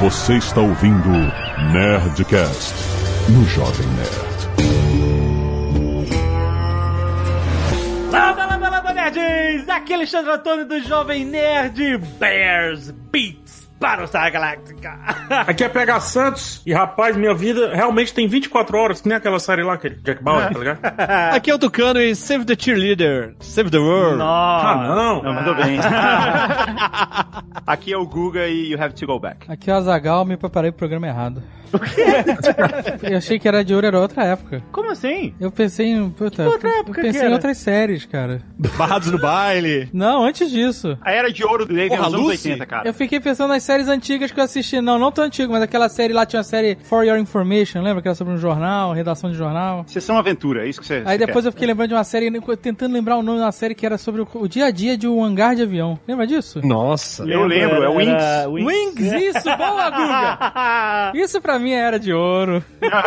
Você está ouvindo Nerdcast no Jovem Nerd. Lava, lava, lava, nerds! Aqui é Alexandre Antônio do Jovem Nerd Bears Beats para o Star Galáctica. Aqui é PH Santos e, rapaz, minha vida realmente tem 24 horas, que nem aquela série lá, aquele Jack Bauer, tá ligado? Aqui é o Tucano e Save the Cheerleader, Save the World. Nossa. Ah, não! Não, mandou bem. Aqui é o Guga e You Have to Go Back. Aqui é o Azagal, me preparei pro programa errado. Eu achei que era de ouro, era outra época. Como assim? Eu pensei em. Puta, outra eu época que pensei em era? outras séries, cara. Barrados no baile. Não, antes disso. A era de ouro do David Porra, nos anos Lucy? 80, cara. Eu fiquei pensando nas séries antigas que eu assisti. Não, não tão antigo, mas aquela série lá tinha uma série For Your Information, lembra? Que era sobre um jornal, redação de jornal. Sessão Aventura, é isso que você. Aí você depois quer. eu fiquei lembrando de uma série, tentando lembrar o nome de uma série que era sobre o, o dia a dia de um hangar de avião. Lembra disso? Nossa. Eu lembro, é o Era Wings. Wings, isso, boa, Guga! Isso pra mim é era de ouro.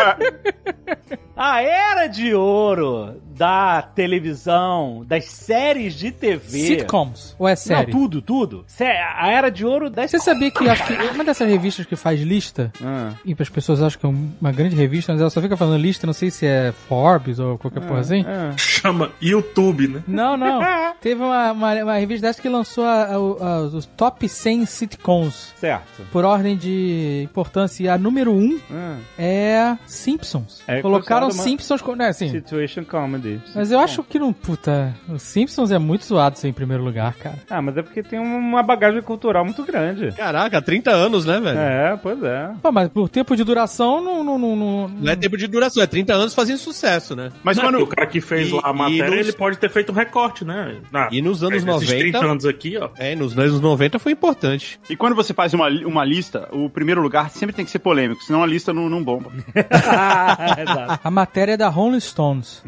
A era de ouro da televisão, das séries de TV. Sitcoms, ou é série? Não, tudo, é tudo. Sé- A era de ouro das Você sabia que acho que uma dessas revistas que faz lista, Ah. e as pessoas acham que é uma grande revista, mas ela só fica falando lista, não sei se é Forbes ou qualquer É, porra assim. ah, Chama YouTube, né? Não, não. Teve uma, uma, uma revista dessa que lançou a- a- a- os top 100 sitcoms. Certo. Ah, Por ordem de importância, e a número 1 um é Simpsons. É considerado Colocaram uma- Simpsons como. Né, assim, Situation Comedy. mas eu acho que não. Puta, o Simpsons é muito zoado ser em primeiro lugar, cara. Ah, mas é porque tem uma bagagem cultural muito grande. Caraca, 30 anos, né, velho? É, pois é. Pô, mas por tempo de duração, não. não, não, não- Não é tempo de duração, é 30 anos fazendo sucesso, né? Mas Não, porque quando. o cara que fez E- lá a e matéria, nos- ele pode ter feito um recorte, né? Ah, E nos anos esses 30 90? anos aqui, ó. É, nos anos 90 foi importante. E quando você faz uma, uma lista, o primeiro lugar sempre tem que ser polêmico, senão a lista não, não bomba. Exato. A matéria é da Rolling Stones.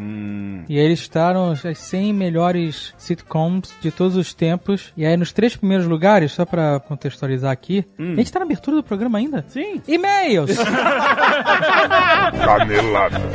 E aí eles listaram as 100 melhores sitcoms de todos os tempos. E aí nos três primeiros lugares, só pra contextualizar aqui, a gente tá na abertura do programa ainda? Sim. E-mails! Canelada.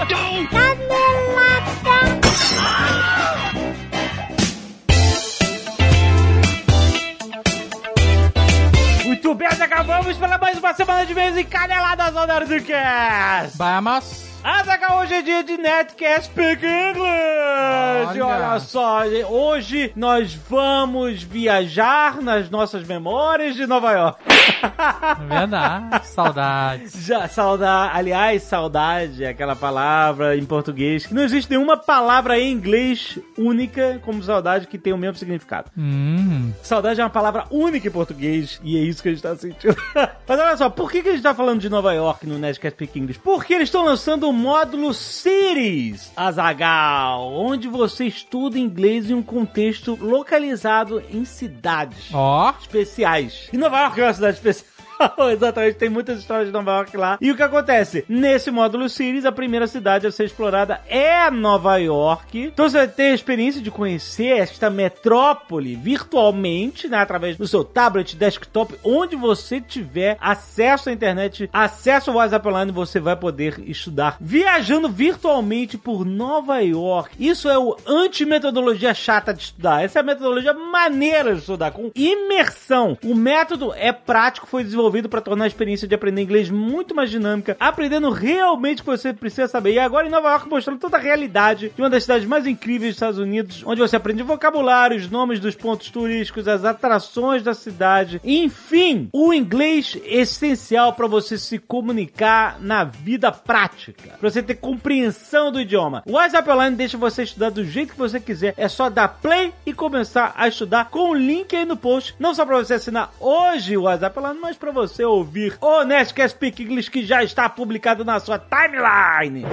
Muito bem, acabamos pela mais uma semana de vez em Caneladas ao Nerdcast. Vamos! Azaghal, hoje é dia de Netcast Speak English! Olha. Olha. só, hoje nós vamos viajar nas nossas memórias de Nova York. É Verdade, saudades. Já, saudar, aliás, saudade é aquela palavra em português. que Não existe nenhuma palavra em inglês única como saudade que tem o mesmo significado. Hum. Saudade é uma palavra única em português e é isso que a gente tá sentindo. Mas olha só, por que, que a gente tá falando de Nova York no Nerdcast Speak English? Porque eles estão lançando o módulo Cities, Azagal, onde você estuda inglês em um contexto localizado em cidades Ó, especiais. E Nova York é uma cidade especial. Exatamente, tem muitas histórias de Nova York lá. E o que acontece? Nesse módulo Series, a primeira cidade a ser explorada é Nova York. Então você vai ter a experiência de conhecer esta metrópole virtualmente, né? Através do seu tablet, desktop, onde você tiver acesso à internet, acesso ao WhatsApp Online, você vai poder estudar viajando virtualmente por Nova York. Isso é o anti-metodologia chata de estudar. Essa é a metodologia maneira de estudar, com imersão. O método é prático, foi desenvolvido para tornar a experiência de aprender inglês muito mais dinâmica, aprendendo realmente o que você precisa saber. E agora em Nova York mostrando toda a realidade de uma das cidades mais incríveis dos Estados Unidos, onde você aprende vocabulário, os nomes dos pontos turísticos, as atrações da cidade, enfim, o inglês é essencial para você se comunicar na vida prática, para você ter compreensão do idioma. O WhatsApp Online deixa você estudar do jeito que você quiser, é só dar play e começar a estudar com o link aí no post, não só para você assinar hoje o WhatsApp Online, mas para você ouvir o Nerdcast Speak English que já está publicado na sua timeline.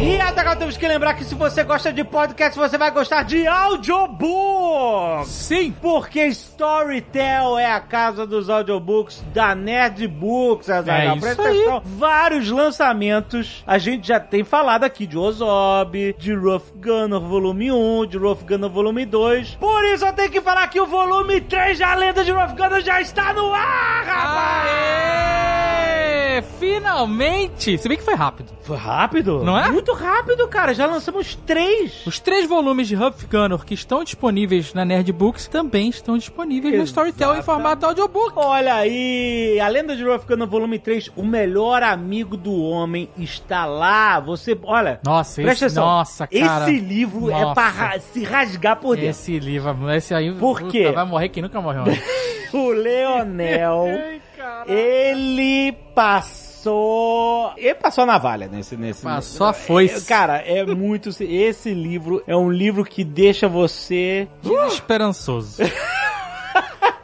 E agora temos que lembrar que se você gosta de podcast, você vai gostar de audiobook! Sim! Porque Storytel é a casa dos audiobooks da Nerd Books, Azaghal. É isso Presta aí. atenção. Vários lançamentos. A gente já tem falado aqui de Ozob, de Rough Gunner Volume 1, de Rough Gunner Volume 2. Por isso eu tenho que falar que o Volume 3 da Lenda de Rough Gunner já está no ar, rapaz! Aê! Finalmente! Se bem que foi rápido. Foi rápido? Não é? Muito rápido, cara. Já lançamos três. Os três volumes de Huff Gunner que estão disponíveis na Nerd Books também estão disponíveis no Storytel em formato audiobook. Olha aí, a lenda de Ruff no volume 3, o melhor amigo do homem está lá. Você, olha, Nossa, presta esse, atenção. nossa, cara. Esse livro é Nossa. pra ra- se rasgar por dentro. Esse livro, esse aí Por puta, quê? vai morrer quem nunca morreu. né? O Leonel, ele passou. Ele passou a navalha nesse. nesse Passou a foice. É, Cara, é muito. Esse livro é um livro que deixa você. Esperançoso.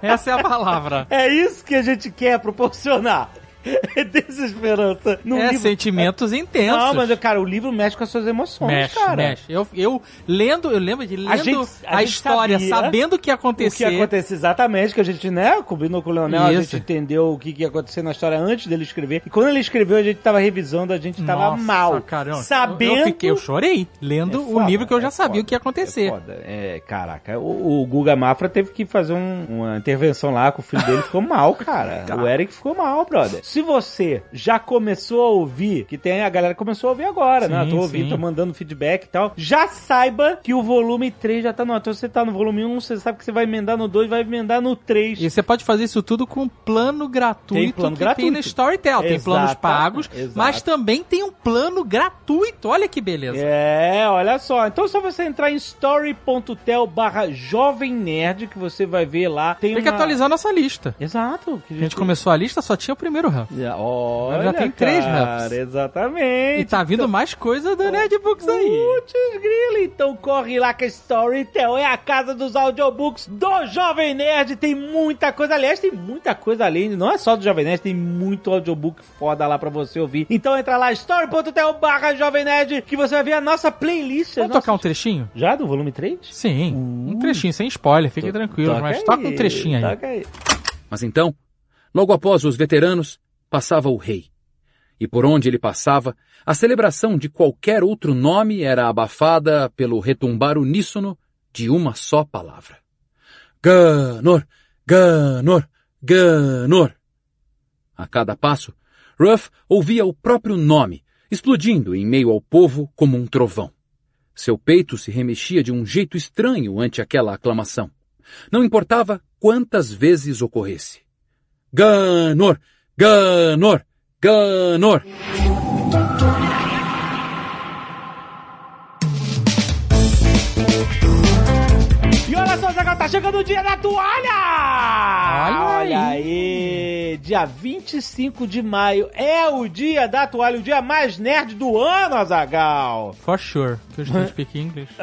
Essa é a palavra. É isso que a gente quer proporcionar. É desesperança. Num é Um livro... sentimentos intensos. Não, mas, cara, o livro mexe com as suas emoções, mexe, cara. mexe. Eu, eu lendo, eu lembro de lendo a, gente- a gente história, sabia sabendo o que ia O que acontecer. acontece exatamente, que a gente, né, combinou com o Leonel, a Isso. gente entendeu o que que ia acontecer na história antes dele escrever. E quando ele escreveu, a gente tava revisando, a gente tava Nossa, mal. caramba. Eu- Sabendo. Eu, fiquei, eu chorei lendo É o foda, livro que eu já é sabia foda, o que ia acontecer. É, foda. É, caraca, o, o Guga Mafra teve que fazer um- uma intervenção lá com o filho dele, ficou mal, cara. Tá. O Eric ficou mal, brother. Se você já começou a ouvir, que tem a galera que começou a ouvir agora, né? Sim, Tô ouvindo, sim. tô mandando feedback e tal. Já saiba que o volume 3 já tá no. Então você tá no volume 1, você sabe que você vai emendar no 2, vai emendar no 3. E você pode fazer isso tudo com plano gratuito Tem plano que tem gratuito. na Storytel. Tem Exata- planos pagos, exato. mas também tem um plano gratuito. Olha que beleza. É, olha só. Então é só você entrar em story.tel barra jovem nerd que você vai ver lá. Tem, Tem que uma- atualizar nossa lista. Exato. que A gente começou a lista, só tinha o primeiro round. Já, olha, Já tem três cara, maps. Exatamente. E tá vindo mais coisa da Nerdbooks é aí. Putz, grilo. Então corre lá que a Storytel é a casa dos audiobooks do Jovem Nerd. Tem muita coisa. Aliás, tem muita coisa além. Não é só do Jovem Nerd, tem muito audiobook foda lá pra você ouvir. Então entra lá, story.tel barra Jovem Nerd, que você vai ver a nossa playlist. Vamos Nossa- Hum. tocar um trechinho? Já do volume 3? Sim, um trechinho, sem spoiler, fique tranquilo, mas toca um trechinho aí. Toca aí. Mas então, logo após os veteranos, passava o rei. E por onde ele passava, a celebração de qualquer outro nome era abafada pelo retumbar uníssono de uma só palavra. Ganor! Ganor! Ganor! A cada passo, Ruff ouvia o próprio nome, explodindo em meio ao povo como um trovão. Seu peito se remexia de um jeito estranho ante aquela aclamação não importava quantas vezes ocorresse. Ganor! Ganor! Ganor! E olha só, Zagal, tá chegando o dia da toalha! Olha aí! Dia 25 de maio é o dia da toalha, o dia mais nerd do ano, Azagal! For sure, que eu já speak English.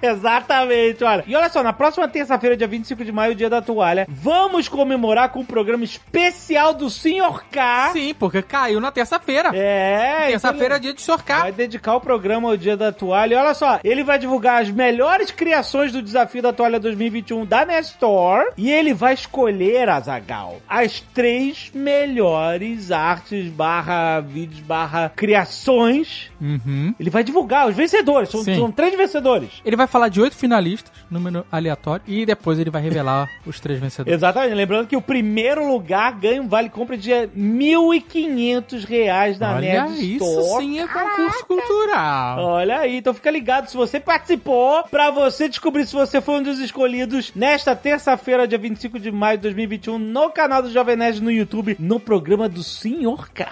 Exatamente, olha. E olha só, na próxima terça-feira, dia 25 de maio, o dia da toalha, vamos comemorar com um programa especial do Sr. K. Sim, porque caiu na terça-feira. É, terça-feira é dia de sorcar. Vai dedicar o programa ao Dia da Toalha. E olha só, ele vai divulgar as melhores criações do Desafio da Toalha 2021 da Nestor. E ele vai escolher, Azagal, as três melhores artes barra vídeos barra criações. Uhum. Ele vai divulgar os vencedores. São, Sim. são três vencedores. Ele vai falar de oito finalistas, número aleatório, e depois ele vai revelar os três vencedores. Exatamente. Lembrando que o primeiro lugar ganha um vale-compra de R$ 1.500 reais na Olha, Nerd isso Store. sim é concurso cultural. Olha aí, então fica ligado se você participou, pra você descobrir se você foi um dos escolhidos nesta terça-feira, dia 25 de maio de 2021, no canal do Jovem Nerd no YouTube, no programa do Senhor K,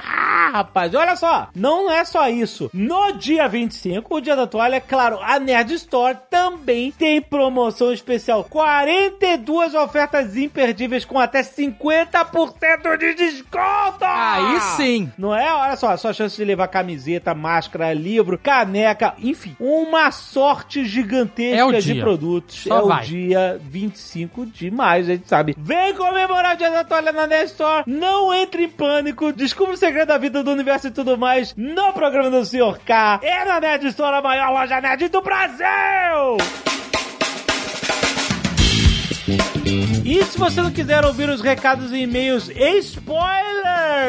rapaz. Olha só, não é só isso. No dia 25, o dia da toalha, é claro, a Nerd Store também tem promoção especial. 42 ofertas imperdíveis com até 50% de desconto! Aí sim. Não é? Olha só, sua chance de levar camiseta, máscara, livro, caneca, enfim, uma sorte gigantesca É o de dia. produtos. Só é vai. o dia 25 de maio, a gente sabe. Vem comemorar o Dia da Toalha na Nerd Store. Não entre em pânico. Descubra o segredo da vida do universo e tudo mais no programa do Sr. K. É na Nerd Store, a maior loja nerd do Brasil! E se você não quiser ouvir os recados e e-mails spoiler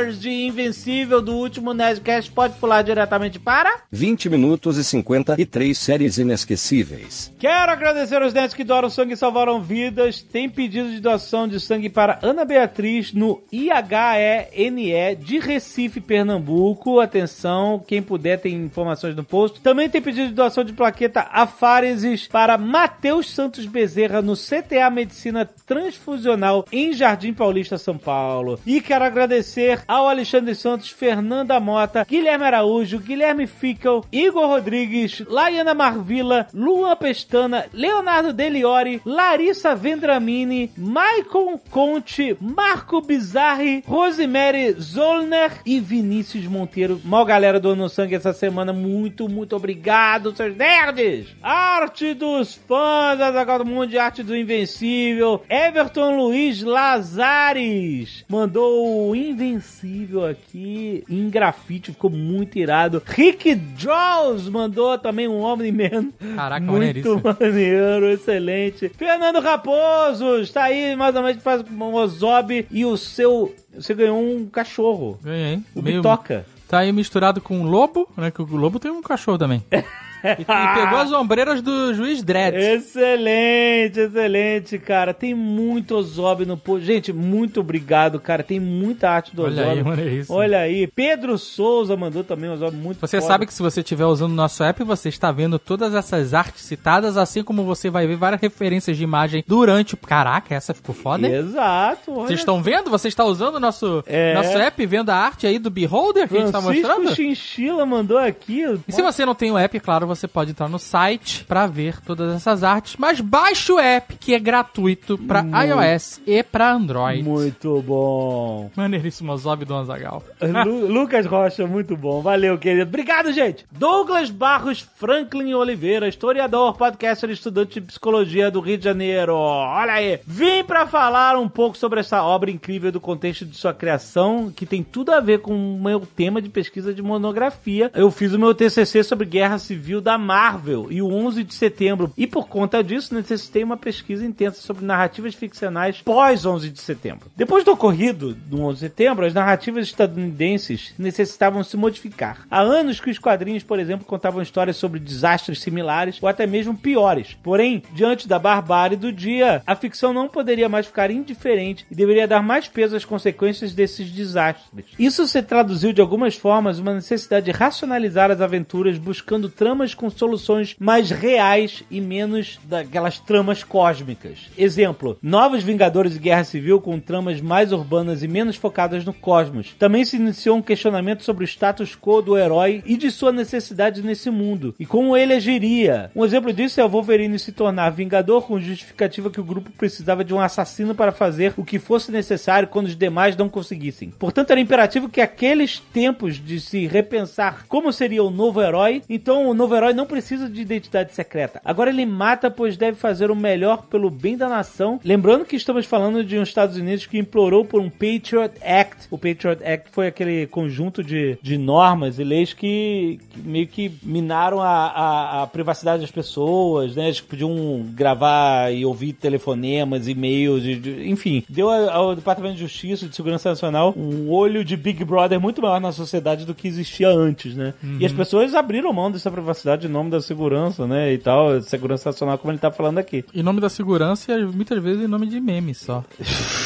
Surge Invencível do último Nerdcast pode pular diretamente para. 20 minutos e 53 séries inesquecíveis. Quero agradecer aos netos que doaram sangue e salvaram vidas. Tem pedido de doação de sangue para Ana Beatriz no IHENE de Recife, Pernambuco. Atenção, quem puder tem informações no post. Também tem pedido de doação de plaqueta afáresis para Matheus Santos Bezerra no CTA Medicina Transfusional em Jardim Paulista, São Paulo. E quero agradecer ao Alexandre Santos, Fernanda Mota, Guilherme Araújo, Guilherme Fickel, Igor Rodrigues, Laiana Marvila, Luan Pestana, Leonardo Deliori, Larissa Vendramini, Maicon Conte, Marco Bizarri, Rosemary Zollner e Vinícius Monteiro. Mó galera do No Sangue essa semana. Muito, muito obrigado, seus nerds! Arte dos fãs da Copa do Mundo de Arte do Invencível. Everton Luiz Lazares mandou o Invencível aqui em grafite, ficou muito irado. Rick Draws mandou também um homem man Caraca, muito maneiríssimo. maneiro, excelente. Fernando Raposo, está aí mais ou menos faz um Ozob e o seu. Você ganhou um cachorro. Ganhei. O Meio- Bitoca. Tá aí misturado com um lobo, né? Que o lobo tem um cachorro também. E, e pegou as ombreiras do juiz Dredd. Excelente, excelente, cara. Tem muito Ozob no post. Gente, muito obrigado, cara. Tem muita arte do Olha Ozob. aí, olha isso. Olha aí. Pedro Souza mandou também um Ozob muito Você foda. sabe que se você estiver usando o nosso app, você está vendo todas essas artes citadas, assim como você vai ver várias referências de imagem durante. o- Caraca, essa ficou foda, hein? Exato. olha. né? Vocês estão vendo? Você está usando o nosso, É. nosso app, vendo a arte aí do Beholder que a gente está Francisco tá mostrando? Chinchila mandou aqui. E se você não tem o app, é claro, você pode entrar no site pra ver todas essas artes, mas baixa o app, que é gratuito pra iOS e pra Android. Muito bom. Maneiríssimo Zob do Azagal. Lu- Lucas Rocha, muito bom. Valeu, querido. Obrigado, gente. Douglas Barros Franklin Oliveira, historiador, podcaster e estudante de psicologia do Rio de Janeiro. Olha aí. Vim pra falar um pouco sobre essa obra incrível do contexto de sua criação, que tem tudo a ver com o meu tema de pesquisa de monografia. Eu fiz o meu TCC sobre Guerra Civil da Marvel e o 11 de setembro. E por conta disso, necessitei uma pesquisa intensa sobre narrativas ficcionais pós 11 de setembro. Depois do ocorrido do 11 de setembro, as narrativas estadunidenses necessitavam se modificar. Há anos que os quadrinhos, por exemplo, contavam histórias sobre desastres similares ou até mesmo piores. Porém, diante da barbárie do dia, a ficção não poderia mais ficar indiferente e deveria dar mais peso às consequências desses desastres. Isso se traduziu de algumas formas uma necessidade de racionalizar as aventuras buscando tramas com soluções mais reais e menos daquelas tramas cósmicas. Exemplo, Novos Vingadores e Guerra Civil com tramas mais urbanas e menos focadas no cosmos. Também se iniciou um questionamento sobre o status quo do herói e de sua necessidade nesse mundo, e como ele agiria. Um exemplo disso é o Wolverine se tornar Vingador com justificativa que o grupo precisava de um assassino para fazer o que fosse necessário quando os demais não conseguissem. Portanto, era imperativo que aqueles tempos de se repensar como seria o novo herói, então o novo herói não precisa de identidade secreta. Agora ele mata, pois deve fazer o melhor pelo bem da nação. Lembrando que estamos falando de uns Estados Unidos que implorou por um Patriot Act. O Patriot Act foi aquele conjunto de, de normas e leis que, que meio que minaram a, a- a privacidade das pessoas, né? Eles podiam gravar e ouvir telefonemas, e-mails, e- de- enfim. Deu a- ao Departamento de Justiça e de Segurança Nacional um olho de Big Brother muito maior na sociedade do que existia antes, né? E as pessoas abriram mão dessa privacidade em nome da segurança, né? E tal, segurança nacional, como ele tá falando aqui. Em nome da segurança e muitas vezes em nome de memes só.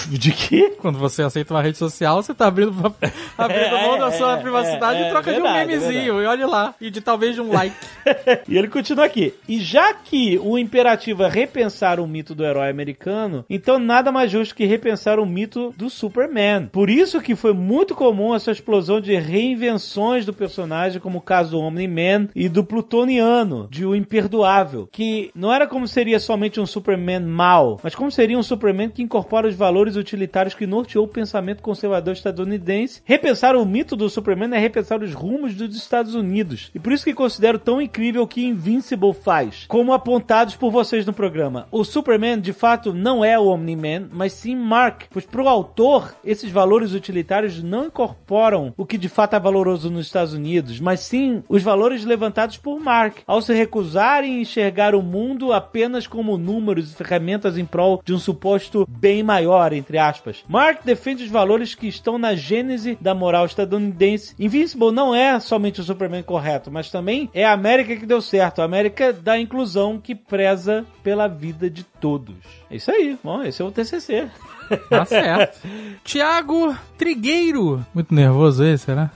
De quê? Quando você aceita uma rede social, você tá abrindo, abrindo mão da sua é, privacidade é, e troca é de um verdade, memezinho. E olha lá. E de talvez de um like. E ele continua aqui. E já que o imperativo é repensar o mito do herói americano, então nada mais justo que repensar o mito do Superman. Por isso que foi muito comum essa explosão de reinvenções do personagem, como o caso do Omni-Man e do Plutoniano, de O Imperdoável, que não era como seria somente um Superman mau, mas como seria um Superman que incorpora os valores utilitários que norteou o pensamento conservador estadunidense. Repensar o mito do Superman é repensar os rumos dos Estados Unidos. E por isso que considero tão incrível o que Invincible faz. Como apontados por vocês no programa, o Superman de fato não é o Omni-Man, mas sim Mark, pois pro autor esses valores utilitários não incorporam o que de fato é valoroso nos Estados Unidos, mas sim os valores levantados por por Mark, ao se recusarem a enxergar o mundo apenas como números e ferramentas em prol de um suposto bem maior, entre aspas. Mark defende os valores que estão na gênese da moral estadunidense. Invincible não é somente o Superman correto, mas também é a América que deu certo, a América da inclusão que preza pela vida de todos. É isso aí, bom, esse é o TCC. Tá certo. Tiago Trigueiro. Muito nervoso aí, será?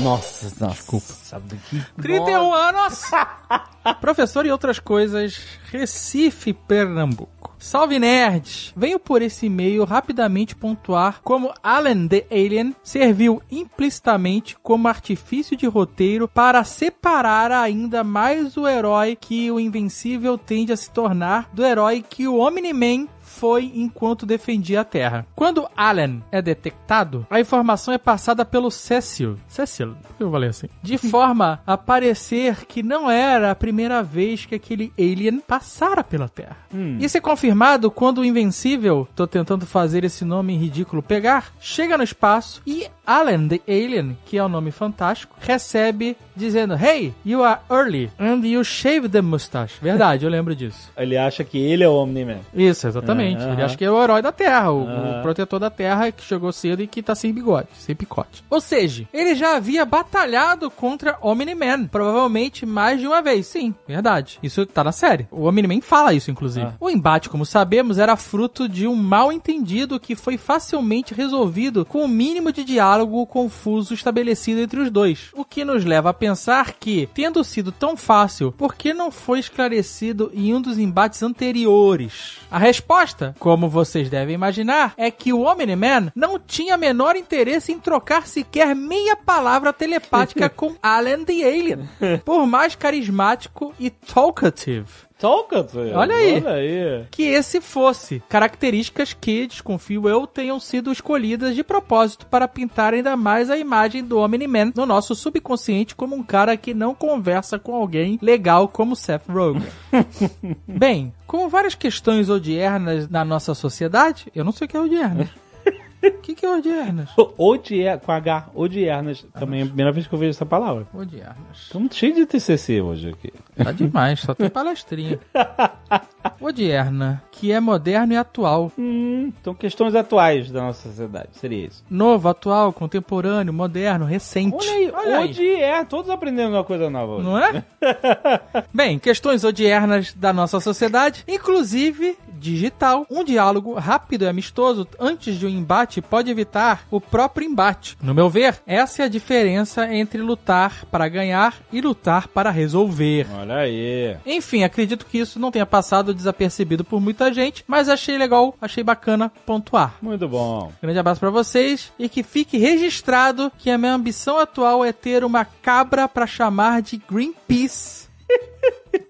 Nossa, nossa. Desculpa. Sabe do que? 31 anos! Professor e outras coisas, Recife, Pernambuco. Salve nerds! Venho por esse e-mail rapidamente pontuar como Alan the Alien serviu implicitamente como artifício de roteiro para separar ainda mais o herói que o Invencível tende a se tornar do herói que o Omni-Man foi enquanto defendia a Terra. Quando Alan é detectado, a informação é passada pelo Cecil. Cecil, por que eu falei assim? De forma a parecer que não era a primeira vez que aquele alien passara pela Terra. Isso é confirmado quando o Invencível, tô tentando fazer esse nome ridículo pegar, chega no espaço e Alan the Alien, que é o um nome fantástico, recebe dizendo: Hey, you are early and you shaved the mustache. Verdade, eu lembro disso. Ele acha que ele é o Omni-Man. Isso, exatamente. É, aham. Ele acha que é o herói da Terra, o, Aham. o protetor da Terra que chegou cedo e que tá sem bigode, sem picote. Ou seja, ele já havia batalhado contra Omni-Man, provavelmente mais de uma vez. Sim, verdade. Isso tá na série. O Omni-Man fala isso, inclusive. O embate, como sabemos, era fruto de um mal entendido que foi facilmente resolvido com o mínimo de diálogo confuso estabelecido entre os dois. O que nos leva a pensar que, tendo sido tão fácil, por que não foi esclarecido em um dos embates anteriores? A resposta, como vocês devem imaginar, é que o Omni-Man não tinha menor interesse em trocar sequer meia palavra telepática com Alan the Alien, por mais carismático e talkative Tolkien, Olha aí. Olha aí. que esse fosse. Características que, desconfio eu, tenham sido escolhidas de propósito para pintar ainda mais a imagem do Omni-Man no nosso subconsciente como um cara que não conversa com alguém legal como Seth Rogen. Bem, como várias questões odiernas na nossa sociedade, eu não sei o que é odiernas. O que, que é odiernas? Odier, com H, odiernas. Também é a primeira vez que eu vejo essa palavra. Odiernas. Estamos cheios de TCC hoje aqui. Tá demais, só tem palestrinha. Odierna, que é moderno e atual, Hum, então questões atuais da nossa sociedade, seria isso. novo, atual, contemporâneo, moderno, recente. Olha aí, odier, todos aprendendo uma coisa nova hoje. Não é? Bem, questões odiernas da nossa sociedade, inclusive digital. Um diálogo rápido e amistoso antes de um embate pode evitar o próprio embate. No meu ver, essa é a diferença entre lutar para ganhar e lutar para resolver. Olha aí. Enfim, acredito que isso não tenha passado desapercebido por muita gente, mas achei legal, achei bacana pontuar. Muito bom. Grande abraço pra vocês e que fique registrado que a minha ambição atual é ter uma cabra pra chamar de Greenpeace.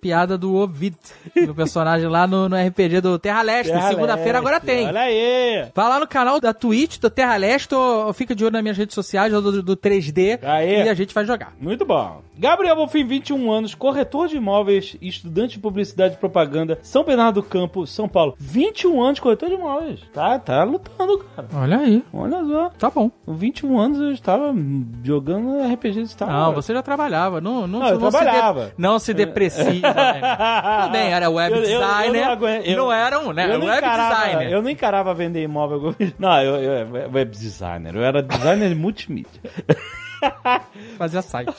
Piada do Ovid, meu personagem lá no, no RPG do Terra Leste, Terra segunda-feira agora Leste, tem. Olha aí. Vai lá no canal da Twitch do Terra Leste ou, ou fica de olho nas minhas redes sociais ou do, do 3D Aê. e a gente vai jogar. Muito bom. Gabriel Bonfim, 21 anos, corretor de imóveis, e estudante de publicidade e propaganda, São Bernardo do Campo, São Paulo. 21 anos, corretor de imóveis. Tá, tá lutando, cara. Olha aí, Olha só. tá bom. Com 21 anos eu estava jogando RPG de Star Não, Wars. você já trabalhava. Não, não, Tá Não, eu não se de- trabalhava. não se deprecia. né? Tudo bem, era web Eu- eu- eu não designer. não, aguento- eu- era um, né? eu não web encarava- designer. Eu não encarava vender imóvel. Não, eu, eu era web designer. Eu era designer de multimídia. Fazia site.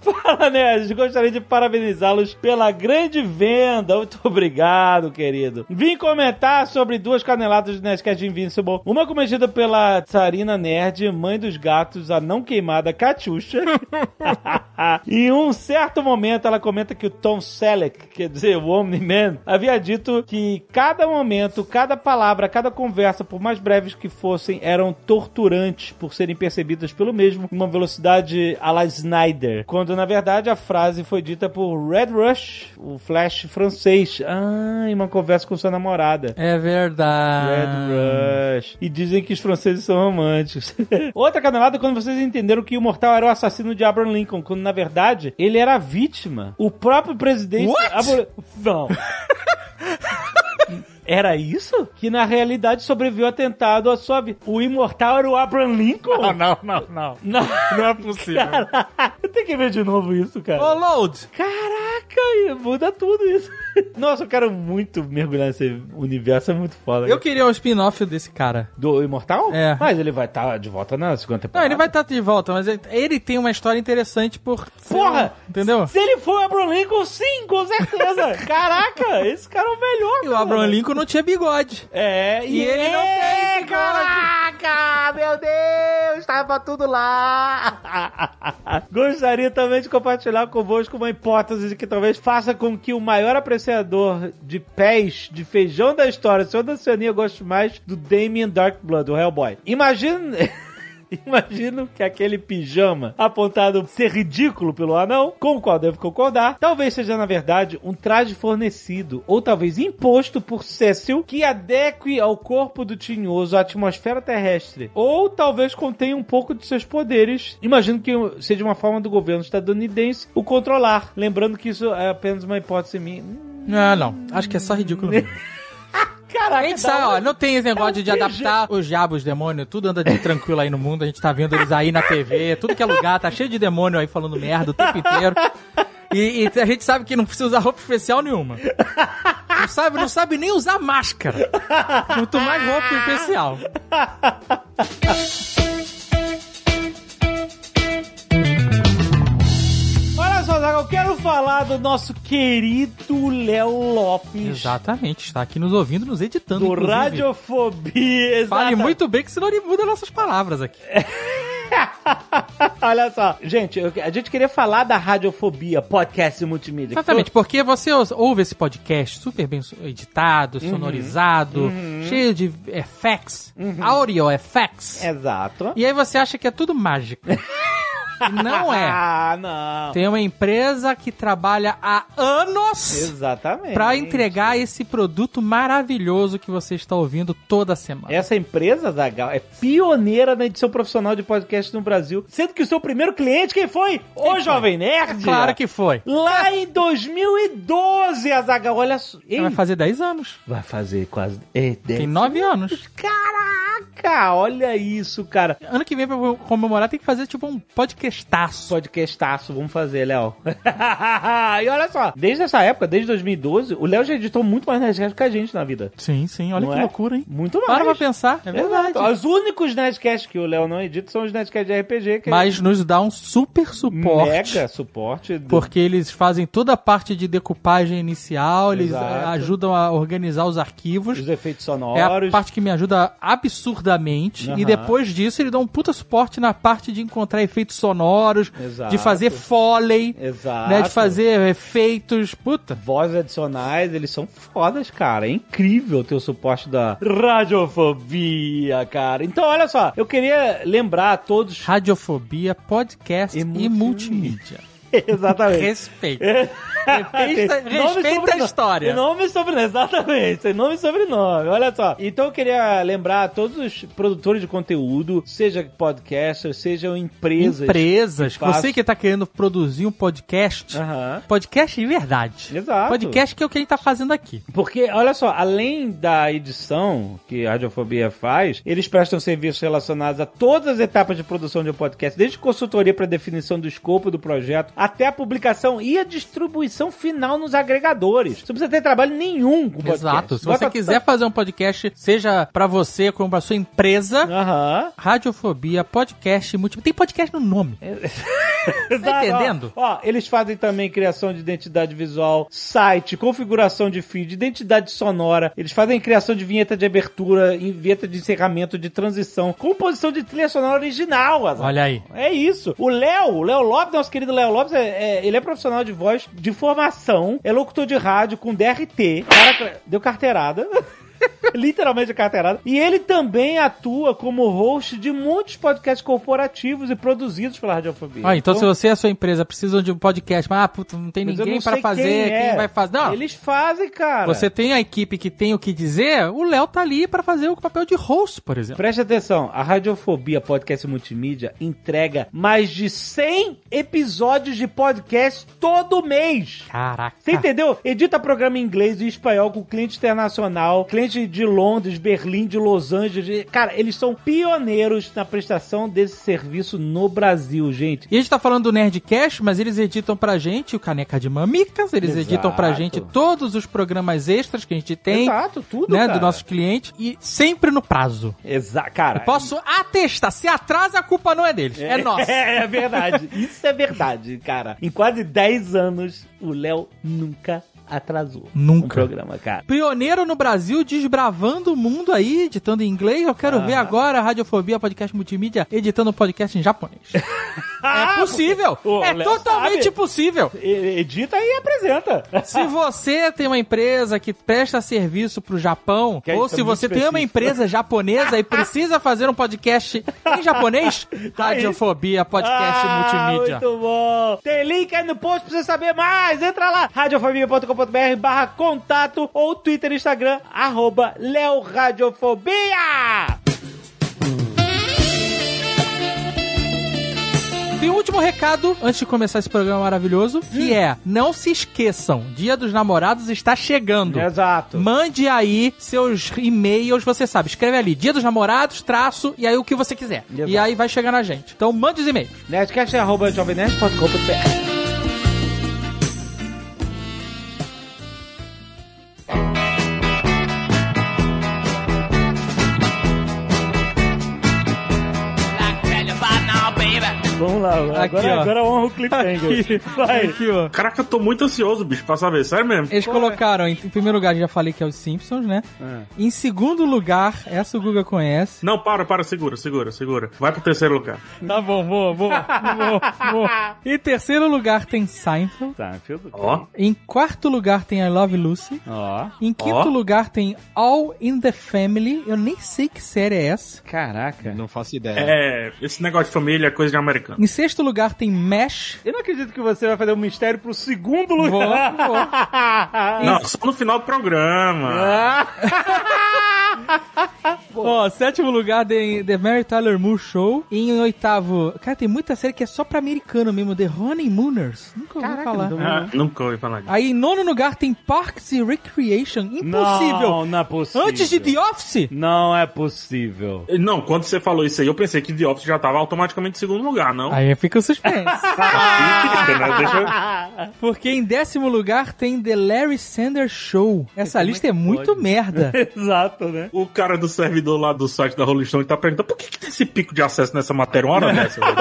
Fala, Nerds. Gostaria de parabenizá-los pela grande venda. Muito obrigado, querido. Vim comentar sobre duas caneladas do Nerdcast Invincible. Uma cometida pela Tsarina Nerd, mãe dos gatos, a não queimada Catiuxa. em um certo momento, ela comenta que o Tom Selleck, quer dizer, o Omni-Man, havia dito que cada momento, cada palavra, cada conversa, por mais breves que fossem, eram torturantes por serem percebidas pelo mesmo em uma velocidade a la Snyder. Quando, na verdade, a frase foi dita por Red Rush, o Flash francês. Ah, em uma conversa com sua namorada. É Ah. verdade. Red Rush. E dizem que os franceses são românticos. Outra canelada é quando vocês entenderam que o Mortal era o assassino de Abraham Lincoln, quando na verdade ele era a vítima. O próprio presidente. What? Abra- Não. Era isso? Que na realidade sobreviveu atentado à sua vida. O imortal era o Abraham Lincoln? Não, Ah, não, não, não. Não. Não é possível. Caraca, eu tenho que ver de novo isso, Ô, cara. Load! Caraca, muda tudo isso. Nossa, eu quero muito mergulhar nesse universo, é muito foda. Eu queria um spin-off desse cara. Do Imortal? É. Mas ele vai estar de volta na segunda Não, temporada. ele vai estar de volta, mas ele- ele tem uma história interessante por. Porra! um, Entendeu? Se ele for o Abraham Lincoln, sim, com certeza. Caraca, esse cara é o melhor. E o cara. Abraham Lincoln não tinha bigode. É, E ele não É, tem, Caraca, meu Deus, tava tudo lá. Gostaria também de compartilhar convosco uma hipótese que talvez faça com que o maior apreciador de pés de feijão da história, o senhor da Oceania, goste mais do Damien Darkblood, o Hellboy. Imagina... Imagino que aquele pijama apontado ser ridículo pelo anão, com o qual devo concordar, talvez seja, na verdade, um traje fornecido, ou talvez imposto por Cecil, que adeque ao corpo do tinhoso a atmosfera terrestre, ou talvez contenha um pouco de seus poderes. Imagino que seja uma forma do governo estadunidense o controlar. Lembrando que isso é apenas uma hipótese minha. Hum, Não, não. Acho que é só ridículo mesmo. Caraca, A gente da sabe, hora. ó, não tem esse negócio de beijo. adaptar os diabos, os demônios, tudo anda de tranquilo aí no mundo, a gente tá vendo eles aí na TV, tudo que é lugar, tá cheio de demônio aí falando merda o tempo inteiro. E, e a gente sabe que não precisa usar roupa especial nenhuma. Não sabe, não sabe nem usar máscara. Quanto mais roupa especial. Olha só, Zaga, eu quero falar do nosso querido Léo Lopes. Exatamente, está aqui nos ouvindo, nos editando. Do inclusive. Radiofobia, exato. Fale muito bem que senão ele muda nossas palavras aqui. Olha só, gente, eu- a gente queria falar da radiofobia, podcast e multimídia. Exatamente, porque você ou- ouve esse podcast super bem so- editado, Uhum. sonorizado, cheio de effects, Uhum. audio effects. É. Exato. E aí você acha que é tudo mágico. E não é. Ah, não. Tem uma empresa que trabalha há anos Exatamente. pra entregar esse produto maravilhoso que você está ouvindo toda semana. Essa empresa, Zagal, é pioneira na edição profissional de podcast no Brasil. Sendo que o seu primeiro cliente, quem foi? o Jovem Nerd! É Claro que foi. Lá em 2012, Azagal, olha só. Ei, Vai fazer 10 anos. vai fazer quase. É, dez- Tem 9 anos. Caraca, olha isso, cara. Ano que vem, pra comemorar, tem que fazer tipo um podcastaço. Podcastaço, vamos fazer, Léo. e olha só, desde essa época, desde 2012, o Léo já editou muito mais Nerdcast que a gente na vida. Sim, sim. Olha Não que é? loucura, hein? Muito mais. Para pra pensar. É Exato. Os únicos Nerdcasts que o Léo não edita são os Nerdcasts de RPG, que Mas nos dá um super ele suporte. mega suporte. do- Porque eles fazem toda a parte de decupagem inicial, eles Exato. eh, ajudam a organizar os arquivos. Os efeitos É a sonoros. parte que me ajuda absurdamente. Aham. E depois disso, ele dá um puta suporte na parte de encontrar efeitos sonoros, Exato. de fazer foley, Exato. né, de fazer efeitos. Puta. Vozes adicionais, eles são fodas, cara. É incrível ter o suporte da radiofobia, cara. Então, olha só, eu queria lembrar a todos. Radiofobia, podcast E e, multimídia. multimídia. Exatamente. É Respeito. Respeita, Tem nome e respeita a sobrenome. história. Tem Nome e sobrenome, exatamente. Tem Nome e sobrenome, olha só. Então eu queria lembrar a todos os produtores de conteúdo, seja podcasters, sejam empresas. empresas. que faz- Você que tá querendo produzir um podcast. Aham. Podcast de verdade. Exato. Podcast que é o que a gente tá fazendo aqui. Porque, olha só, além da edição que a Radiofobia faz, eles prestam serviços relacionados a todas as etapas de produção de um podcast, desde consultoria para definição do escopo do projeto, até a publicação e a distribuição final nos agregadores. Você não precisa ter trabalho nenhum com Um podcast. Exato. Se você Bota- quiser fazer um podcast, seja pra você como pra sua empresa, Aham. Radiofobia, podcast, multi... Tem podcast no nome. Tá É. Exato, ó. entendendo? Ó, eles fazem também criação de identidade visual, site, configuração de feed, identidade sonora. Eles fazem criação de vinheta de abertura, em- vinheta de encerramento, de transição, composição de trilha sonora original. Azar. Olha aí. É isso. O Léo, o Léo Lopes, nosso querido Léo Lopes, é- é- ele é profissional de voz de formação, é locutor de rádio com DRT. Cara, deu carteirada. Literalmente carteirada. E ele também atua como host de muitos podcasts corporativos e produzidos pela Radiofobia. Ah, então, se você e a sua empresa precisam de um podcast, mas ah, puta, não tem Mas eu ninguém não pra sei fazer, quem, é. vai fazer? Não, Eles fazem, cara. você tem a equipe que tem o que dizer, o Léo tá ali pra fazer o papel de host, por exemplo. Preste atenção, a Radiofobia Podcast Multimídia entrega mais de 100 episódios de podcast todo mês. Caraca. Você entendeu? Edita programa em inglês e espanhol com cliente internacional, cliente de Londres, Berlim, de Los Angeles. de- Cara, eles são pioneiros na prestação desse serviço no Brasil, gente. E a gente tá falando do Nerdcast, mas eles editam pra gente o Caneca de Mamicas, eles Exato. editam pra gente todos os programas extras que a gente tem, Exato, tudo, né, cara. dos nossos clientes, e sempre no prazo. Exato, cara. Eu posso atestar, se atrasa, a culpa não é deles, é, nossa. É, é verdade. Isso é verdade, cara. Em quase 10 anos, o Léo nunca atrasou. Nunca. Um programa, cara. Pioneiro no Brasil, desbravando o mundo aí, editando em inglês. Eu quero Ah. ver agora a Radiofobia Podcast Multimídia editando um podcast em japonês. é possível! o é Léo totalmente sabe. possível! E- Edita e apresenta. Se você tem uma empresa que presta serviço pro Japão, Que é ou isso, se é muito você tem uma específico. empresa japonesa e precisa fazer um podcast em japonês, Radiofobia Podcast Ah, Multimídia. Muito bom. Tem link aí no post pra você saber mais. Entra lá, radiofobia.com.br barra contato ou Twitter e Instagram, arroba Léo Radiofobia. Tem um último recado antes de começar esse programa maravilhoso, Hum. que é: não se esqueçam, Dia dos Namorados está chegando. Exato. Mande aí seus e-mails, você sabe. Escreve ali, dia dos namorados, traço, e aí o que você quiser. Exato. E aí vai chegar na gente. Então mande os e-mails. Nerdcast é arroba jovemnerd.com.br Vamos lá, agora, ó. agora honra o cliffhanger. Vai. Ah. ó. Caraca, eu tô muito ansioso, bicho, pra saber. Sério mesmo. É. Eles colocaram, em em primeiro lugar, já falei que é os Simpsons, né? Em segundo lugar, essa o Guga conhece. Não, para, para, segura, segura, segura. Vai pro terceiro lugar. Tá bom, boa, boa, boa, boa. Em terceiro lugar tem Seinfeld. Ó, Em quarto lugar tem I Love Lucy. Ó, Em quinto Ó. lugar tem All in the Family. Eu nem sei que série é essa. caraca. Não faço ideia. é. Esse negócio de família é coisa de americano. Em sexto lugar tem Mesh. Eu não acredito que você vai fazer um mistério pro segundo lugar. Vou, vou. Não, só no final do Ah. programa. Ó, sétimo lugar, The, The Mary Tyler Moore Show. E em oitavo, cara, tem muita série que é só pra americano mesmo, The Honeymooners. Nunca ouvi falar. É. Ah, nunca ouvi falar disso. Aí em nono lugar tem Parks and Recreation. Impossível. Não, não é possível. Antes de The Office. Não é possível. Não, quando você falou isso aí, eu pensei que The Office já tava automaticamente em segundo lugar, não? Ah. Aí fica o suspense. Fica, né? Deixa eu- Porque em décimo lugar tem The Larry Sanders Show. Essa lista é muito merda. Exato, né? O cara do servidor lá do site da Rolling Stone tá perguntando por que, que tem esse pico de acesso nessa matéria uma hora dessa? velho?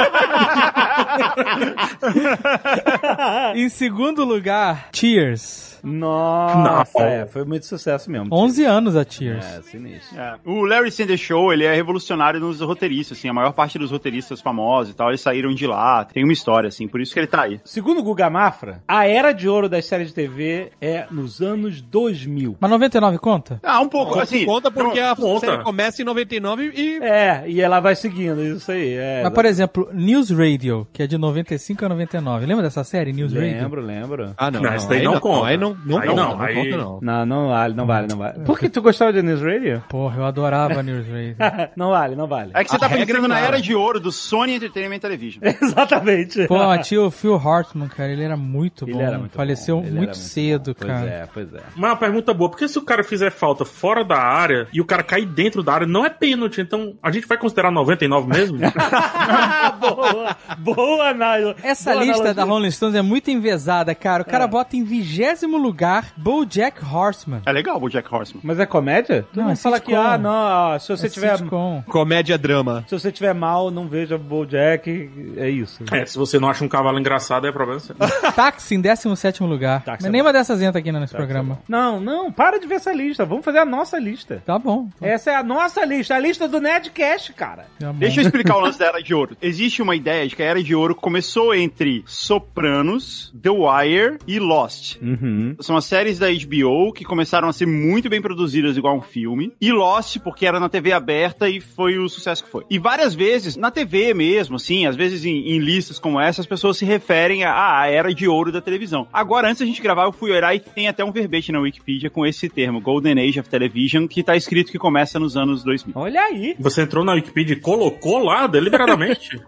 em segundo lugar, Cheers. Nossa, Não. é, foi muito sucesso mesmo. 11 anos a Cheers. É, sinistro. É. O Larry Sanders Show, ele é revolucionário nos roteiristas, assim, a maior parte dos roteiristas famosos e tal, eles saíram de lá, tem uma história, assim, por isso que ele tá aí. Segundo o Guga Mafra, a era de ouro das séries de TV é nos anos 2000. Mas 99 conta? Ah, um pouco, assim... Conta porque a conta. série começa em 99 e... É, e ela vai seguindo, isso aí. É, Mas, por exemplo, News Radio, que é de 95 a 99. Lembra dessa série, News Radio? lembro, lembro. Ah, não. Não, isso daí não conta. Aí não, não Aí conta, não, não aí- conta, não. Não, não vale, não vale, não vale. Por que tu gostava de News Radio? Porra, eu adorava News Radio. não vale, não vale. É que você tá pensando na cara. era de ouro do Sony Entertainment Television. Exatamente. Pô, tio Phil Hartman, cara, ele era muito bom. Ele era muito Faleceu bom, ele muito, era muito cedo, bom. cara. Pois é, pois é. Mas uma pergunta boa, porque se o cara fizer falta fora da área e o cara cair dentro da área, não é pênalti, então a gente vai considerar 99 mesmo? boa, boa análise. Essa Boa lista da analogia. É. Rolling Stones é muito envezada, cara. O cara bota em vigésimo lugar Bojack Horseman. É legal o Jack Horseman. Mas é comédia? Tu Não, não, é fala sitcom. que, ah, não, ó, se você É tiver... sitcom. Comédia-drama. Se você tiver mal, não veja BoJack, é isso. É, se você não acha um cavalo engraçado, é problema seu. Táxi em 17 lugar. Táxi Mas é nenhuma dessas entra aqui nesse programa. Não, não, para de ver essa lista. Vamos fazer a nossa lista. Tá bom. Essa é a nossa lista, a lista do Nerdcast, cara. Tá bom. Deixa eu explicar o lance da Era de Ouro. Existe uma ideia de que a Era de coro começou entre Sopranos, The Wire e Lost. Uhum. São as séries da HBO que começaram a ser muito bem produzidas igual um filme. E Lost, porque era na TV aberta e foi o sucesso que foi. E várias vezes, na TV mesmo, assim, às vezes em, em listas como essa, as pessoas se referem à, à era de ouro da televisão. Agora, antes da gente gravar, eu fui olhar e tem até um verbete na Wikipedia com esse termo, Golden Age of Television, que tá escrito que começa nos anos 2000. Olha aí. Você entrou na Wikipedia e colocou lá deliberadamente?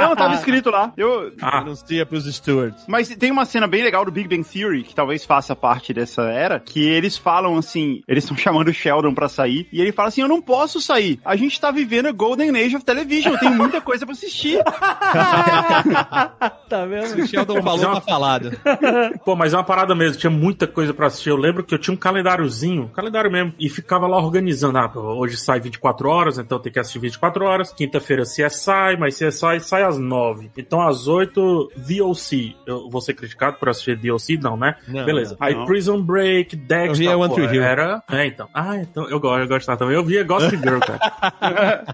Não, tava escrito lá. Eu, ah, Anuncia pros stewards. Mas tem uma cena bem legal do Big Bang Theory, que talvez faça parte dessa era, que eles falam assim, eles estão chamando o Sheldon pra sair, e ele fala assim, eu não posso sair, a gente tá vivendo a Golden Age of Television, tem muita coisa pra assistir. Tá vendo? O Sheldon é falou tá uma falada. Pô, mas é uma parada mesmo, tinha muita coisa pra assistir. Eu lembro que eu tinha um calendáriozinho, um calendário mesmo, e ficava lá organizando. Ah, hoje sai 24 horas, então tem que assistir 24 horas. Quinta-feira CSI, mas CSI sai às 9. Então às 8, DOC. Eu vou ser criticado por assistir DOC? Não, né? Não, Beleza. não, Aí não. Prison Break, Dexter. Eu via One pô, Tree Hill. era... É, então. Ah, então eu gosto, eu gostava também. Eu via Gossip Girl, cara.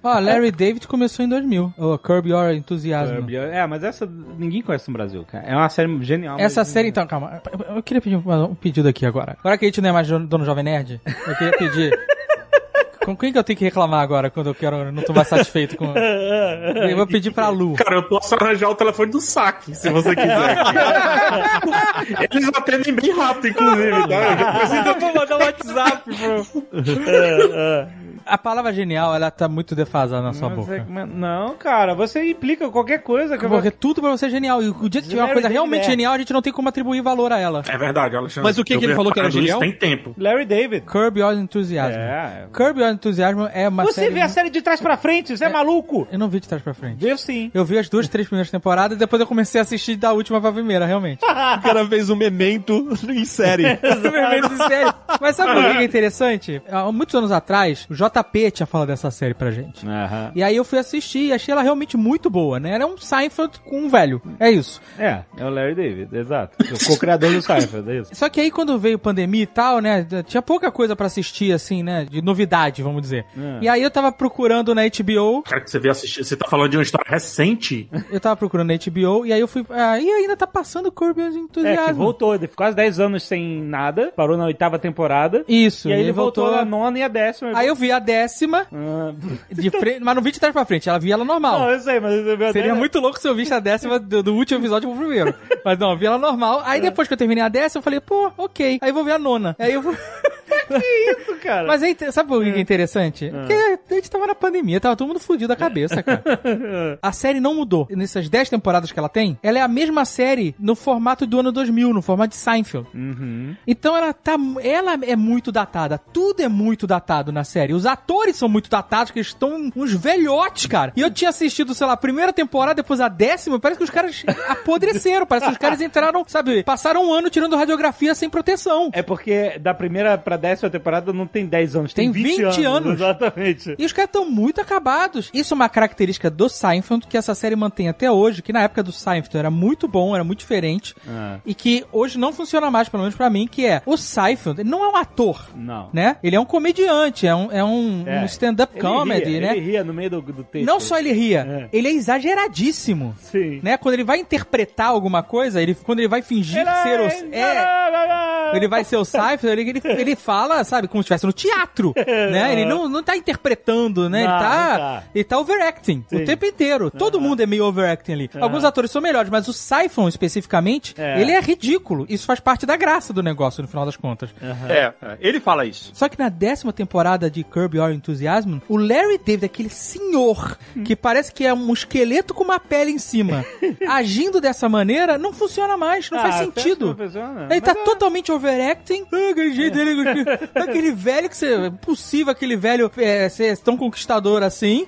Ó, Larry David começou em 2000. O Curb Your Enthusiasm. É, mas essa ninguém conhece no Brasil, cara. É uma série genial. Essa mas- série, então, calma. Eu queria pedir um, um pedido aqui agora. Agora que a gente não é mais dono dono Jovem Nerd, eu queria pedir. Com quem que eu tenho que reclamar agora quando eu quero não tô mais satisfeito com. Eu vou pedir pra Lu. Cara, eu posso arranjar o telefone do saque, se você quiser. Eles atendem bem rápido, inclusive, tá? Eu já preciso Eu vou mandar um WhatsApp pro. A palavra genial, ela tá muito defasada na sua Mas é boca. que- mas- Não, cara, você implica qualquer coisa que eu vou. Porque tudo pra você é genial. E o dia que tiver uma Larry coisa David realmente é. genial, a gente não tem como atribuir valor a ela. É verdade, Alexandre. Mas o que Eu que ele vi falou que era reparado nisso genial? Tem tempo. Larry David. Curb Your Enthusiasm. É. Curb Your Enthusiasm é uma Você série... vê a série de trás pra frente, você é, maluco? Eu não vi de trás pra frente. Vê sim. Eu vi as duas, três primeiras temporadas e depois eu comecei a assistir da última pra primeira, realmente. O cara fez um memento em série. Superman de série. Mas sabe o que é interessante? Há muitos anos atrás, o JP tinha falado dessa série pra gente. E aí eu fui assistir e achei ela realmente muito boa, né? Ela é um Seinfeld com um velho. É isso. É, é o Larry David, exato. O co-criador do Seinfeld, é isso. Só que aí quando veio pandemia e tal, né? Tinha pouca coisa pra assistir, assim, né? De novidade, vamos dizer. É. E aí eu tava procurando na HBO Cara, que você vê assistir. Você tá falando de uma história recente? Eu tava procurando na HBO e aí eu fui. Ah, e ainda tá passando Curb Your É, que Enthusiasm. voltou, de- quase 10 anos sem nada, parou na oitava temporada. Isso, e aí ele voltou, na nona e a décima. Aí eu vi a décima, Ah, de frente, mas não vi de trás pra frente, ela vi ela normal. não, é eu sei, mas eu vi a Seria décima. muito louco se eu visse a décima do, do último episódio pro primeiro. Mas não, eu vi ela normal. É. Aí depois que eu terminei a décima, eu falei, pô, ok. Aí eu vou ver a nona. Aí eu vou... isso, cara. Mas é inte- sabe o que é interessante? Porque a gente tava na pandemia, tava todo mundo fudido da cabeça, cara. A série não mudou. Nessas 10 temporadas que ela tem, ela é a mesma série no formato do ano 2000, no formato de Seinfeld. Então ela tá. Ela é muito datada. Tudo é muito datado na série. Os atores são muito datados, que eles estão uns velhotes, cara. E eu tinha assistido, sei lá, a primeira temporada, depois a décima, parece que os caras apodreceram. Parece que os caras entraram, sabe, passaram um ano tirando radiografia sem proteção. É porque da primeira pra décima temporada não tem 10 anos, tem, Tem 20 anos. Exatamente. E os caras estão muito acabados. Isso é uma característica do Seinfeld que essa série mantém até hoje, que na época do Seinfeld era muito bom, era muito diferente, Ah, e que hoje não funciona mais, pelo menos pra mim, que é o Seinfeld ele não é um ator, Não. né? Ele é um comediante, é um, é um, É. um stand-up Ele comedy, ria, né? Ele ria no meio do, do texto. não só ele ria, É. ele é exageradíssimo. Sim. Né? Quando ele vai interpretar alguma coisa, ele, quando ele vai fingir ser o. É, ele vai ser o Seinfeld, ele, ele, ele fala, sabe, como se estivesse no teatro, né? Ele não, não tá interpretando, né? Não, ele, tá, não tá. ele tá overacting Sim. Ah. o tempo inteiro. Todo mundo é meio overacting ali. Alguns atores são melhores, mas o Siphon, especificamente, É. ele é ridículo. Isso faz parte da graça do negócio, no final das contas. É, é, ele fala isso. Só que na décima temporada de Curb Your Enthusiasm, o Larry David, aquele senhor Hum. que parece que é um esqueleto com uma pele em cima, agindo dessa maneira, não funciona mais, não Ah, faz até sentido. acho que não funciona, mas Ele tá é- totalmente overacting. Ah, aquele jeito dele. aquele velho que você. É impossível aquele velho é, ser tão conquistador assim.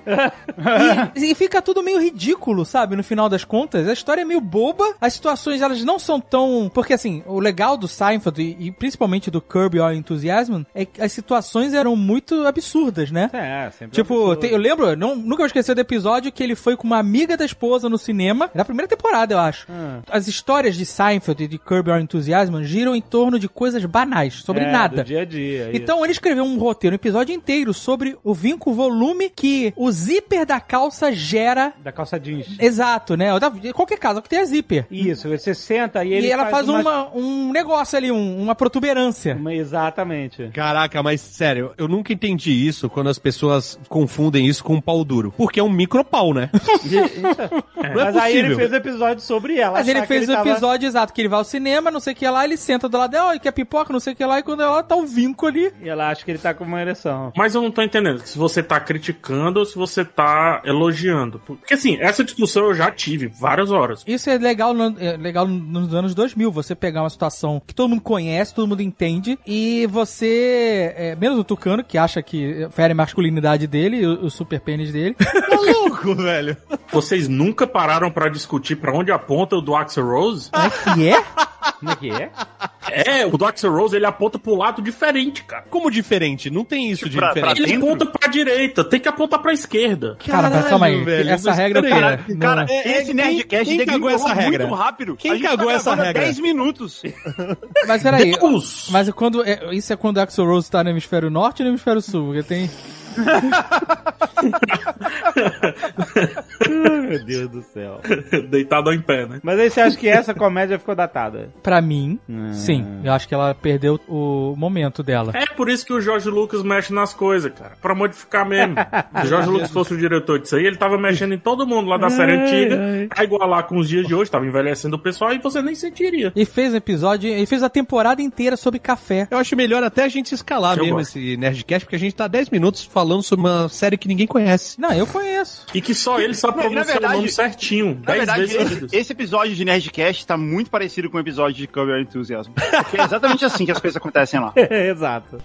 E, e fica tudo meio ridículo, sabe? No final das contas, a história é meio boba, as situações elas não são tão. Porque assim, o legal do Seinfeld e, e principalmente do Curb Your Enthusiasm é que as situações eram muito absurdas, né? É, sempre. Tipo, tem- eu lembro, não, nunca vou esquecer do episódio que ele foi com uma amiga da esposa no Ah. cinema, na primeira temporada, eu acho. As histórias de Seinfeld e de Curb Your Enthusiasm giram em torno de de coisas banais, sobre É, nada. Do dia a dia. isso. Então ele escreveu um roteiro, um episódio inteiro sobre o vinco volume que o zíper da calça gera. Da calça jeans. Exato, né? Ou da- de Qualquer casa que tenha zíper. Isso, você senta e E, ele ela faz, umas- uma- um negócio ali, um- uma protuberância. uma- É. Exatamente. Caraca, mas sério, eu nunca entendi isso quando as pessoas confundem isso com um pau duro. Porque é um micropau, né? Não é Mas aí ele possível. fez um episódio sobre ela. Mas ele achar que fez o tava- episódio exato, que ele vai ao cinema, não sei o que lá, ele senta do lado dela, ele quer pipoca, não sei o que lá, e quando ela tá o vinco ali. E ela acha que ele tá com uma ereção. Mas eu não tô entendendo se você tá criticando ou se você tá elogiando. Porque assim, essa discussão eu já tive várias horas. Isso é legal, no- é legal nos anos 2000, você pegar uma situação que todo mundo conhece, todo mundo entende, e você, é, menos o Tucano, que acha que fere a masculinidade dele, o, o super pênis dele, Tá louco, velho. Vocês nunca pararam pra discutir pra onde aponta o do Axel Rose? que é Como é que é? É, o do Axel Rose ele aponta pro lado diferente, cara. Como diferente? Não tem isso de Pra- pra diferente. Ele Dentro? aponta pra direita, tem que apontar pra esquerda. Cara, mas calma aí. Essa mas regra eu peraí. quero. Não, Cara, não. É, é, esse quem- Nerdcast quem cagou degringolou essa regra? muito rápido. Quem A gente tá cagou essa gravando há regra? 10 minutos. Mas peraí. Deus! Mas quando, é- isso é quando o Axel Rose tá no hemisfério norte ou no hemisfério sul? Porque tem. Meu Deus do céu. Deitado em pé, né? Mas aí você acha que essa comédia ficou datada? Pra mim, sim. Eu acho que ela perdeu o momento dela. É por isso que o Jorge Lucas mexe nas coisas, cara. Pra modificar mesmo. Se o Jorge Lucas fosse o diretor disso aí, ele tava mexendo em todo mundo lá da série antiga, pra igualar com os dias de hoje, tava envelhecendo o pessoal e você nem sentiria. E fez um episódio, ele fez a temporada inteira sobre café. Eu acho melhor até a gente escalar Eu mesmo gosto. esse Nerdcast, porque a gente tá há 10 minutos falando sobre uma série que ninguém conhece. Não, eu conheço. E que só ele sabe Na- na pronunciar verdade- o nome certinho. Na Dez verdade, vezes esse, seguidas. esse episódio de Nerdcast tá muito parecido com o episódio de Curb Your Enthusiasm. Porque é exatamente assim que as coisas acontecem lá. Exato.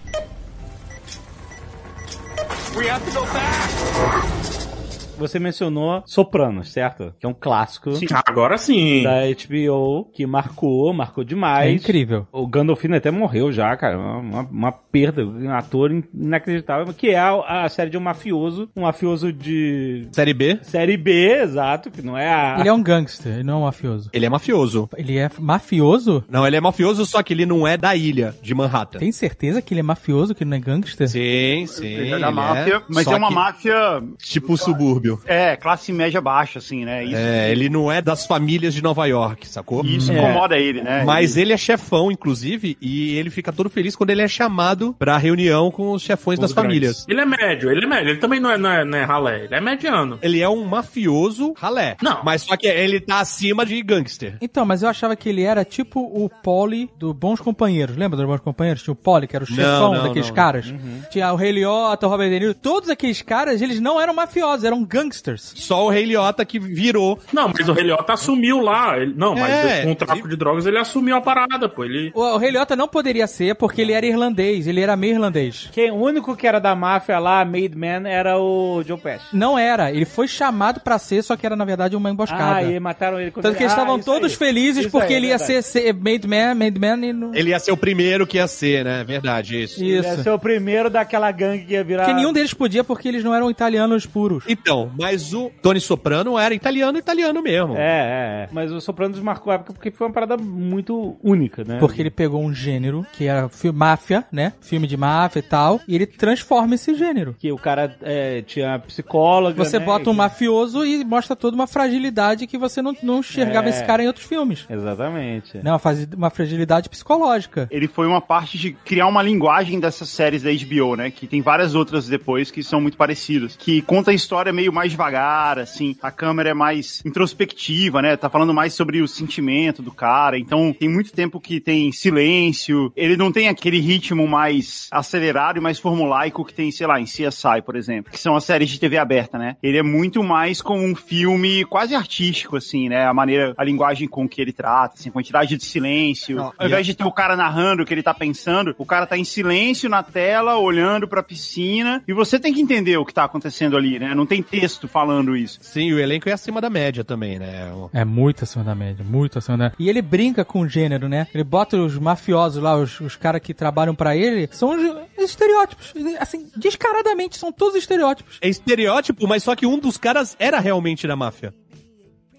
Você mencionou Sopranos, certo? Que é um clássico Sim, Agora sim. da HBO que marcou, marcou demais. É incrível. O Gandolfini até morreu já, cara. Uma, uma- uma perda, um ator in- inacreditável, que é a, a série de um mafioso, um mafioso de Série B, série B, exato, que não é Ah. a... Ele é um gangster, ele não é um mafioso. ele é mafioso. Ele é mafioso? Não, ele é mafioso, só que ele não é da ilha de Manhattan. Tem certeza que ele é mafioso, que ele não é gangster? Sim, sim. Ele é ele é, da máfia, mas só é uma que, máfia, Tipo subúrbio. é, classe média baixa, assim, né? Isso, É, ele não é das famílias de Nova York, sacou? É. isso incomoda ele, né? Mas ele é chefão, inclusive, e ele fica todo feliz quando ele é chamado pra reunião com os chefões das famílias. Ele é médio, ele é médio. Ele também não é, não é, não é ralé, ele é mediano. Ele é um mafioso ralé. Não. Mas só que ele tá acima de gangster. Então, mas eu achava que ele era tipo o Polly do Bons Companheiros. Lembra dos Bons Companheiros? Tinha o Polly, que era o chefão não, daqueles não. Uhum. caras. Tinha o Rei Liotta, o Robert De Niro. Todos aqueles caras, eles não eram mafiosos, eram gangsters. Só o Rei Liotta que virou. Não, mas o Heliota assumiu lá. Ele- não, É, mas com o tráfico de drogas ele assumiu a parada, pô. Ele. O, o Rei Liotta não poderia ser porque ele era irlandês, ele era meio irlandês. Quem, o único que era da máfia lá, Made Man, era o Joe Pesci. Não era, ele foi chamado pra ser, só que era na verdade uma emboscada. Ah, e mataram ele. quando Tanto que ele- eles Ah, estavam isso todos aí. felizes Isso porque aí, ele ia verdade. ser, ser made man, made man e não... Ele ia ser o primeiro que ia ser, né? Verdade, isso. Ele ia Isso. ser o primeiro daquela gangue que ia virar... Porque nenhum deles podia porque eles não eram italianos puros. Então, mas o Tony Soprano era italiano, italiano mesmo. É, é, é. Mas o Sopranos marcou a época porque foi uma parada muito única, né? Porque ele pegou um gênero, que era fi- máfia, né? Filme de máfia e tal, e ele transforma esse gênero. Que o cara é, tinha psicóloga, Você né? bota um mafioso e mostra toda uma fragilidade que você não, não enxergava É. esse cara em outros filmes. Exatamente. Não, faz uma fragilidade psicológica. ele foi uma parte de criar uma linguagem dessas séries da HBO, né? Que tem várias outras depois que são muito parecidas. Que conta a história meio mais devagar, assim. A câmera é mais introspectiva, né? Tá falando mais sobre o sentimento do cara. Então, tem muito tempo que tem silêncio. Ele não tem aquele ritmo mais acelerado e mais formulaico que tem, sei lá, em CSI, por exemplo. Que são as séries de TV aberta, né? Ele é muito mais como um filme quase artístico, assim, né? A maneira, a linguagem com que ele trata, assim, a quantidade de silêncio. Não, Ao invés de ter o cara narrando o que ele tá pensando, o cara tá em silêncio na tela, olhando pra piscina, e você tem que entender o que tá acontecendo ali, né? Não tem texto falando isso. Sim, o elenco é acima da média também, né? É muito acima da média, muito acima da E ele brinca com o gênero, né? Ele bota os mafiosos lá, os, os caras que trabalham pra ele, são os, os estereótipos. Assim, descaradamente, são todos estereótipos. É estereótipo, mas só que um dos caras era realmente da máfia.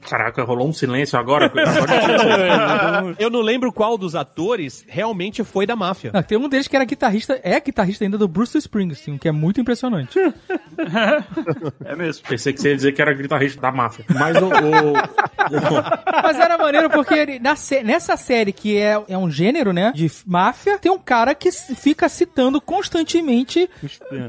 Caraca, rolou um silêncio agora. Eu não lembro qual dos atores realmente foi da máfia. Ah, tem um deles que era guitarrista, é guitarrista ainda do Bruce Springsteen, que é muito impressionante. É mesmo. Pensei que você ia dizer que era guitarrista da máfia. Mas o. o- Mas era maneiro porque ele- na sé- nessa série, que é, é um gênero, né, de f- máfia, tem um cara que s- fica citando constantemente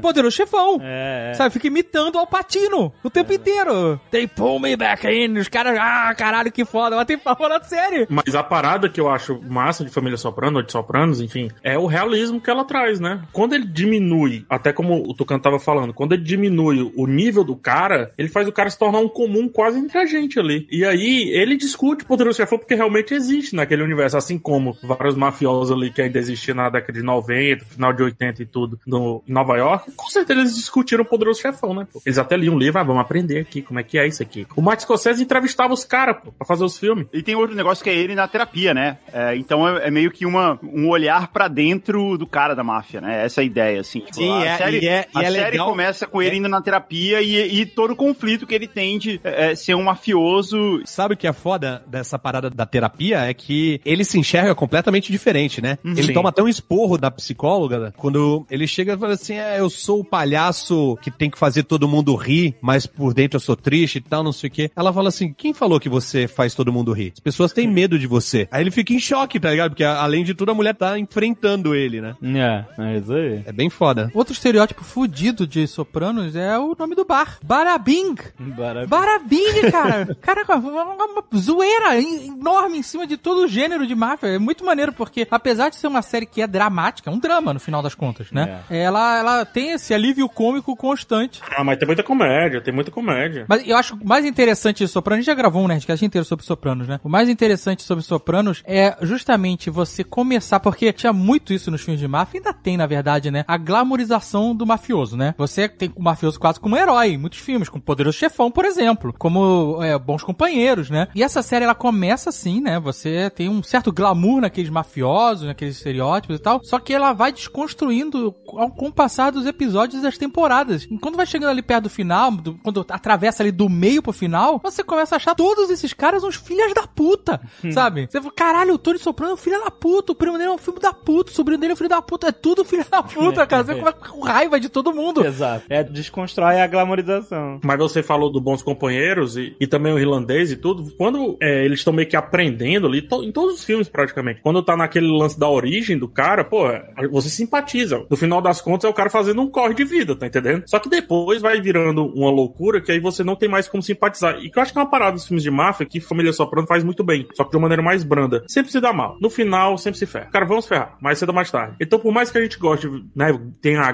Poderoso Chefão. É, é. Sabe, fica imitando Al Patino o tempo inteiro. They pull me back in. Os caras, ah, caralho, que foda. Mas tem pra falar sério. Mas a parada que eu acho massa de Família Soprano, ou de Sopranos, enfim, é o realismo que ela traz, né? Quando ele diminui, até como o Tucano tava falando, quando ele diminui o nível do cara, ele faz o cara se tornar um comum quase entre a gente ali. E aí ele discute o poderoso chefão porque realmente existe naquele universo, assim como vários mafiosos ali que ainda existiam na década de 90, final de 80 e tudo, no, em Nova York, com certeza eles discutiram o poderoso chefão, né? pô? Eles até liam um livro, ah, vamos aprender aqui como é que é isso aqui. O Martin Scorsese entrevistava os caras, pô, pra fazer os filmes. E tem outro negócio que é ele na terapia, né? É, então é, é meio que uma, um olhar pra dentro do cara da máfia, né? Essa é a ideia, assim. Tipo, Sim, a é, série, e é- e a é série legal. é. começa com ele indo na terapia e, e todo o conflito que ele tem de é, ser um mafioso. Sabe o que é foda dessa parada da terapia? É que ele se enxerga completamente diferente, né? Ele Uhum. Sim. toma até um esporro da psicóloga né? quando ele chega e fala assim: é, eu sou o palhaço que tem que fazer todo mundo rir, mas por dentro eu sou triste e tal, não sei o quê. Ela fala assim: quem falou que você faz todo mundo rir? As pessoas têm medo de você. Aí ele fica em choque, tá ligado? Porque a- além de tudo, a mulher tá enfrentando ele, né? É, é isso aí. É bem foda. Outro estereótipo fudido de Sopranos é o nome do bar. Barabing. Barabing, cara. Caraca, uma, uma zoeira en- enorme em cima de todo o gênero de máfia. É muito maneiro, porque apesar de ser uma série que é dramática, é um drama no final das contas, né? Ela, ela tem esse alívio cômico constante. Ah, mas tem muita comédia, tem muita comédia. Mas eu acho o mais interessante de Sopranos, a gente já gravou um Nerdcast inteiro sobre Sopranos, né? O mais interessante sobre Sopranos é justamente você começar, porque tinha muito isso nos filmes de máfia, ainda tem, na verdade, né? A glamorização do mafioso, né? Você tem o mafioso quase como um herói em muitos filmes, como Poderoso Chefão, por exemplo, como é, Bons Companheiros, né? E essa série, ela começa assim, né? Você tem um certo glamour naqueles mafiosos, naqueles estereótipos e tal, só que ela vai desconstruindo ao com o passar dos episódios e das temporadas. Enquanto vai chegando ali perto do final, do- quando atravessa ali do meio pro final, você começa a achar todos esses caras uns filhas da puta, sabe? Você fala, caralho, o Tony Soprano é um filho da puta, o primo dele é um filho da puta, o sobrinho dele é um filho da puta, é tudo filho da puta, cara. Você fica com raiva de todo mundo. Exato. É, desconstrói a glamorização. Mas você falou do Bons Companheiros e, e também o irlandês e tudo. Quando é, eles estão meio que aprendendo ali, to- em todos os filmes praticamente, quando tá naquele lance da origem do cara, pô, é, você simpatiza. No final das contas é o cara fazendo um corre de vida, tá entendendo? Só que depois vai virando uma loucura que aí você não tem mais como simpatizar. E que eu acho que é uma parada dos filmes de máfia que Família Soprano faz muito bem, só que de uma maneira mais branda. Sempre se dá mal. No final, sempre se ferra. Cara, vamos ferrar, mais cedo ou mais tarde. Então, por mais que a gente goste, né, tem a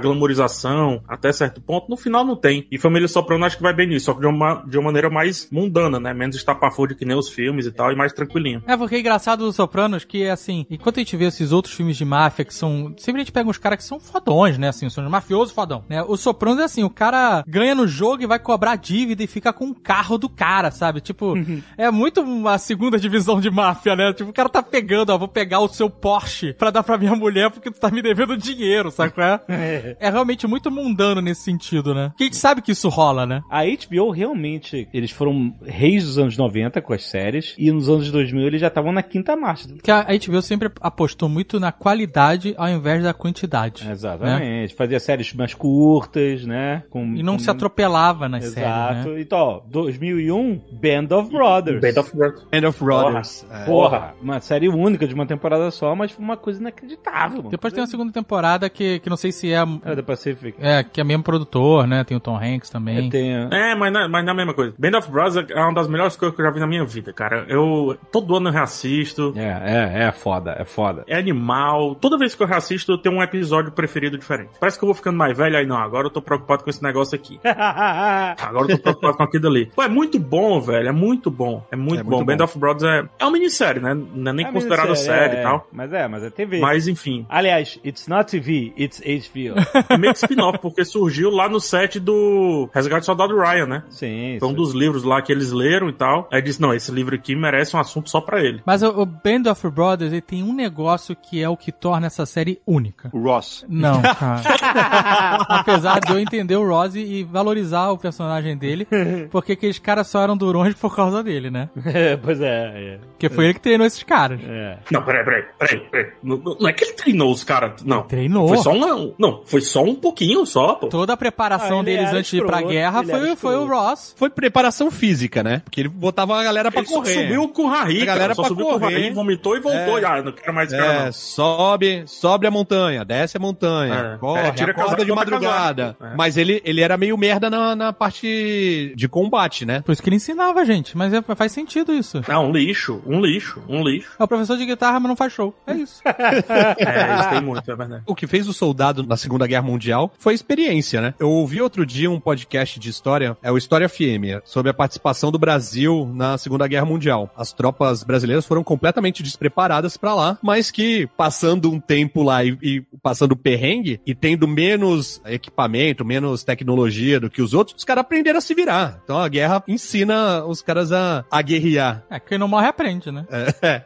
glamorização até certo ponto, no final não tem. E Família Soprano acho que vai bem nisso, só que de uma, de uma maneira mais mundana, né? Menos estapafúrdia que nem os filmes e tal, e mais tranquilinho. É, porque é engraçado do Sopranos que, assim, enquanto a gente vê esses outros filmes de máfia que são... Sempre a gente pega uns caras que são fodões, né? Assim, são mafiosos fodão, né? O Sopranos é assim, o cara ganha no jogo e vai cobrar dívida e fica com o carro do cara, sabe? Tipo, é muito uma segunda divisão de máfia, né? Tipo, o cara tá pegando, ó, vou pegar o seu Porsche pra dar pra minha mulher porque tu tá me devendo dinheiro, sabe qual é? é realmente muito mundano nesse sentido, né? Porque a gente sabe que isso rola, né? A HBO realmente, eles foram reis dos anos 90 com as séries, e nos anos 2000 eles já estavam na quinta marcha. Que a HBO sempre apostou muito na qualidade ao invés da quantidade. É. Exatamente. Fazia séries mais curtas, né? Com, E não com- se atropelava nas séries, Exato. né? Então, ó, 2001, Band of Brothers. Band of Brothers. End of Brothers. É. Porra, uma série única de uma temporada só, mas foi uma coisa inacreditável, mano. Depois tem uma segunda temporada que, que não sei se é, Era da Pacific. é... Que é mesmo produtor, né? Tem o Tom Hanks também. Tem a- É, mas não, mas não é a mesma coisa. Band of Brothers é uma das melhores coisas que eu já vi na minha vida, cara. Eu todo ano eu reassisto. É, é, é foda, é foda. É animal. Toda vez que eu reassisto, eu tenho um episódio preferido diferente. Parece que eu vou ficando mais velho aí, não. Agora eu tô preocupado com esse negócio aqui. Agora eu tô preocupado com aquilo ali. Pô, é muito bom, velho. É muito bom. É muito É muito bom. Band bom. of Brothers é, é uma minissérie, né? Não é nem É considerada minissérie, série é, e tal. é. Mas é, mas é TV. Mas enfim, Aliás, it's not TV, it's HBO. é meio que spin-off, porque surgiu lá no set do Resgate do Soldado Ryan, né? Sim. Foi um dos livros lá que eles leram e tal. Aí disse, não, esse livro aqui merece um assunto só pra ele. Mas o, o Band of Brothers ele tem um negócio que é o que torna essa série única. O Ross. Não, cara. Apesar de eu entender o Ross e valorizar o personagem dele, porque aqueles caras só eram durões por causa dele, né? É, pois é. é. Porque foi ele que treinou esses caras. É. Não, peraí, peraí, peraí, peraí. Não, não- não é que ele treinou os caras, não. Treinou. Foi só um, não, foi só um pouquinho só, pô. Toda a preparação Ah, ele deles era antes de ir pra escroto, guerra ele foi, era foi o escroto. Ross. Foi preparação física, né? Porque ele botava a galera pra Ele só correr. subiu com o Rahi, A cara. galera só pra subiu com o correr. Rahi, vomitou e voltou. E, ah, não quero mais esse cara, É, não. sobe, sobe a montanha, desce a montanha, É. corre, É, tira acorda casaco, de bota madrugada. casaco. É. Mas ele, ele era meio merda na, na parte de combate, né? Por isso que ele ensinava a gente, mas é- faz sentido isso. Não, um lixo, um lixo, um lixo. É o professor de guitarra, mas não faz show. É isso. É, isso tem muito, é verdade. O que fez o soldado na Segunda Guerra Mundial foi a experiência, né? Eu ouvi outro dia um podcast de história, é o História FM, sobre a participação do Brasil na Segunda Guerra Mundial. As tropas brasileiras foram completamente despreparadas pra lá, mas que passando um tempo lá e, e passando perrengue e tendo menos equipamento, menos tecnologia do que os outros, os caras aprenderam a se virar. Então a guerra ensina os caras a, a guerrear. É, quem não morre aprende, né?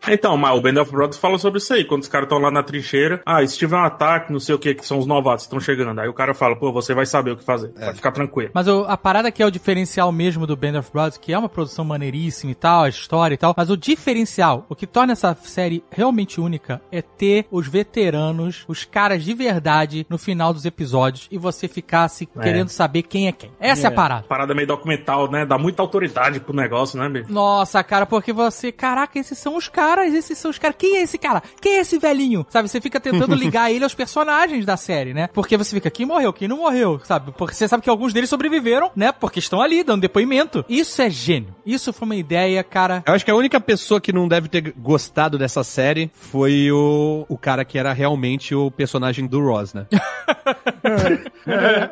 Então, mas o Band of Brothers fala sobre isso aí, quando os caras estão lá na trincheira, ah, e se tiver um ataque, não sei o que, que são os novatos que estão chegando. Aí o cara fala, pô, você vai saber o que fazer, É. pode ficar tranquilo. Mas o- a parada que é o diferencial mesmo do Band of Brothers, que é uma produção maneiríssima e tal, a história e tal, mas o diferencial, o que torna essa série realmente única, é ter os veteranos, os caras de verdade, no final dos episódios e você ficar se querendo saber quem é quem. Essa é, a parada. Parada meio documental, né? Dá muita autoridade pro negócio, né, bicho? Nossa, cara, porque você, caraca, esses são os caras, esses são os caras. Quem é esse cara? Quem é esse velhinho? Sabe, você fica tentando ligar ele aos personagens da série, né? Porque você fica, quem morreu, quem não morreu, sabe? Porque você sabe que alguns deles sobreviveram, né? Porque estão ali dando depoimento. Isso é gênio. Isso foi uma ideia, cara. Eu acho que a única pessoa que não deve ter gostado dessa série foi o, o cara que era realmente o personagem do Ross, né?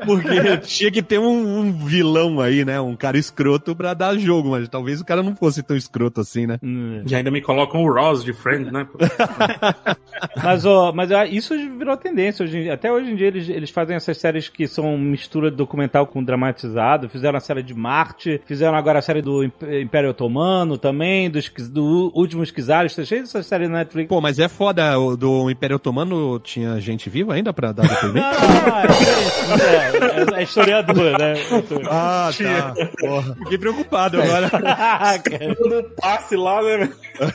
Porque tinha que ter um, um vilão aí, né? Um cara escroto pra dar jogo, mas talvez o cara não fosse tão escroto assim, né? E ainda me colocam o Ross de Friends, né? Mas, ó, mas ah, isso virou tendência. Hoje, em- até hoje em dia eles, eles fazem essas séries que são mistura de documental com dramatizado. Fizeram a série de Marte, fizeram agora a série do Imp- Império Otomano também, dos, Quiz- do Últimos Kizares. Tá cheio dessas séries na Netflix. Pô, mas é foda, o do Império Otomano tinha gente viva ainda pra dar depoimento? Ah, é, é, é historiador, né? ah, tá. Porra. É. Fiquei preocupado agora. Passe lá, né?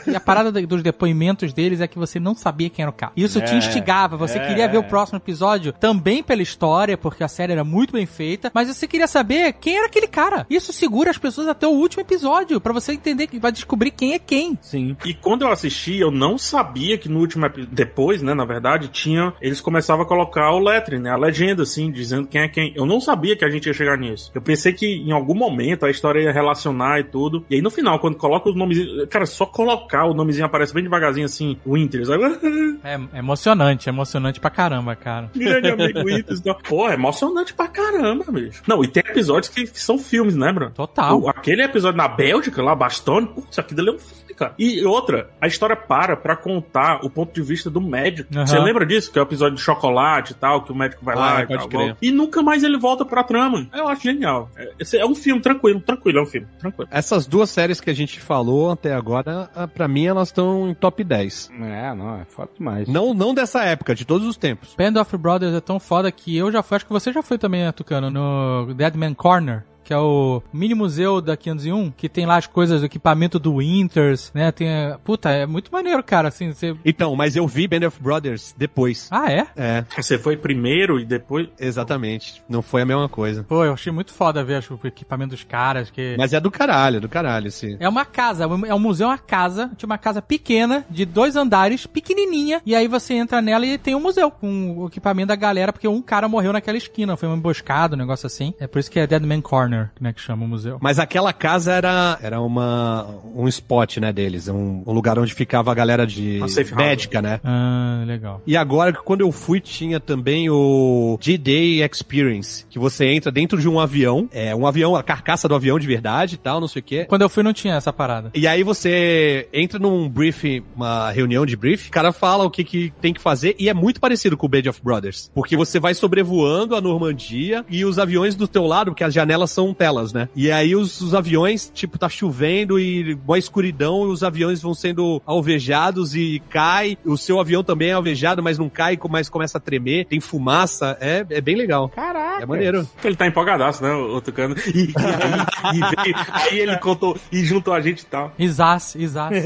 E a parada do- dos depoimentos deles é que você não sabia quem era o cara. Isso te É, instigava. Você é. queria ver o próximo episódio também pela história, porque a série era muito bem feita, mas você queria saber quem era aquele cara. Isso segura as pessoas até o último episódio, pra você entender que vai descobrir quem é quem. Sim. E quando eu assisti, eu não sabia que no último episódio, depois, né, na verdade, tinha, eles começavam a colocar o lettering, né, a legenda, assim, dizendo quem é quem. Eu não sabia que a gente ia chegar nisso. Eu pensei que em algum momento a história ia relacionar e tudo. E aí no final, quando coloca os nomezinhos, cara, só colocar o nomezinho aparece bem devagarzinho, assim, Winters. Aí, É, emocionante, é emocionante pra caramba, cara. grande amigo Winters. Porra, é emocionante pra caramba, bicho. Não, e tem episódios que, que são filmes, né, Bruno? Total. O- aquele episódio na Bélgica, lá, Bastone, putz, aquilo ali é um filme, cara. E outra, a história para pra contar o ponto de vista do médico. Aham. Você lembra disso? Que é o episódio de chocolate e tal, que o médico vai Ah, lá e pode tal. crer. volta. E nunca mais ele volta pra trama. Eu acho genial. É, esse é um filme tranquilo, tranquilo, é um filme, tranquilo. Essas duas séries que a gente falou até agora, ah, pra mim elas estão em top 10. É, não, é foda demais. Não, não dessa época, de todos os tempos. Band of Brothers é tão foda que eu já fui, acho que você já foi também, né, Tucano, no Dead Man Corner. Que é o mini museu da 501, que tem lá as coisas, o equipamento do Winters, né? Tem. Puta, é muito maneiro, cara. Assim, você. Então, mas eu vi Band of Brothers depois. Ah, é? É, Você foi primeiro e depois. exatamente. Não foi a mesma coisa. Pô, eu achei muito foda ver acho, o equipamento dos caras. Que... Mas é do caralho, é do caralho, sim. É uma casa, é um museu, é uma casa. Tinha uma casa pequena, de dois andares, pequenininha. E aí você entra nela e tem um museu com o equipamento da galera, porque um cara morreu naquela esquina. Foi um emboscado, um negócio assim. É por isso que é Dead Man Corner. Manor, né, que chama o museu. Mas aquela casa era, era uma, um spot, né, deles. Um, um lugar onde ficava a galera de Uma safe house. médica, né? Ah, legal. E agora, quando eu fui, tinha também o D-Day Experience, que você entra dentro de um avião, é um avião, a carcaça do avião de verdade e tal, não sei o quê. Quando eu fui não tinha essa parada. E aí você entra num briefing, uma reunião de briefing, o cara fala o que, que tem que fazer e é muito parecido com o Band of Brothers. Porque você vai sobrevoando a Normandia e os aviões do teu lado, porque as janelas são telas, né? E aí os, os aviões, tipo, tá chovendo e uma escuridão e os aviões vão sendo alvejados e cai. O seu avião também é alvejado, mas não cai, mas começa a tremer, tem fumaça. É, é bem legal. Caraca. É maneiro. Ele tá empolgadaço, né, o Tucano? E, e aí, e veio- aí ele contou e juntou a gente e tal. Isas, Isas.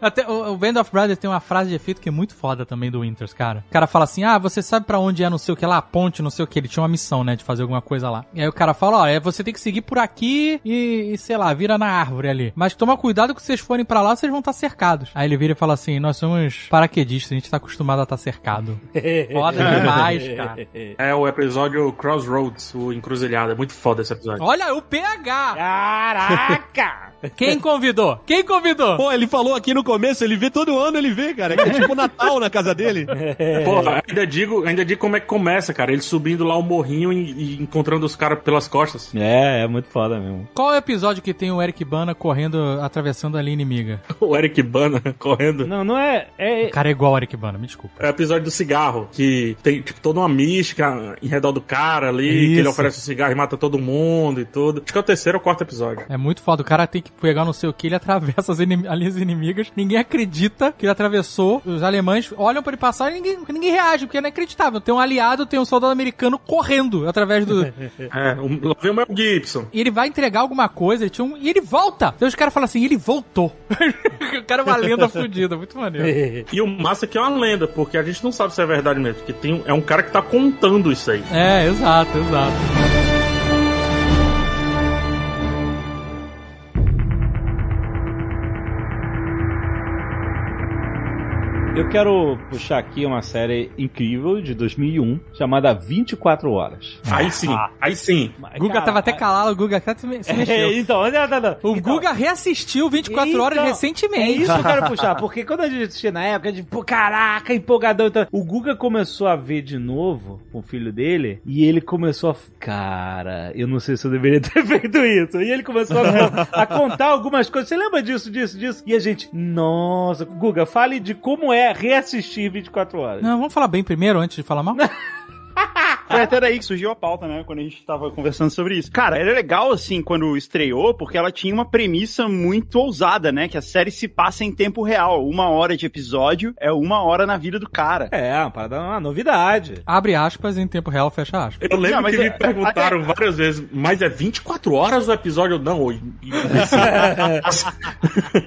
Até o, o Band of Brothers tem uma frase de efeito que é muito foda também do Winters, cara. O cara fala assim: "Ah, você sabe pra onde é não sei o que lá, a ponte, não sei o que, ele tinha uma missão, né, de fazer alguma coisa lá". E aí o cara fala: "Ó, é, você tem que seguir por aqui e, e, sei lá, vira na árvore ali. Mas toma cuidado que se vocês forem pra lá, vocês vão estar cercados". Aí ele vira e fala assim: "Nós somos paraquedistas, a gente tá acostumado a estar cercado". Foda demais, cara. É o episódio Crossroads, o Encruzilhada. É muito foda esse episódio. Olha o PH. Caraca! Quem convidou? Quem convidou? Pô, ele falou aqui no começo, ele vê todo ano, ele vê, cara. É tipo Natal na casa dele. É. Porra, ainda digo, ainda digo como é que começa, cara. Ele subindo lá o morrinho e, e encontrando os caras pelas costas. assim. É, é muito foda mesmo. Qual é o episódio que tem o Eric Bana correndo, atravessando a linha inimiga? O Eric Bana correndo. Não, não é. é- O cara é igual ao Eric Bana, me desculpa. É o episódio do cigarro, que tem, tipo, toda uma mística em redor do cara ali, que ele Isso. oferece o cigarro e mata todo mundo e tudo. Acho que é o terceiro ou quarto episódio. É muito foda, o cara tem que pegar não sei o que, ele atravessa as inim- as linhas inimigas, ninguém acredita que ele atravessou, os alemães olham pra ele passar e ninguém, ninguém reage, porque é inacreditável. Tem um aliado, tem um soldado americano correndo através do... É, o- lá vem o Mel Gibson. E ele vai entregar alguma coisa, ele tinha um... e ele volta! Então os caras falam assim, ele voltou. o cara é uma lenda fodida, muito maneiro. E o massa é que é uma lenda, porque a gente não sabe se é verdade mesmo. Porque tem, um- é um cara que tá contando isso aí. É, exato, exato. Eu quero puxar aqui uma série incrível de 2001 chamada 24 Horas. Ah. Aí sim, aí sim. Mas, O Guga cara, tava até a- calado, o Guga até se me- se É, mexeu. então, não, não, não. O Então, Guga reassistiu 24 horas Então, É recentemente. isso que eu quero puxar, porque quando a gente assistia na época, de pô, caraca, empolgadão. Então, o Guga começou a ver de novo com o filho dele, e ele começou a. f- Cara, eu não sei se eu deveria ter feito isso. E ele começou a, a contar algumas coisas. Você lembra disso, disso, disso? E a gente, nossa, Guga, fale de como é reassistir 24 horas. Não, vamos falar bem primeiro antes de falar mal? Foi até daí que surgiu a pauta, né? Quando a gente tava conversando sobre isso. Cara, era legal, assim, quando estreou, porque ela tinha uma premissa muito ousada, né? Que a série se passa em tempo real. Uma hora de episódio é uma hora na vida do cara. É, uma parada, uma novidade. Abre aspas em tempo real, fecha aspas. Eu lembro Não, mas que me é- perguntaram várias vezes, mas é 24 horas o episódio? Não, ou-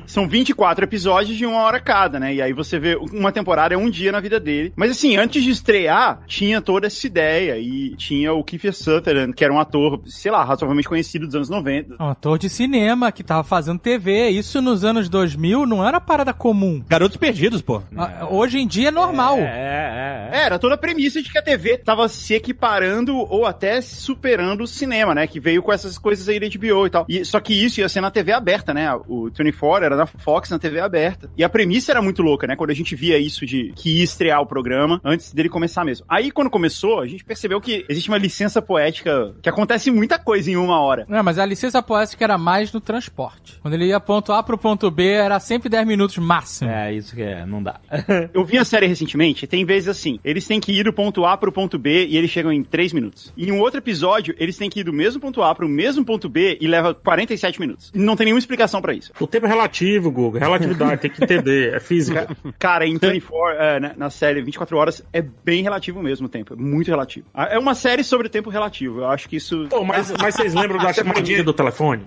São 24 episódios de uma hora cada, né? E aí você vê uma temporada é um dia na vida dele. Mas assim, antes de estrear, tinha toda essa ideia. E tinha o Kiefer Sutherland, que era um ator, sei lá, razoavelmente conhecido dos anos 90. É Um ator de cinema que tava fazendo TV. Isso nos anos 2000 não era parada comum. Garotos Perdidos, pô. Ah, Hoje em dia é normal. É, é, é. É, Era toda a premissa de que a TV tava se equiparando ou até superando o cinema, né? Que veio com essas coisas aí da HBO e tal. E, só que isso ia ser na TV aberta, né? O 24 era na Fox, na TV aberta. E a premissa era muito louca, né? Quando a gente via isso de que ia estrear o programa antes dele começar mesmo. Aí, quando começou, a gente percebeu que existe uma licença poética que acontece muita coisa em uma hora. Não, mas a licença poética era mais no transporte. Quando ele ia ponto A pro ponto B, era sempre 10 minutos máximo. É, isso que é, não dá. Eu vi a série recentemente, tem vezes assim, eles têm que ir do ponto A pro ponto B e eles chegam em 3 minutos. Em um outro episódio, eles têm que ir do mesmo ponto A pro mesmo ponto B e leva 47 minutos. Não tem nenhuma explicação pra isso. o tempo é relativo, Guga. Relatividade, tem que entender. É física. Cara, em 24, é, né, na série 24 horas, é bem relativo mesmo o tempo, é muito relativo. Ah, É uma série sobre tempo relativo, eu acho que é isso... é Pô, mas, mas vocês lembram da chamadinha do telefone?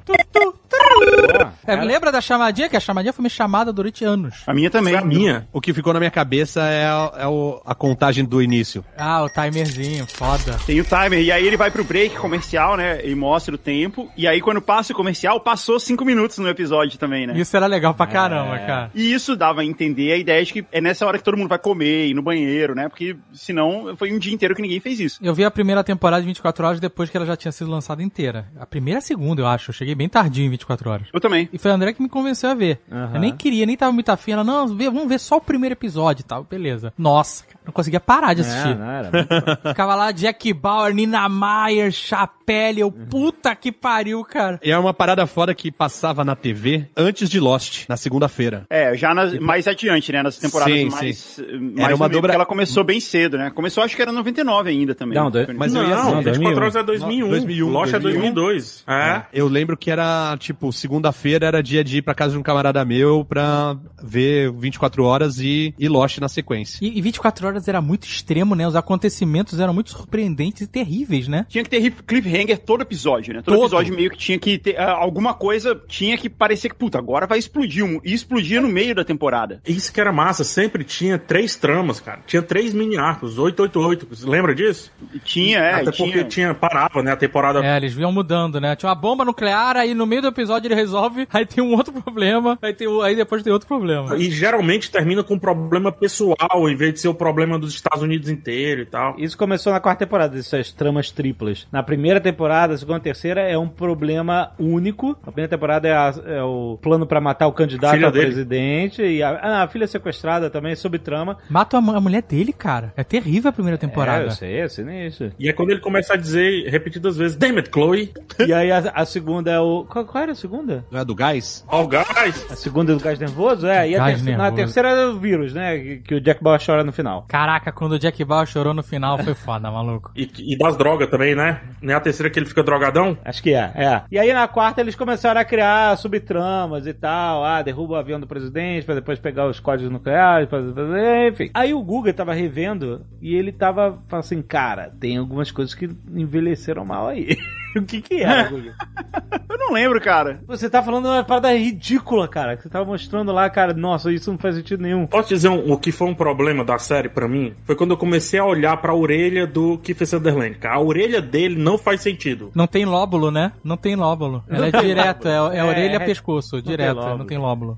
É, lembra da chamadinha? Que a chamadinha foi minha chamada durante anos. A minha também. Foi a minha. O que ficou na minha cabeça é, a- é o- a contagem do início. Ah, o timerzinho, foda. Tem o timer, e aí ele vai pro break comercial, né? E mostra o tempo. E aí, quando passa o comercial, passou cinco minutos no episódio também, É. né? Isso era legal pra caramba, cara. E isso dava a entender a ideia de que é nessa hora que todo mundo vai comer, ir no banheiro, né? Porque senão foi um dia inteiro que ninguém fez isso. Eu vi a primeira temporada de 24 horas depois que ela já tinha sido lançada inteira. A primeira e a segunda, eu acho. Eu cheguei bem tardinho em 24 horas. Eu também. E foi a André que me convenceu a ver. Eu nem queria, nem tava muito afim. Ela, não, vê- vamos ver só o primeiro episódio e tal. Beleza. Nossa, cara, não conseguia parar de assistir. É, não era muito Ficava lá Jack Bauer, Nina Mayer, Chapelle. Eu, puta que pariu, cara. E é uma parada foda que passava na TV antes de Lost, na segunda-feira. É, já nas- mais adiante, né? Nas temporadas Tipo- Sim, mais, mais Era uma no meio, dobra- porque ela começou bem cedo, né? Começou acho que era 99 ainda também. Não, dois- Mas eu ia não, assim, 24 2001. horas é 2001. 2001, Lost é 2002. É. Eu lembro que era, tipo, segunda-feira era dia de ir pra casa de um camarada meu pra ver 24 horas e, e Lost na sequência. E, e 24 horas era muito extremo, né? Os acontecimentos eram muito surpreendentes e terríveis, né? Tinha que ter hip- cliffhanger todo episódio, né? Todo, Todo. episódio meio que tinha que ter. ah, alguma coisa tinha que parecer que, puta, agora vai explodir. Um, e explodia no meio da temporada. Isso que era massa, sempre tinha três tramas, cara. Tinha três mini arcos, 888. Você Lembra disso? E Tinha, é. Até tinha... porque tinha, parava, né? A temporada É, eles vinham mudando, né? Tinha uma bomba nuclear, aí no meio do episódio ele resolve, aí tem um outro problema, aí, tem, o- aí depois tem outro problema. E geralmente termina com um problema pessoal, em vez de ser o problema dos Estados Unidos inteiro e tal. Isso começou na quarta temporada, essas tramas triplas. Na primeira temporada, segunda e terceira é um problema único. A primeira temporada é, a- é o plano pra matar o candidato Filha ao dele. presidente. E a, ah, a filha sequestrada também, sob trama. Mata a, mu- a mulher dele, cara. É terrível a primeira É, eu temporada. sei, é sinistro. E é quando ele começa a dizer repetidas vezes, Damn it, Chloe, e aí a, a segunda é o. Qual, qual era a segunda? Não é do gás? all guys. A segunda é do gás nervoso? É, e a, Gás terceira- na nervoso. terceira é o vírus, né? Que, que o Jack Bauer chora no final. Caraca, quando o Jack Bauer chorou no final, foi foda, maluco. E, e das drogas também, né? Nem a terceira que ele fica drogadão. Acho que é, é. E aí na quarta eles começaram a criar subtramas e tal. Ah, derruba o avião do presidente pra depois pegar os códigos nucleares, pra... pra- enfim. Aí o Guga tava revendo e ele tava falando assim, cara, tem algumas coisas que envelheceram mal aí. o que que é, Guga? Eu não lembro, cara. Você tá falando uma parada ridícula, cara. Que você tava mostrando lá, cara, nossa, isso não faz sentido nenhum. Posso dizer um- o que foi um problema da série pra mim? Foi quando eu comecei a olhar pra orelha do Kiefer Sutherland. cara. A orelha dele não faz sentido. Não tem lóbulo, né? Não tem lóbulo. Ela é direta, é, é É, orelha é- pescoço, tem direta, lóbulo. não tem lóbulo.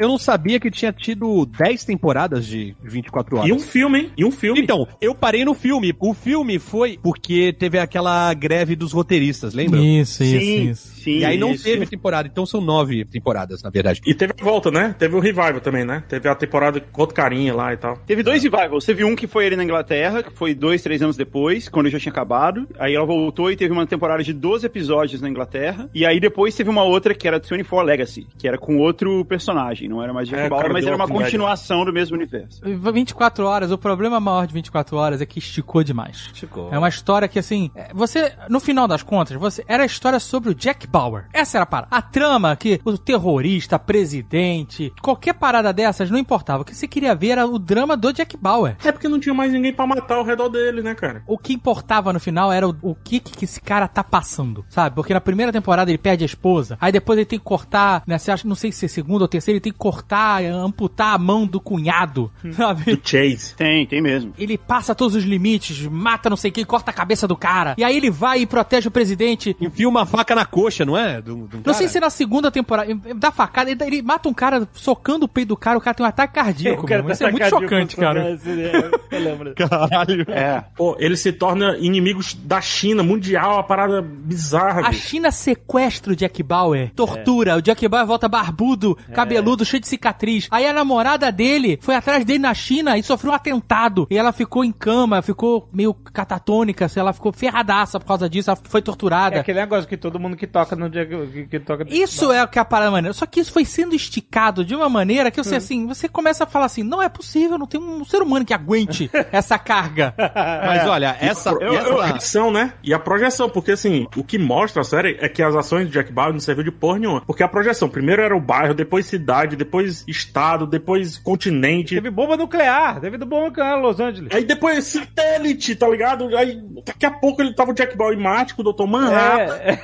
Eu não sabia que tinha tido 10 temporadas de 24 horas. E um filme, hein? E um filme. Então, eu parei no filme. O filme foi porque teve aquela greve dos roteiristas, lembra? Isso, isso, sim, isso. sim. E aí não isso. teve temporada, então são nove temporadas, na verdade. E teve a volta, né? Teve o revival também, né? Teve a temporada com outro carinha lá e tal. Teve dois revivals. Teve um que foi ele na Inglaterra, que foi dois, três anos depois, quando já tinha acabado. Aí ela voltou e teve uma temporada de 12 episódios na Inglaterra. E aí depois teve uma outra que era 24 Legacy, que era com outro personagem. Não era mais Jack É, Bauer, cara, mas deu era uma outro continuação do mesmo universo. 24 horas, o problema maior de 24 horas é que esticou demais. Esticou. É uma história que, assim, é, você, no final das contas, você era a história sobre o Jack Bauer. Essa era a parada. A trama que o terrorista, presidente, qualquer parada dessas, não importava. O que você queria ver era o drama do Jack Bauer. É porque não tinha mais ninguém pra matar ao redor dele, né, cara? O que importava no final era o, o que, que esse cara tá passando, sabe? Porque na primeira temporada ele perde a esposa, aí depois ele tem que cortar, né? Você acha, não sei se é segunda ou terceira, ele tem que cortar, amputar a mão do cunhado, sabe? Do Chase. Tem, tem mesmo. Ele passa todos os limites, mata não sei quem, corta a cabeça do cara. E aí ele vai e protege o presidente. Enfia uma faca na coxa, não é? Do, do Não cara. sei se na segunda temporada. ele Dá facada, ele, ele mata um cara socando o peito do cara, o cara tem um ataque cardíaco. mano. Isso é muito chocante, cara. É, Eu lembro. Caralho. É. Pô, ele se torna inimigo da China mundial, uma parada bizarra, A bicho. China sequestra o Jack Bauer, tortura. O Jack Bauer volta barbudo, cabeludo, cheio de cicatriz. Aí a namorada dele foi atrás dele na China e sofreu um atentado. E ela ficou em cama, ficou meio catatônica, assim, ela ficou ferradaça por causa disso, ela foi É torturada. aquele negócio que todo mundo que toca no dia que, que- que toca. Isso é o que é a parada maneira. Só que isso foi sendo esticado de uma maneira que Hum. você, assim, você começa a falar assim, não é possível, não tem um ser humano que aguente essa carga. é. Mas olha, essa. Tá, eu- essa- eu- A projeção, né? E a projeção, porque assim, o que mostra a série é que as ações de Jack Bauer não serviu de porra nenhuma. Porque a projeção, primeiro era o bairro, depois cidade, depois estado, depois continente. Teve bomba nuclear, teve do bomba nuclear em Los Angeles. Aí depois satélite, tá ligado? Aí daqui a pouco ele tava o Jack Bauer em Mático, o Dr. Manhattan. É,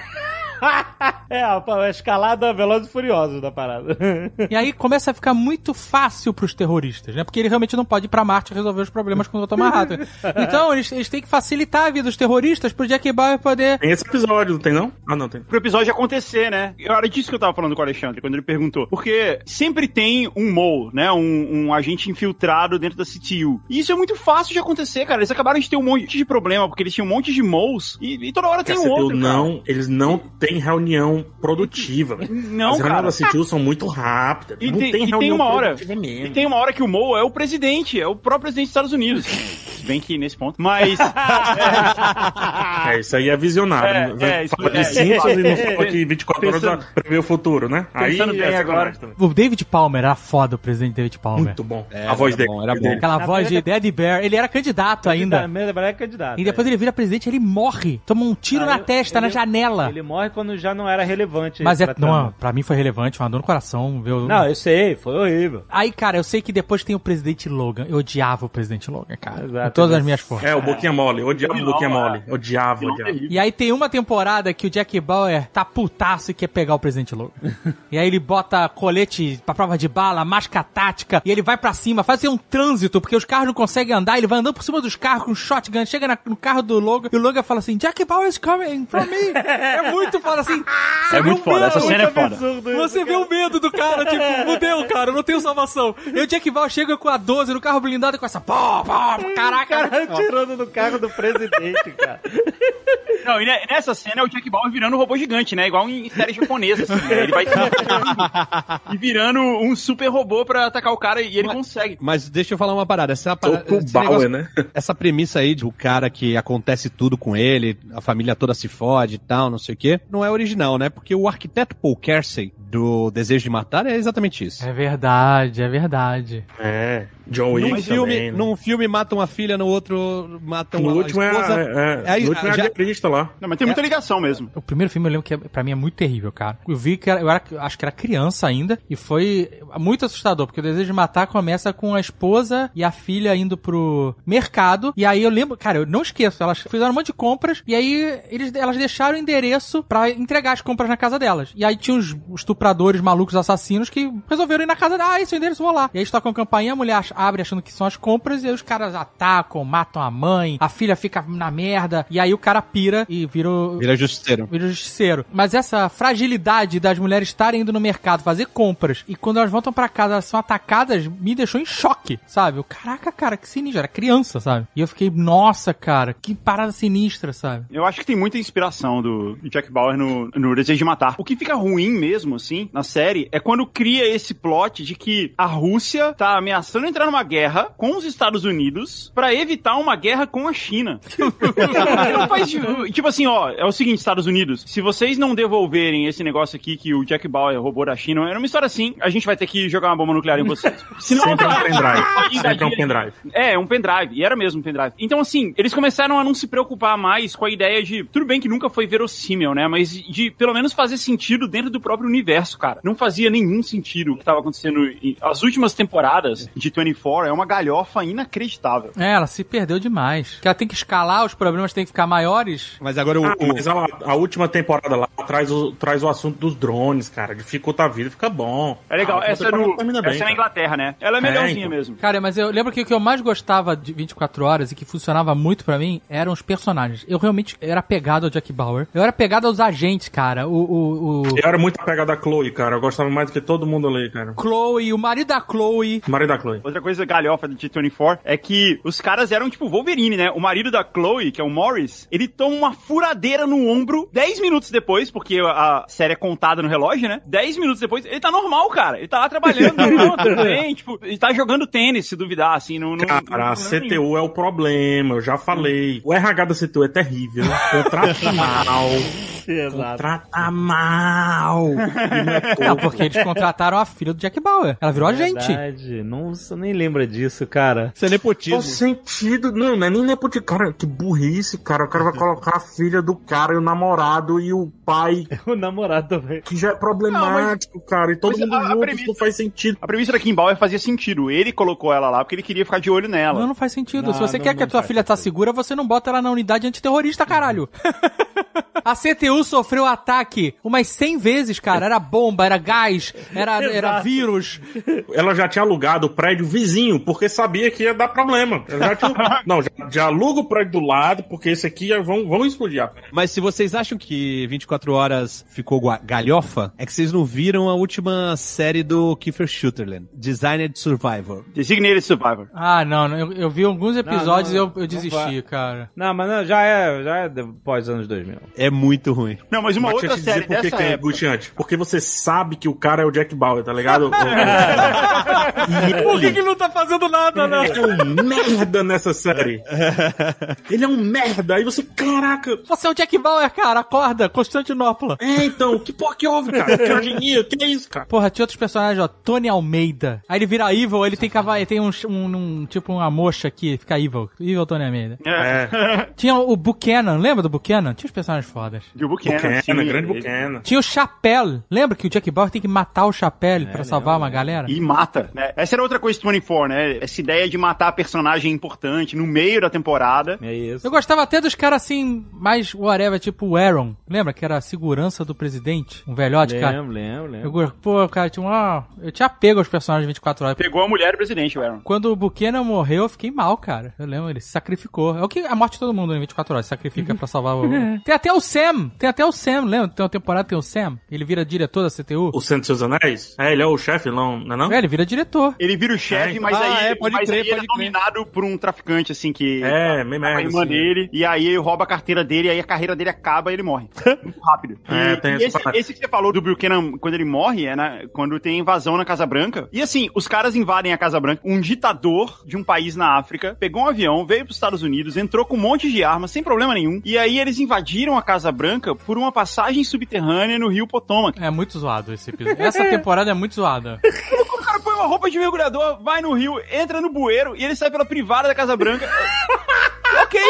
é, a escalada veloz e furioso da parada. E aí começa a ficar muito fácil pros terroristas, né? Porque ele realmente não pode ir pra Marte resolver os problemas com o Dr. Manhattan. Então, eles, eles têm que facilitar a vida dos terroristas pro Jack Bauer poder... Tem esse episódio, não tem não? Ah, não, tem. pro episódio acontecer, né? Era disso que eu tava falando com o Alexandre, quando ele perguntou. Porque sempre tem um mole, né? Um, um agente infiltrado dentro da CTU. E isso é muito fácil de acontecer, cara. Eles acabaram de ter um monte de problema, porque eles tinham um monte de moles e, e toda hora Que a tem um CTU outro. cara. não, eles não têm reunião produtiva. velho. Não, As cara. reuniões da CTU são muito rápidas. E não tem, e tem reunião uma hora. produtiva mesmo. E tem uma hora que o Mo é o presidente, é o próprio presidente dos Estados Unidos. Se bem que nesse ponto. Mas. É, isso aí é visionário. Ah. É, né? é, isso- fala de é. síntese e não fala que 24 horas Pensando- vai prever o futuro, né? Pensando aí bem é agora. sacanagem também. O David Palmer era foda, o presidente David Palmer. Muito bom. Era, a voz É, era dele. bom, era bom. dele. Aquela Na voz de verdade- Dead Bear. Ele era candidato ainda. Mesmo é candidato. E depois ele vira presidente, ele morre. Toma um tiro Ah, na eu- testa, ele- na janela. Ele morre quando já não era relevante. Mas é, pra não, trama. pra mim foi relevante, uma dor no coração. Viu? Não, eu sei, foi horrível. Aí, cara, eu sei que depois tem o presidente Logan. Eu odiava o presidente Logan, cara. Exato, com todas né? as minhas forças. É, o Boquinha Mole. Eu Odiava o é. Boquinha Mole. Eu Odiava, Não, odiava. E aí tem uma temporada que o Jack Bauer tá putaço e quer pegar o presidente Logan. e aí ele bota colete pra prova de bala, máscara tática, e ele vai pra cima, faz assim um trânsito, porque os carros não conseguem andar, ele vai andando por cima dos carros com um shotgun, chega na- no carro do Logan, e o Logan fala assim, Jack Bauer is coming from me! é muito foda, assim, é muito foda, essa cena é foda. Absurdo isso. Você vê o medo do cara, tipo, fudeu, cara, eu não tenho salvação. E o Jack Bauer chega com a 12 no carro blindado e com essa pó, pó, caraca. Cara, tirando do carro do presidente, cara. Não, e ne- nessa cena é o Jack Bauer virando um robô gigante, né? Igual em série japonesa, assim, né? Ele vai se virando e virando um super robô pra atacar o cara e ele consegue. Mas deixa eu falar uma parada. Essa, parada, Toto esse Bauer, negócio- né? essa premissa aí do cara que acontece tudo com ele, a família toda se fode e tal, não sei o quê, não é original, né? Porque o arquiteto Paul Kersey do Desejo de Matar é exatamente isso. É verdade, é verdade. É. John Wick Num filme, também. né? num filme matam a filha, no outro matam No a último é, esposa. é, é, Aí, no último é a já- guerrilhista lá. Não, mas tem muita ligação mesmo. O primeiro filme eu lembro que é- pra mim é muito terrível, cara. Eu vi que era- eu era- eu acho que era criança ainda e foi muito assustador, porque o desejo de matar começa com a esposa e a filha indo pro mercado. E aí eu lembro, cara, eu não esqueço, elas fizeram um monte de compras e aí eles, elas deixaram o endereço pra entregar as compras na casa delas. E aí tinha uns estupradores malucos assassinos que resolveram ir na casa dela. Ah, esse é o endereço, vou lá. E aí eles tocam campainha, a mulher ach- abre achando que são as compras e aí os caras atacam, matam a mãe, a filha fica na merda. E aí o cara pira e vira o, Vira é justiceiro. Vira justiceiro. Mas essa fragilidade das mulheres estarem indo no mercado fazer compras e quando elas voltam pra casa elas são atacadas me deixou em choque, sabe? Eu, caraca, cara, que sinistro. Era criança, sabe? E eu fiquei, nossa, cara, que parada sinistra, sabe? Eu acho que tem muita inspiração do Jack Bauer no, no Desejo de Matar. O que fica ruim mesmo, assim, na série, é quando cria esse plot de que a Rússia tá ameaçando entrar numa guerra com os Estados Unidos pra evitar uma guerra com a China. Ela faz, tipo assim, ó, é o seguinte, Estados Unidos, se vocês não devolverem esse negócio aqui que o Jack Bauer roubou da China, era uma história assim, a gente vai ter que jogar uma bomba nuclear em vocês. Senão, Sempre é um pendrive. Invadir- Sempre é um pendrive. é, um pendrive. E era mesmo um pendrive. Então, assim, eles começaram a não se preocupar mais com a ideia de. Tudo bem que nunca foi verossímil, né? Mas de pelo menos fazer sentido dentro do próprio universo, cara. Não fazia nenhum sentido o que tava acontecendo. em- As últimas temporadas de 24 é uma galhofa inacreditável. É, ela se perdeu demais. Porque ela tem que escalar, os problemas têm que ficar maiores. Mas agora o. Ah, o- mas a, a última temporada lá traz o, traz o assunto dos drones, cara. Dificulta a vida, fica bom. É legal. Ah, a essa é, temporada no, termina essa bem, é na cara. Inglaterra, né? Ela é melhorzinha então. mesmo. Cara, mas eu lembro que o que eu mais gostava de 24 horas e que funcionava muito pra mim eram os personagens. Eu realmente era apegado ao Jack Bauer. Eu era apegado aos agentes, cara. O, o, o Eu era muito apegado da Chloe, cara. Eu gostava mais do que todo mundo ali, cara. Chloe, o marido da Chloe. Marido da Chloe. Outra coisa galhofa de 24 é que os caras eram tipo Wolverine, né? O marido da Chloe, que é o Morris, ele toma uma furadeira no ombro 10 minutos depois, porque a série é contada no relógio, né? 10 minutos depois, ele tá normal, cara. Ele tá lá trabalhando, normal, tudo bem, tipo, ele tá jogando tênis, se duvidar, assim, não. não não- Cara, não- a CTU é o problema, eu já falei. O RH da CTU é terrível. Contrata mal. Exato. Contrata mal. E não é Não, porque eles contrataram a filha do Jack Bauer. Ela virou agente. Verdade. Não, você nem lembra disso, cara. um Isso é nepotismo. Faz Então, sentido. Não, não é nem nepotismo. Cara, que burrice, cara. O cara vai colocar a filha do cara e o namorado e o pai, O namorado também. que já é problemático, cara. E todo mas mundo a- a junto, premissa- isso não faz sentido. A premissa da Kim Bauer fazia sentido. Ele colocou ela lá porque ele queria ficar de olho nela. Não, não faz sentido. Não, Se você não- quer que a não tua faz filha tá segura, você não bota ela na unidade antiterrorista, caralho. A CTU sofreu ataque umas 100 vezes, cara. Era bomba, era gás, era, era Exato. vírus. Ela já tinha alugado o prédio vizinho, porque sabia que ia dar problema. Ela já tinha- não, já, já aluga o prédio do lado, porque esse aqui já vão, vão explodir. a parada. Mas se vocês acham que 24 horas ficou gua- galhofa, é que vocês não viram a última série do Kiefer Sutherland, Designed Survivor. Designated Survivor. Ah, não, não, eu, eu vi alguns episódios e não, eu, eu não desisti, vai. cara. Não, mas não, já é, já é de- pós anos 2000. É muito ruim. Não, mas uma Mas outra deixa eu te série dizer por que dessa que é época. angustiante. Porque você sabe que o cara é o Jack Bauer, tá ligado? E Por que, ele que não tá fazendo nada, né? é um merda nessa série. Ele é um merda. Aí você, caraca, Você é o Jack Bauer, cara, acorda, Constantinopla. é então, que porra que houve, cara? Que engenharia, que é isso, cara? Porra, tinha outros personagens, ó, Tony Almeida. Aí ele vira evil, ele tem cavalo, ele tem um, um- um- tipo uma mocha que fica evil. Evil Tony Almeida. É, Tinha o Buchanan, lembra do Buchanan? Tinha os personagens fodas. De Buchanan, Buchanan, sim. é grande Ele- Buchanan. Tinha o Chapelle. Lembra que o Jack Bauer tem que matar o Chapelle É, pra salvar uma galera? E mata, né? Essa era outra coisa de 24, né? Essa ideia de matar personagem importante no meio da temporada. É isso. Eu gostava até dos caras assim, mais whatever, tipo o Aaron. Lembra que era a segurança do presidente? Um velhote, cara. Lembro, lembro, Eu, lembro. go- pô, cara, tinha um, ó, eu tinha apego aos personagens de 24 horas. Pegou a mulher do presidente, o Aaron. Quando o Buchanan morreu, eu fiquei mal, cara. Eu lembro, ele se sacrificou. É o que a morte de todo mundo em 24 horas, se sacrifica pra salvar o... É. Tem até o Sam, tem até o Sam, lembra? Tem uma temporada, tem o Sam. Ele vira diretor da CTU. O Santos dos Anéis? É, ele é o chefe, não, não é não? É, ele vira diretor. Ele vira o chefe, É, mas ah, aí, é, pode mas aí crer, ele é pode crer. dominado por um traficante, assim, que... É, meio a merda. irmã assim. dele, e aí ele rouba a carteira dele, aí a carreira dele acaba e ele morre. Muito rápido. É, e, tem e essa esse, parada. esse que você falou do Buchanan, quando ele morre, é na- quando tem invasão na Casa Branca. E assim, os caras invadem a Casa Branca. Um ditador de um país na África pegou um avião, veio pros Estados Unidos, entrou com um monte de armas, sem problema nenhum. E aí eles invadiram a Casa Branca por uma passagem subterrânea no rio Potomac. É muito zoado esse episódio. Essa temporada é muito zoada. O cara põe uma roupa de mergulhador, vai no rio, entra no bueiro e ele sai pela privada da Casa Branca. ok,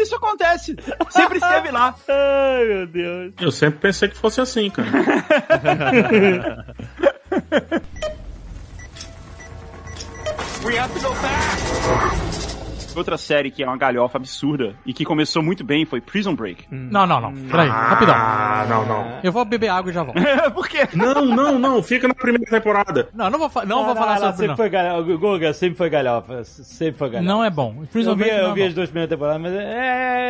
isso acontece. Sempre esteve lá. Ai, meu Deus. Eu sempre pensei que fosse assim, cara. Outra série que é uma galhofa absurda e que começou muito bem foi Prison Break. Não, não, não. Peraí, rapidão. Ah, não, não. Eu vou beber água e já volto. Por quê? Não, não, não. Fica na primeira temporada. Não, não vou, fa- não vou Não, falar não, não, sobre sempre não. foi galhofa. Guga sempre foi galhofa. Sempre foi galhofa. Não é bom. Prison Eu vi, Break não eu é vi bom. as duas primeiras temporadas, mas é.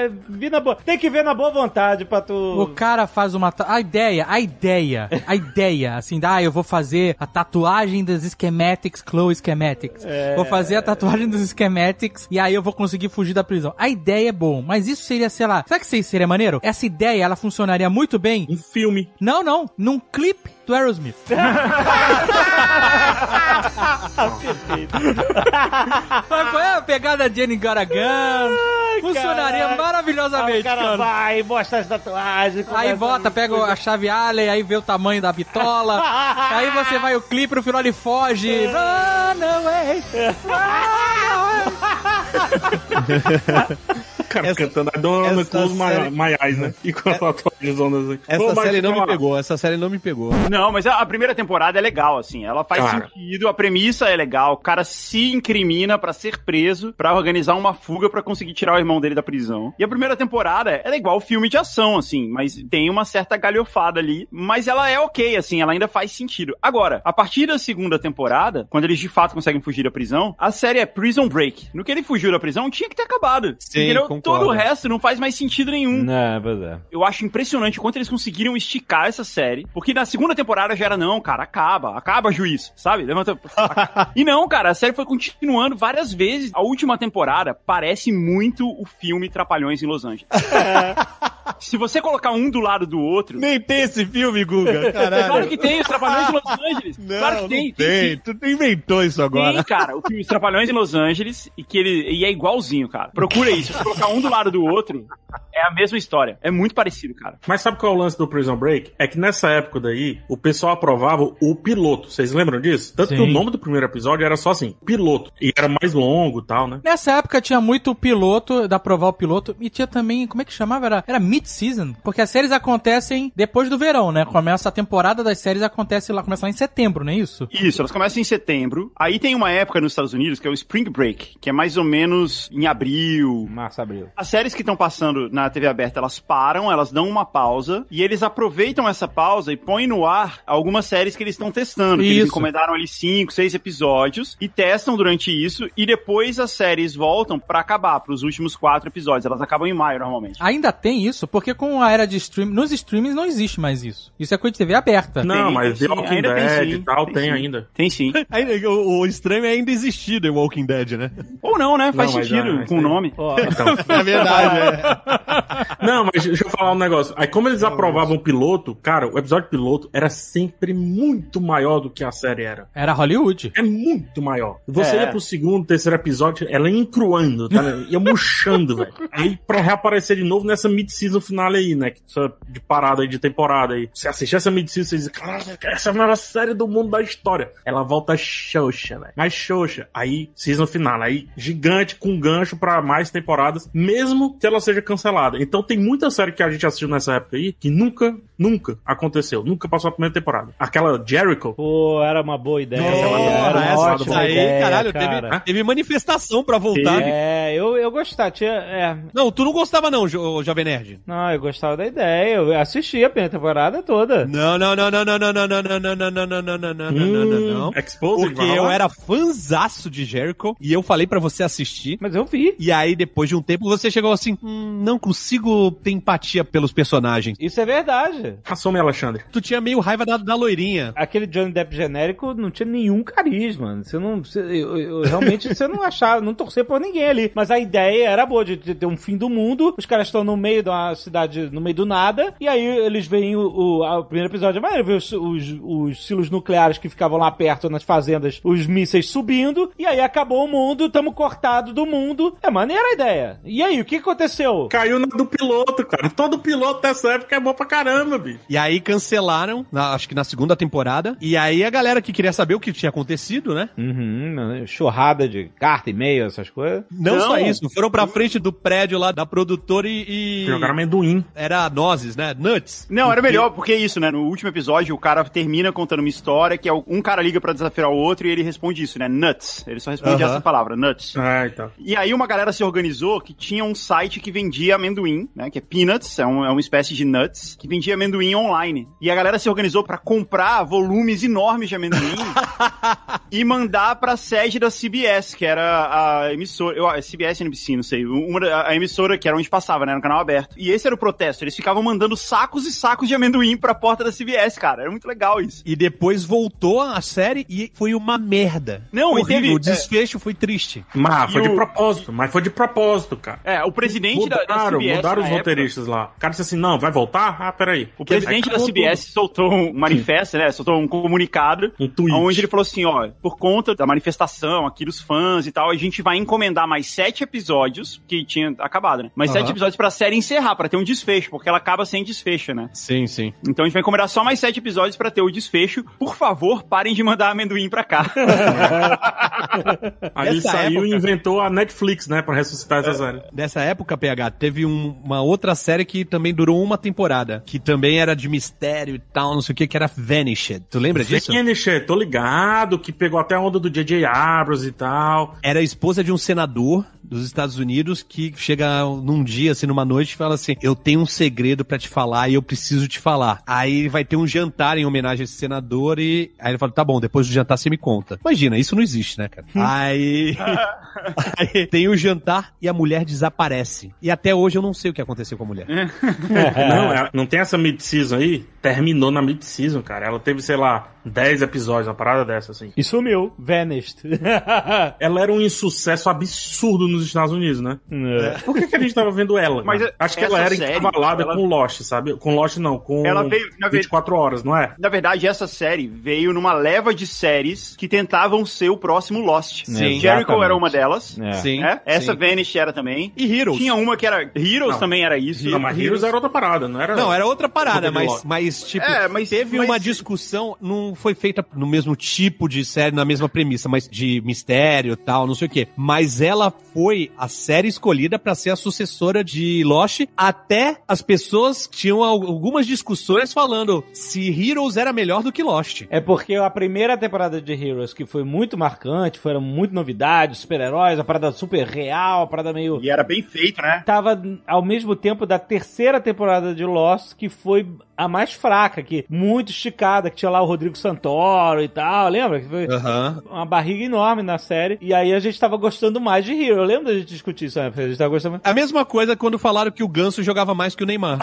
é, Vi na boa. Tem que ver na boa vontade pra O tu. cara faz uma. ta- A ideia, a ideia, a ideia, assim, da, ah, eu vou fazer a tatuagem das schematics, Chloe Schematics. Vou fazer a tatuagem dos schematics e aí eu vou conseguir fugir da prisão. A ideia é bom, mas isso seria, sei lá. Sabe que isso seria maneiro? Essa ideia, ela funcionaria muito bem. Um filme. Não, não, num clipe do Aerosmith. Mas qual é a pegada de Jenny Garagan? Funcionaria caraca. Aí maravilhosamente, Ah, o cara cara. vai, mostra as tatuagens. Aí começa volta, a- pega a chave Allen, aí vê o tamanho da bitola. aí você vai o clipe, no final ele foge. é, Run away! O cara Essa- cantando I don't wanna essa close série- É- my, my eyes, né? E com as tatuagens ondas assim. Essa Pô, mas série não me calma lá. pegou, essa série não me pegou. Não, mas a a primeira temporada é legal, assim. Ela faz Cara. sentido, a premissa é legal. O cara se incrimina pra ser preso, pra organizar uma fuga pra conseguir tirar o irmão dele da prisão. E a primeira temporada é igual filme de ação, assim, mas tem uma certa galhofada ali. Mas ela é ok, assim, ela ainda faz sentido. Agora, a partir da segunda temporada, quando eles de fato conseguem fugir da prisão, a série é Prison Break. No que ele fugiu da prisão, tinha que ter acabado. Sim, concordo. Todo o resto não faz mais sentido nenhum. Não, pois é. Eu acho impressionante o quanto eles conseguiram esticar essa série. Porque na segunda temporada já era, não, cara, acaba, acaba, juiz, sabe? Levanta. e não, cara, a série foi continuando várias vezes. A última temporada parece muito o filme Trapalhões em Los Angeles. Se você colocar um do lado do outro. É. Nem tem esse filme, Guga, caralho. Claro que tem, os Trapalhões em Los Angeles. Não, claro que não tem. tem. Tu inventou isso agora. Tem, cara, o filme Os Trapalhões em Los Angeles e que ele e é igualzinho, cara. Procura isso. Se você colocar um do lado do outro, é a mesma história. É muito parecido, cara. Mas sabe qual é o lance do Prison Break? É que nessa época daí, o pessoal aprovava o piloto. Vocês lembram disso? Tanto que o nome do primeiro episódio era só assim, piloto. E era mais longo e tal, né? Nessa época tinha muito piloto, dá pra provar o piloto, e tinha também, como é que chamava? Era, era mid-season, porque as séries acontecem depois do verão, né? Começa a temporada das séries, acontece lá, começa lá em setembro, não é isso? Isso, elas começam em setembro. Aí tem uma época nos Estados Unidos que é o Spring Break, que é mais ou menos em abril. Março, abril. As séries que estão passando na TV aberta, elas param, elas dão uma pausa e eles aproveitam essa pausa e põem no ar algumas séries que eles estão testando. Que eles Isso. encomendaram ali cinco, seis episódios e testam durante isso e depois as séries voltam pra acabar, pros últimos quatro episódios. Elas acabam em maio normalmente. Ainda tem isso, porque com a era de streaming, nos streamings não existe mais isso. Isso é coisa de TV aberta. Não, Tem, mas tem The sim, Walking ainda tem Dead sim, e tal, tem tem, sim. ainda. Tem sim. Ainda- o, o estranho é ainda existir The Walking Dead, né? Ou não, né? Faz Não, mas sentido não, mas com o tem. nome. É verdade, é. Não, mas deixa eu falar um negócio. Aí, como eles aprovavam o piloto, cara, o episódio piloto era sempre muito maior do que a série era. Era Hollywood. É muito maior. Você É. ia pro segundo, terceiro episódio, ela ia encruando, tá? ligado? ia murchando, velho. Aí pra reaparecer de novo nessa mid-season final aí, né? que essa De parada aí, de temporada aí. Você assistir essa mid-season, você diz, caraca, essa é a melhor série do mundo da história. Ela volta xoxa, velho. Mas xoxa. Aí, season final. Aí, gigante, com gancho pra mais temporadas, mesmo que ela seja cancelada. Então tem muita série que a gente assistiu nessa época aí, que nunca, nunca aconteceu. Nunca passou a primeira temporada. Aquela Jericho, Pô, era uma boa ideia. Porra, É, era uma É, essa ótima aí, ideia, caralho, cara. teve, Ah, teve manifestação pra voltar. É, eu, eu gostava, tinha, é, Não, tu não gostava não, jo, Jovem Nerd. não, eu gostava da ideia, eu assisti a primeira temporada toda. Não, não, não, não, não, não, não, não, não, não, não, não, não, não, não, não, não, não, não. Exposed, Hum. Porque vai rolar? eu era fanzaço de Jericho e eu falei pra você assistir. Mas eu vi. E aí, depois de um tempo, você chegou assim, hum, não consigo ter empatia pelos personagens. Isso é verdade. Assume, Alexandre. Tu tinha meio raiva da, da loirinha. Aquele Johnny Depp genérico não tinha nenhum carisma. Você não, você- eu, eu- eu realmente você não achava, não torcia por ninguém ali. Mas a ideia era boa de, de ter um fim do mundo. Os caras estão no meio de uma cidade, no meio do nada. E aí eles veem o, o- a- o primeiro episódio, mas vê os, os, os silos nucleares que ficavam lá perto nas fazendas, os mísseis subindo. E aí acabou o mundo, estamos cortados do mundo. É maneira a ideia. E aí o que aconteceu? Caiu na do piloto, cara. Todo piloto dessa época é bom pra caramba, bicho. E aí cancelaram, na- acho que na segunda temporada. E aí a galera que queria saber o que tinha acontecido, né? Uhum, churrada de carta, e-mail, essas coisas. Não, Não. só isso, foram pra frente do prédio lá da produtora e... e- Jogaram amendoim. Era nozes, né? Nuts. Não, era melhor, porque é isso, né? No último episódio, o cara termina contando uma história que é o- um cara liga pra desafiar o outro e ele responde isso, né? Nuts. Ele só responde Aham. essa palavra, nuts. Ah, então. E aí uma galera se organizou que tinha um site que vendia amendoim, né? Que é peanuts, é, um- é uma espécie de nuts, que vendia amendoim online. E a galera se organizou pra comprar volumes enormes de amendoim e mandar pra sede da CBS, que era a emissora, eu, é a CBS NBC, não sei, uma, da- a emissora que era onde passava, né? No canal aberto. E esse era o protesto, eles ficavam mandando sacos e sacos de amendoim pra porta da CBS, cara. Era muito legal isso. E depois voltou a série e foi uma merda. Não, e Horrível, teve- é. O desfecho foi triste. Mas foi E de o- propósito, mas foi de propósito, cara. É, o presidente da, da Mudaram, CBS mudaram na os época- roteiristas lá. O cara disse assim, não, vai voltar? Ah, peraí. O presidente da CBS soltou um manifesto, né? Soltou um comunicado. Um tweet. Onde ele falou assim, ó, por conta da manifestação aqui dos fãs e tal, a gente vai encomendar mais sete episódios, que tinha acabado, né? Mais Aham. sete episódios pra série encerrar, pra ter um desfecho, porque ela acaba sem desfecho, né? Sim, sim. Então a gente vai encomendar só mais sete episódios pra ter o desfecho. Por favor, parem de mandar amendoim pra cá. Aí ele Nessa saiu e época- inventou a Netflix, né, pra ressuscitar essa série. Nessa época, PH, teve um- uma outra série que também durou uma temporada, que também era de mistério e tal, não sei o que, que era Vanished. Tu lembra disso? Finisher, tô ligado, que pegou até a onda do DJ Abrams e tal. Era a esposa de um senador dos Estados Unidos que chega num dia, assim, numa noite, e fala assim: Eu tenho um segredo pra te falar e eu preciso te falar. Aí vai ter um jantar em homenagem a esse senador e. Aí ele fala: Tá bom, depois do jantar você me conta. Imagina, isso não existe, né, cara? aí. aí tem o jantar e a mulher desaparece. E até hoje eu não sei o que aconteceu com a mulher. Não, ela- não tem essa mid-season aí? Terminou na mid-season, cara. Ela teve, sei lá, 10 episódios, uma parada dessa, assim. E sumiu. Vanished. Ela era um insucesso absurdo nos Estados Unidos, né? É. Por que, que a gente tava vendo ela? Mas cara? é- Acho que essa ela era série, encavalada ela- com Lost, sabe? Com Lost não, com Ela veio- na verdade- 24 horas, não é? Na verdade, essa série veio numa leva de séries que tentavam ser o próximo Lost. Sim. Jericho era uma delas. É. Sim. né? Essa sim. Vanish era também. E Heroes. Tinha uma que era. Heroes Não. também era isso. não, mas Heroes era outra parada, não era? Não, era outra parada, Outra mas, vilã. mas tipo, É, mas- teve mas- uma discussão, não foi feita no mesmo tipo de série na mesma premissa, mas de mistério e tal, não sei o quê. Mas ela foi a série escolhida pra ser a sucessora de Lost, até as pessoas tinham al- algumas discussões falando se Heroes era melhor do que Lost. É porque a primeira temporada de Heroes, que foi muito marcante, foram muito novidades, super-heróis, a parada super real, a parada meio. E era bem feito, né? Tava ao mesmo tempo da terceira temporada de Lost, que foi a mais fraca, que muito esticada, que tinha lá o Rodrigo Santoro e tal, lembra? Que É. foi Aham. uma barriga enorme na série. E aí a gente tava gostando mais de Heroes. Eu lembro da gente discutir isso, né? A gente tava gostando mais. A mesma coisa quando falaram que o Ganso jogava mais que o Neymar.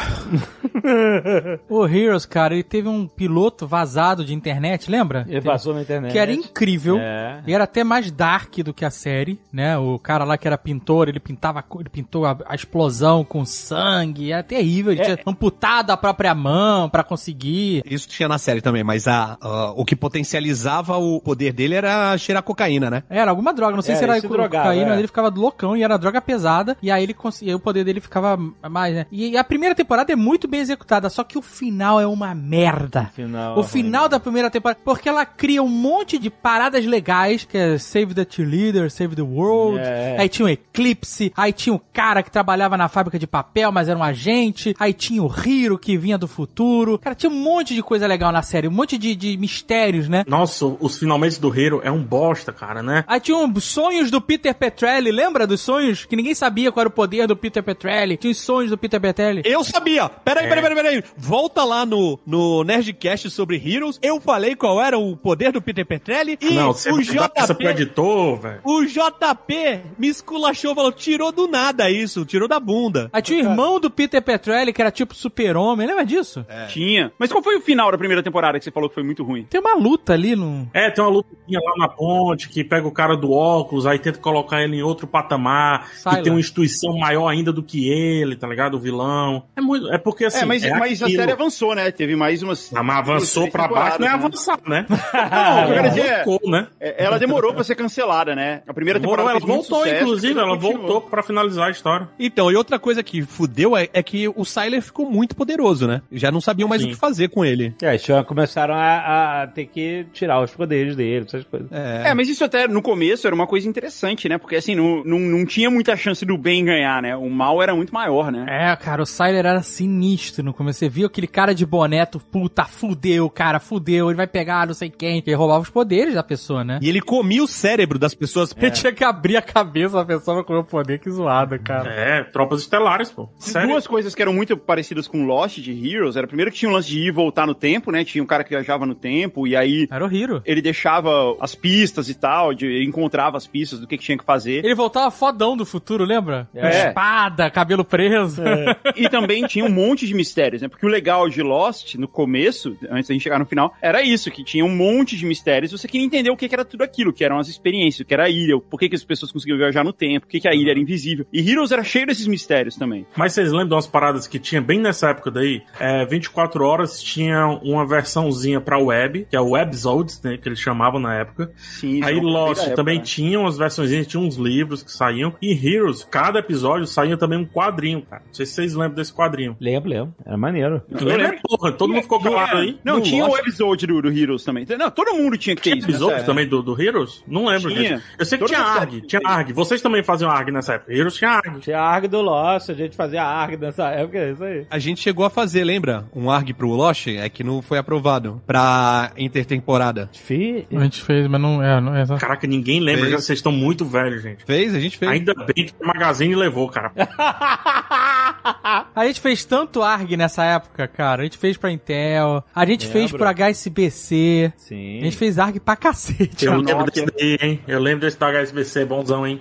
O Heroes, cara, ele teve um piloto vazado de internet, lembra? Ele passou na internet. Que era incrível. É. E era até mais dark do que a série, né? O cara lá que era pintor, ele pintava, a co- ele pintou a, a explosão com sangue, era terrível. Ele É. tinha amputado a própria mão pra conseguir. Isso tinha na série também, mas a, a- o que potencializava o poder dele era cheirar cocaína, né? Era alguma droga, não sei É, se ele era se co- drogava, cocaína, é. mas ele ficava loucão e era droga pesada, e aí ele conseguia, o poder dele ficava mais, né? E a primeira temporada é muito bem executada, só que o final é uma merda. Final, O final da primeira temporada, porque ela cria um monte de paradas legais, que é Save the Cheerleader, Save the World, É. aí tinha o Eclipse, aí tinha o cara que trabalhava na fábrica de papel, mas era um agente, aí tinha o Hiro que vinha do futuro, cara, tinha um monte de coisa legal na série, um monte de, de mistérios, né? Nossa, os finalmente do Hero é um bosta, cara, né? Aí tinha os sonhos do Peter Petrelli, lembra dos sonhos? Que ninguém sabia qual era o poder do Peter Petrelli, tinha os sonhos do Peter Petrelli. Eu sabia! É. Peraí, peraí, peraí, peraí. Volta lá no, no Nerdcast sobre Heroes. Eu falei qual era o poder do Peter Petrelli e não, o sempre dá essa pro JP. editor, velho. O JP me esculachou, falou, tirou do nada isso, tirou da bunda. Aí tinha o irmão do Peter Petrelli, que era tipo super-homem, lembra disso? É. Tinha. Mas qual foi o final da primeira temporada que você falou que foi muito ruim? Tem uma luta ali no... É, tem uma lutinha lá na ponte que pega o cara do óculos, aí tenta colocar ele em outro patamar, Sai que tem lá. uma instituição maior ainda do que ele, tá ligado? O vilão. É muito. É porque assim. é, mas, mas a aquilo. série avançou, né? Teve mais umas. Ah, mas avançou duas, três pra baixo, não é temporadas, né? avançar, né? Não, eu quero dizer, é- Voltou, né? é, ela demorou pra ser cancelada, né? A primeira temporada Demorou, ela fez muito voltou, sucesso, inclusive, depois ela continuou. voltou pra finalizar a história. Então, e outra coisa que fudeu é, é que o Siler ficou muito poderoso, né? Já não sabiam mais Sim. o que fazer com ele. É, já começaram a, a ter que tirar os poderes dele, essas coisas. É. É, mas isso até no começo era uma coisa interessante, né? Porque assim, não, não, não tinha muita chance do bem ganhar, né? O mal era muito maior, né? É, cara, o Siler era sinistro no começo. Você viu aquele cara de boneto, puta, fudeu, cara, fudeu, ele vai pegar não sei quem. Ele roubava os poderes da pessoa, né? E ele comia o cérebro das É. pessoas. Ele tinha que abrir a cabeça da pessoa pra comer o poder, que zoado, cara. É, tropas estelares, pô. Sério. Duas coisas que eram muito parecidas com Lost de Heroes era primeiro que tinha o lance de ir e voltar no tempo, né? Tinha um cara que viajava no tempo e aí É. Era o Hiro. ele deixava as pistas e tal, de, encontrava as pistas do que, que tinha que fazer. Ele voltava fodão do futuro, lembra? Com É. espada, cabelo preso. É, E também tinha um monte de mistérios, né? Porque o legal de Lost, no começo, antes da gente chegar no final, era isso, que tinha um monte de mistérios. Você queria entender o que que era tudo aquilo, que eram as experiências, o que era a ilha, por que, que as pessoas conseguiam viajar no tempo, por que, que a ilha era invisível. E Heroes era cheio desses mistérios também. Mas vocês lembram de umas paradas que tinha bem nessa época daí? É, 24 horas tinha uma versãozinha pra web, que é o Webzodes, né, que eles chamavam na época. Sim, isso Aí é uma Lost época, também né? tinha umas versõezinhas, tinha uns livros que saíam. E Heroes, cada episódio saía também um quadrinho, cara. Não sei se vocês lembram desse quadrinho. Lembro, lembro. Era maneiro. Eu Lembra? lembro. Porra, né? todo mundo ficou calado aí. Não, No tinha Lost, o episódio do, do Heroes também. Não, todo mundo tinha que ter tinha isso. né? episódios também do, do Heroes? Não lembro Tinha. disso. Eu sei que Todas tinha as ARG, séries tinha tinha. ARG. Vocês também faziam ARG nessa época. Heroes tinha ARG. Tinha a ARG do Lost, a gente fazia a ARG nessa época, é isso aí. A gente chegou a fazer, lembra? Um ARG pro Lost, é que não foi aprovado pra intertemporada. Fi... A gente fez, mas não é, não é só. Caraca, ninguém lembra, Fez. já vocês estão muito velhos, gente. Fez? A gente fez. Ainda bem que o Magazine levou, cara. A gente fez tanto ARG nessa época, cara. A gente fez pra Intel, a gente fez Lembro. pro HSBC, Sim. a gente fez ARG pra cacete. Eu Tinha lembro Nokia. desse daí, hein? Eu lembro desse da HSBC, bonzão, hein?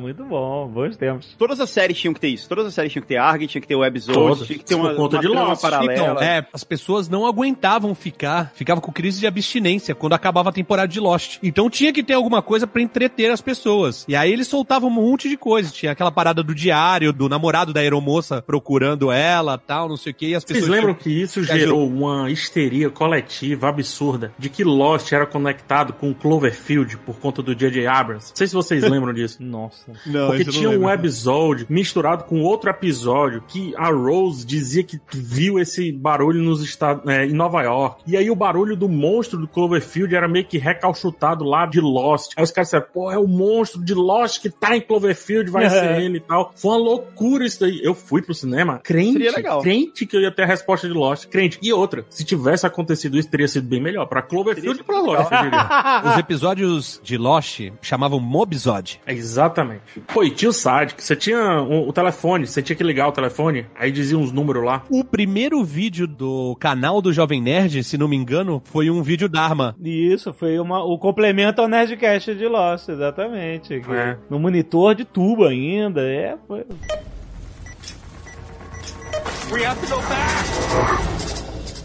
Muito bom, bons tempos. Todas as séries tinham que ter isso. Todas as séries tinham que ter ARG, tinha que ter o episódio, Todas. tinha que ter Por uma, conta uma de trama Lost. né? paralela. Então, é, as pessoas não aguentavam ficar, ficavam com crise de abstinência quando acabava a temporada de Lost. Então tinha que ter alguma coisa pra entreter as pessoas. E aí eles soltavam um monte de coisa. Tinha aquela parada do diário, do namorado da aeromoça procurando ela, tal, não sei o quê, e as Vocês pessoas... lembram tipo que isso gerou uma histeria coletiva absurda de que Lost era conectado com Cloverfield por conta do J.J. Abrams? Não sei se vocês lembram disso. Nossa. Não, Porque isso eu não tinha lembro. um episódio misturado com outro episódio que a Rose dizia que viu esse barulho nos estados, é, em Nova York. E aí o barulho do monstro do Cloverfield era meio que recalchutado lá de Lost. Aí os caras disseram, pô, é o monstro de Lost que tá em Cloverfield, vai É. ser ele e tal. Foi uma loucura isso daí. Eu fui pro cinema crente, Seria legal. crente que eu ia ter a resposta de Lost. Crente. E outra, se tivesse acontecido isso, teria sido bem melhor. Pra Cloverfield e pra Lost, eu diria. Os episódios de Lost chamavam Mobizod. Exatamente. Pô, e tinha o SAD, que você tinha um, o, o telefone, você tinha que ligar o telefone, aí dizia uns números lá. O primeiro vídeo do canal do Jovem Nerd, se não me engano, foi um vídeo da arma. E Isso, foi uma, o complemento ao Nerdcast de Lost, exatamente. que- É. No monitor de tubo ainda, é, foi...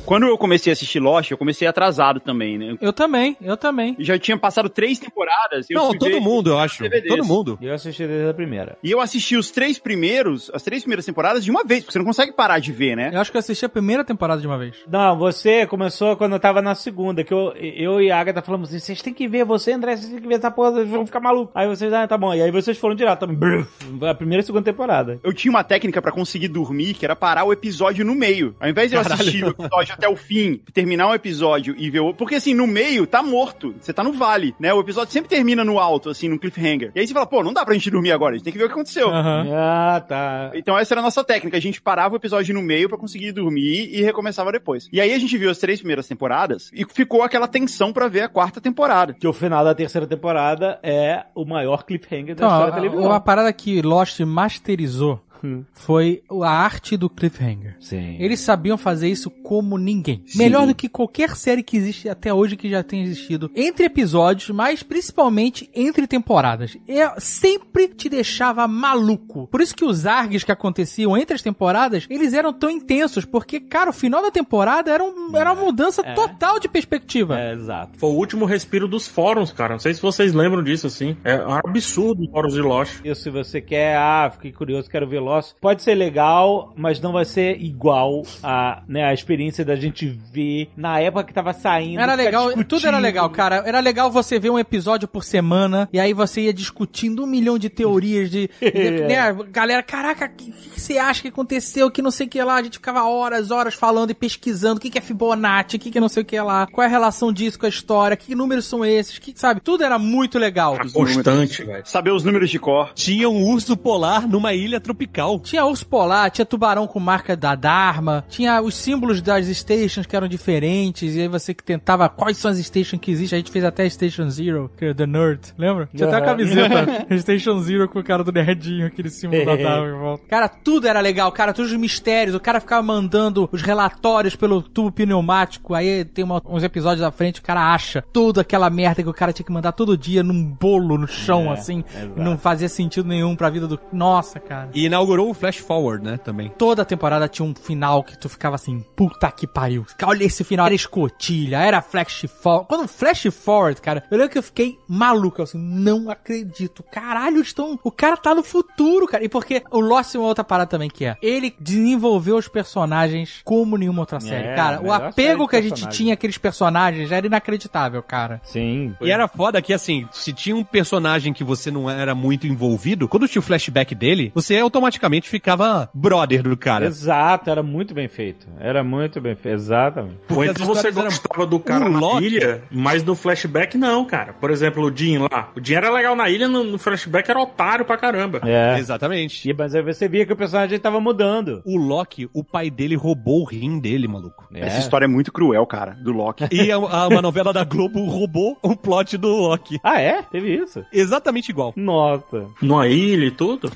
Quando eu comecei a assistir Lost, eu comecei atrasado também, né? Eu também, eu também. Já tinha passado três temporadas. eu não, fui todo ver- mundo, eu acho. DVDs. Todo mundo. Eu assisti desde a primeira. E eu assisti os três primeiros, as três primeiras temporadas de uma vez, porque você não consegue parar de ver, né? Eu acho que eu assisti a primeira temporada de uma vez. Não, você começou quando eu tava na segunda, que eu, eu e a Agatha falamos assim, vocês têm que ver, você, André, vocês têm que ver essa porra, vocês vão ficar malucos. Aí vocês, ah, tá bom. E aí vocês foram direto, também, bruf, a primeira e segunda temporada. Eu tinha uma técnica pra conseguir dormir, que era parar o episódio no meio. Ao invés de eu assistir o episódio até o fim, terminar um episódio e ver o... Porque, assim, no meio tá morto. Você tá no vale, né? O episódio sempre termina no alto, assim, num cliffhanger. E aí você fala, pô, não dá pra gente dormir agora, a gente tem que ver o que aconteceu. Ah, tá. Então essa era a nossa técnica, a gente parava o episódio no meio pra conseguir dormir e recomeçava depois. E aí a gente viu as três primeiras temporadas e ficou aquela tensão pra ver a quarta temporada. Que o final da terceira temporada é o maior cliffhanger da Então, história da a, televisão. a parada que Lost masterizou Hum. foi a arte do cliffhanger. Sim. Eles sabiam fazer isso como ninguém. Sim. Melhor do que qualquer série que existe até hoje que já tenha existido. Entre episódios, mas principalmente entre temporadas. É, sempre te deixava maluco. Por isso que os args que aconteciam entre as temporadas, eles eram tão intensos, porque, cara, o final da temporada era, um- era uma mudança É. total de perspectiva. É, exato. Foi o último respiro dos fóruns, cara. Não sei se vocês lembram disso, assim. É um absurdo os fóruns de Lost. E se você quer, ah, fiquei curioso, quero ver Lost, pode ser legal, mas não vai ser igual a, né, a experiência da gente ver na época que tava saindo. Era ficar legal, discutindo. tudo era legal, cara. Era legal você ver um episódio por semana e aí você ia discutindo um milhão de teorias de, de- né, a galera, caraca, o que, que você acha que aconteceu? Que não sei o que lá, a gente ficava horas, horas falando e pesquisando o que, que é Fibonacci, o que, que é não sei o que lá, qual é a relação disso com a história, que números são esses, que sabe? Tudo era muito legal. Tá constante, velho. Saber os números de cor. Tinha um urso polar numa ilha tropical. Tinha urso polar, tinha tubarão com marca da Dharma, tinha os símbolos das stations que eram diferentes, e aí você que tentava quais são as stations que existem. A gente fez até a Station Zero, que era The Nerd, lembra? Tinha até a camiseta Station Zero com o cara do nerdinho, aquele símbolo da Dharma em volta. Cara, tudo era legal, cara, todos os mistérios. O cara ficava mandando os relatórios pelo tubo pneumático, aí tem uma- uns episódios à frente, o cara acha toda aquela merda que o cara tinha que mandar todo dia num bolo no chão, assim. Não fazia sentido nenhum pra vida do... Nossa, cara. E inaugurou o Flash Forward, né, também. Toda temporada tinha um final que tu ficava assim, puta que pariu. Olha esse final, era escotilha, era flash forward. Quando flash forward, cara, eu lembro que eu fiquei maluco, eu assim, não acredito. Caralho, eles estão, o cara tá no futuro, cara. E porque o Lost é uma outra parada também que é. Ele desenvolveu os personagens como nenhuma outra série, É, cara. O melhor série apego de que a gente personagem. tinha àqueles personagens era inacreditável, cara. Sim. E era foda que, assim, se tinha um personagem que você não era muito envolvido, quando tinha o flashback dele, você automaticamente ficava brother do né? cara. Exato, era muito bem feito. Era muito bem feito, exatamente. Ou Porque as então você histórias eram- um gostava do cara O na Loki- ilha, mas no flashback não, cara. Por exemplo, o Jim lá. O Jim era legal na ilha, no, no flashback era otário pra caramba. É. Exatamente. E, mas aí você via que o personagem tava mudando. O Loki, o pai dele roubou o rim dele, maluco. Essa história é muito cruel, cara, do Loki. E a, a- uma novela da Globo roubou o plot do Loki. Ah, é? Teve isso? Exatamente igual. Nossa. Numa ilha e tudo.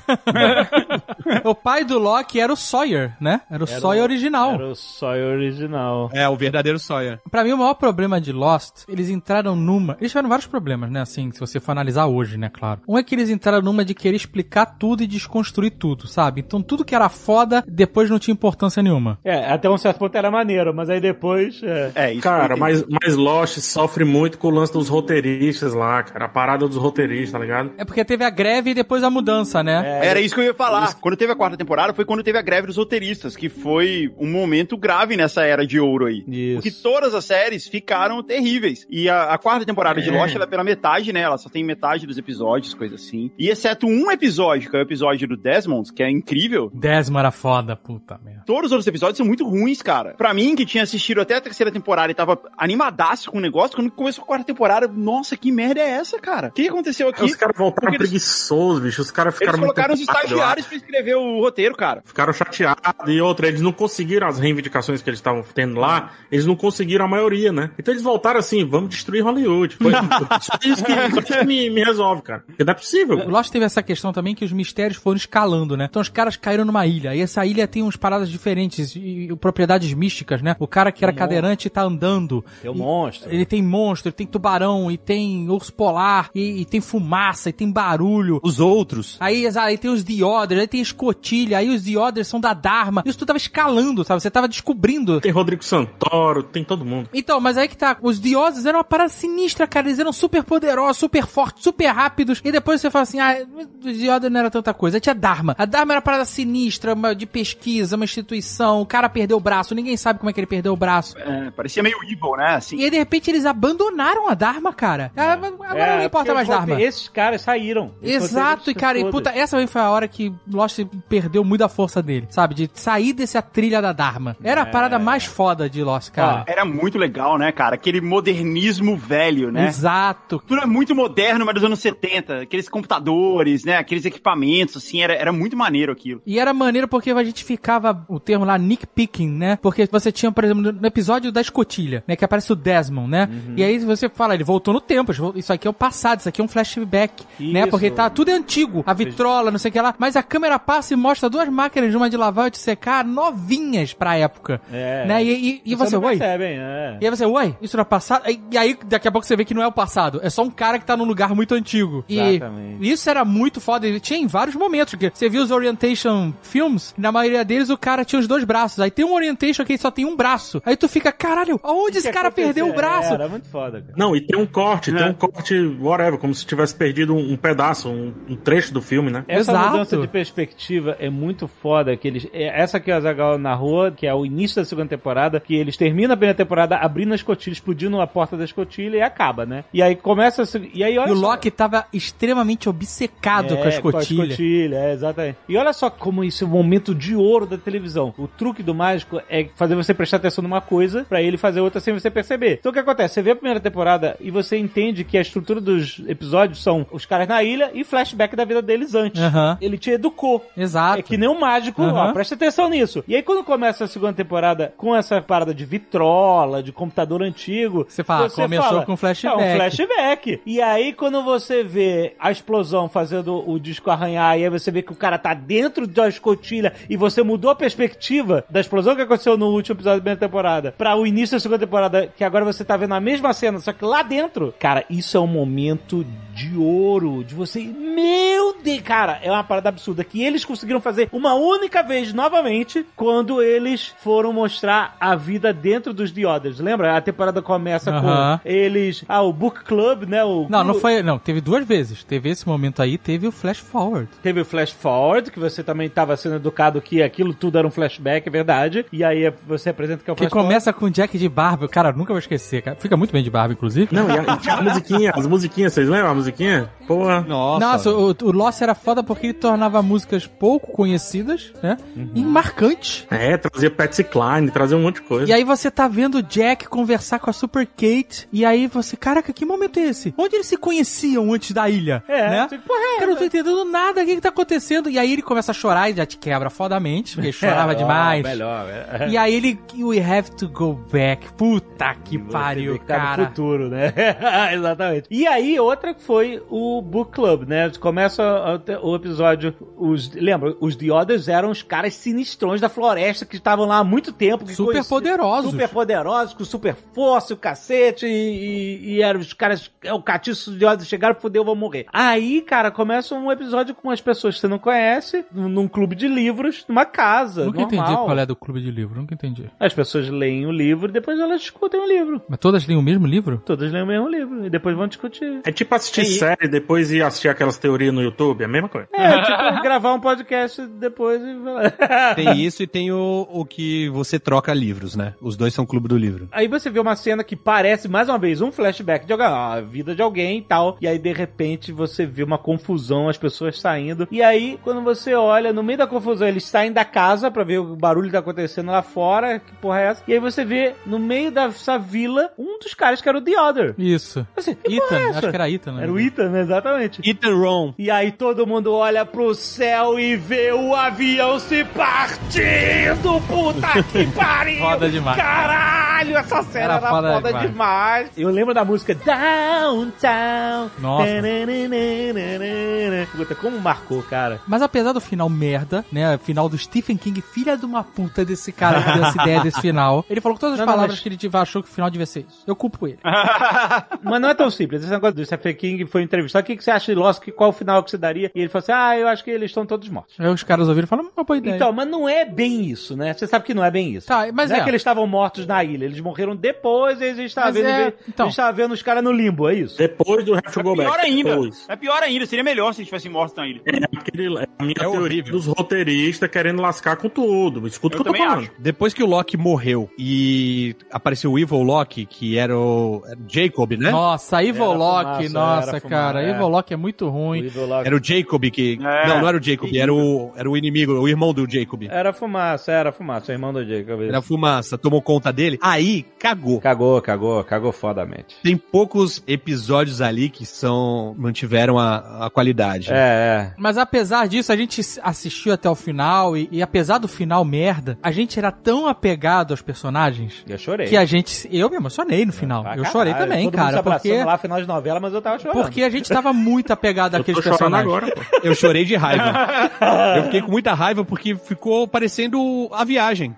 o pai do Loki era o Sawyer, né? Era o Era o- Sawyer original. Era o Sawyer original. É, o verdadeiro Sawyer. Pra mim, o maior problema de Lost, eles entraram numa. Eles tiveram vários problemas, né? Assim, se você for analisar hoje, né? Claro. Um é que eles entraram numa de querer explicar tudo e desconstruir tudo, sabe? Então, tudo que era foda, depois não tinha importância nenhuma. É, até um certo ponto era maneiro, mas aí depois... é. É, isso Cara, que eu mas, mas Lost sofre muito com o lance dos roteiristas lá, cara. A parada dos roteiristas, tá ligado? É porque teve a greve e depois a mudança, né? Era isso que eu ia falar. Isso Quando teve a quarta temporada foi quando teve a greve dos roteiristas, que foi um momento grave nessa era de ouro aí. Isso. Porque todas as séries ficaram terríveis. E a, a quarta temporada de Lost, ela é pela metade, né? Ela só tem metade dos episódios, coisa assim. E exceto um episódio, que é o episódio do Desmond, que é incrível, Décima era foda, puta merda. Todos os outros episódios são muito ruins, cara. Pra mim, que tinha assistido até a terceira temporada e tava animadaço com o negócio, quando começou a quarta temporada, nossa, que merda é essa, cara? O que aconteceu aqui? Os caras voltaram Porque eles- preguiçosos, bicho. Os caras Eles ficaram muito colocaram os ocupados, eu acho. estagiários pra escrever o roteiro, cara. Ficaram chateados. E outra, eles não conseguiram as reivindicações que eles estavam tendo lá, eles não conseguiram a maioria, né? Então eles voltaram assim, vamos destruir Hollywood. Foi, só isso que, só isso que me, me resolve, cara. Porque não é O possível. Lost teve essa questão também que os mistérios foram escalando, né? Então os caras caíram numa ilha. E essa ilha tem umas paradas diferentes e, e propriedades místicas, né? O cara que era cadeirante tá andando. um Tem um E- monstro. Ele tem monstro, ele tem tubarão, e tem urso polar, e, e tem fumaça, e tem barulho. Os outros. Aí, aí tem os Dioders, aí tem escotilha, aí os Dioders são da Dharma. Isso tudo tava escalando, sabe? Você tava descobrindo. Tem Rodrigo Santoro, tem todo mundo. Então, mas aí que tá. Os deuses eram uma parada sinistra, cara. Eles eram super poderosos, super fortes, super rápidos. E depois você fala assim, ah, os deuses não era tanta coisa. Aí tinha Dharma. A Dharma era uma parada sinistra, uma, de pesquisa, uma instituição. O cara perdeu o braço. Ninguém sabe como é que ele perdeu o braço. É, parecia meio evil, né? Assim. E aí, de repente, eles abandonaram a Dharma, cara. Ah, Agora não importa É. porque mais volta- Dharma. Esses caras saíram. Eles Exato, roteiristas e cara, e todos. puta, essa aí foi a hora que Lost perdeu muito a força dele, sabe? De sair dessa trilha da Dharma. Era É. a parada mais foda de Lost, Ah. cara. Era muito legal, né, cara? Aquele modernismo é, velho, né? Exato, Tudo é muito moderno, mas dos anos 70. Aqueles computadores, né? Aqueles equipamentos, assim, era, era muito maneiro aquilo. E era maneiro porque a gente ficava, o termo lá, nickpicking, né? Porque você tinha, por exemplo, no episódio da escotilha, né? Que aparece o Desmond, né? Uhum. E aí você fala, ele voltou no tempo, isso aqui é o passado, isso aqui é um flashback, né? Isso. Porque tá tudo é antigo, a vitrola, não sei o que lá. Mas a câmera passa e mostra duas máquinas, uma de lavar e de secar, novinhas pra época. É. Né? E, e- e você, não oi? percebem, é. E aí você, ué, isso não é passado? Aí- E aí, daqui a pouco você vê que não é o passado. É só um cara que tá num lugar muito antigo. E Exatamente. isso era muito foda. E tinha em vários momentos. Porque você viu os Orientation Films, na maioria deles o cara tinha os dois braços. Aí tem um Orientation que ele só tem um braço. Aí tu fica, caralho, aonde esse que cara aconteceu? perdeu o braço? É, Era muito foda, cara. Não, e tem um corte, tem um corte, whatever, como se tivesse perdido um, um pedaço, um, um trecho do filme, né? Essa Exato. mudança de perspectiva é muito foda. Que eles, é essa que o Azagal narrou, que é o início da segunda temporada, que eles terminam a primeira temporada abrindo a escotilha, explodindo a porta da escotilha e acaba, né? E aí começa a. se- E aí olha E o só- Loki tava extremamente obcecado com a É, Com a escotilha. escotilha, é, exatamente. E olha só como isso é um momento de ouro da televisão. O truque do mágico é fazer você prestar atenção numa coisa pra ele fazer outra sem você perceber. Então o que acontece? Você vê a primeira temporada e você entende que a estrutura dos episódios são os caras na ilha e flashback da vida deles antes. Aham. Ele te educou. Exato. É que nem um mágico, Aham. ó, presta atenção nisso. E aí quando começa a segunda temporada com essa parada de vitrola, de computador antigo... Você fala, começou com flashback. É um flashback. E aí quando você vê a explosão fazendo o disco arranhar, e aí você vê que o cara tá dentro da escotilha e você mudou a perspectiva da explosão que aconteceu no último episódio da primeira temporada pra o início da segunda temporada, que agora você tá vendo a mesma cena, só que lá dentro. Cara, isso é um momento de ouro, de você... Meu Deus! Cara, é uma parada absurda que eles conseguiram fazer uma única vez novamente quando eles foram mostrar a vida dentro dos Diodas. Lembra? A temporada começa Aham. com eles... Ah, o Book Club, né? O Não, não foi. Não, teve duas vezes. Teve esse momento aí, teve o flash forward. Teve o flash forward, que você também estava sendo educado que aquilo tudo era um flashback, é verdade. E aí você apresenta que é o Que flash forward. começa com o Jack de barba. Cara, nunca vou esquecer, cara. Fica muito bem de barba, inclusive. Não, e a, e tinha a musiquinha, as musiquinhas, vocês lembram a musiquinha? Porra. Nossa, né? o, o Lost era foda porque ele tornava músicas pouco conhecidas, né? Uhum. E marcantes. É, trazia Patsy Cline, trazia um monte de coisa. E aí você tá vendo o Jack conversar com a Super Kate, e aí você, caraca, que momento é esse? Onde eles se conheciam antes da ilha? É, né? tipo, porra, Cara, eu não tô entendendo nada, o que que tá acontecendo? E aí ele começa a chorar e já te quebra fodamente, porque ele chorava demais. Melhor, é. E aí ele, we have to go back. Puta que Você pariu, vê que tá No cara. futuro, né? Exatamente. E aí, outra foi o Book Club, né? Começa o- o episódio. Os, lembra, os Diodas eram os caras sinistrões da floresta que estavam lá há muito tempo. Que Super conheci- poderosos. Super poderosos, com super força, o cacete, e, e, e eram os caras, é o catiço de ordem, chegaram, fudeu, vou morrer. Aí, cara, começa um episódio com as pessoas que você não conhece, num, num clube de livros, numa casa, Nunca normal. entendi qual é do clube de livro, nunca entendi. As pessoas leem o livro e depois elas discutem o livro. Mas todas têm o mesmo livro? Todas leem o mesmo livro e depois vão discutir. É tipo assistir série depois e assistir aquelas teorias no YouTube, é a mesma coisa. É, tipo, gravar um podcast depois e falar. Tem isso e tem o, o que você troca livros, né? Os dois são clube do livro. Aí você vê uma cena que parece, mais uma vez, um flashback de alguém, a vida de alguém e tal. E aí, de repente, você vê uma confusão, as pessoas saindo. E aí, quando você olha, no meio da confusão, eles saem da casa pra ver o barulho que tá acontecendo lá fora. Que porra é essa? E aí você vê, no meio dessa vila, um dos caras que era o The Other. Isso. Assim, que porra é Ethan, essa? acho que era Ethan, né? Era o Ethan, né? Exatamente. Ethan Ron. E aí todo mundo olha pro céu e vê o avião se partindo! Puta que pariu! Foda demais. Caralho, essa cena era, Era foda foda demais. demais. Eu lembro da música Downtown. Nossa. Tananana. Puta, como marcou, cara. Mas apesar do final merda, né? Final do Stephen King, filha de uma puta desse cara que deu essa ideia desse final. Ele falou que todas as Não, não, palavras mas- que ele tive, achou que o final devia ser isso. Eu culpo ele. Mas não é tão simples. Esse negócio do Stephen King foi entrevistado. O que que você acha de Lost? Que- Qual o final que você daria? E ele falou assim, ah, eu acho que eles estão todos mortos. Aí os caras ouviram e falaram, uma boa ideia. Então, mas não é bem isso, né? Você sabe que não é bem isso. tá, mas não é, é. que eles estavam mortos na ilha, eles morreram depois e a gente tava Mas vendo, é, então. então. a gente tava vendo os caras no limbo, é isso? Depois do Have to Go Back. Pior ainda. Depois. É pior ainda. Seria melhor se a gente tivesse morto na ilha. Aquele- é a minha teoria horrível. dos roteiristas querendo lascar com tudo. Escuta o Eu que eu tô também falando. acho. Depois que o Loki morreu e apareceu o Evil Loki, que era o era o Jacob, né? Nossa, Evil Era fumaça, Loki, nossa, era fumaça, cara. é. Evil Loki é muito ruim. Era, Era o Jacob que... É. Não, não era o Jacob, era o, era o inimigo, o irmão do Jacob. era fumaça, era fumaça, o irmão do Jacob. Era a fumaça, tomou conta dele. Aí, cagou. Cagou, cagou, cagou fodamente. Tem poucos episódios ali que são mantiveram a, a qualidade. É, é. Mas apesar disso, a gente assistiu até o final e, e apesar do final merda, a gente era tão apegado aos personagens Eu chorei. que a gente... Eu me emocionei no final. Pra eu chorei caralho, também, todo mundo se cara, abraçando porque... lá final de novela, mas eu tava chorando. Porque a gente tava muito apegado Eu tô àqueles chorando personagens. agora, pô. Eu chorei de raiva. Eu fiquei com muita raiva porque ficou parecendo a viagem.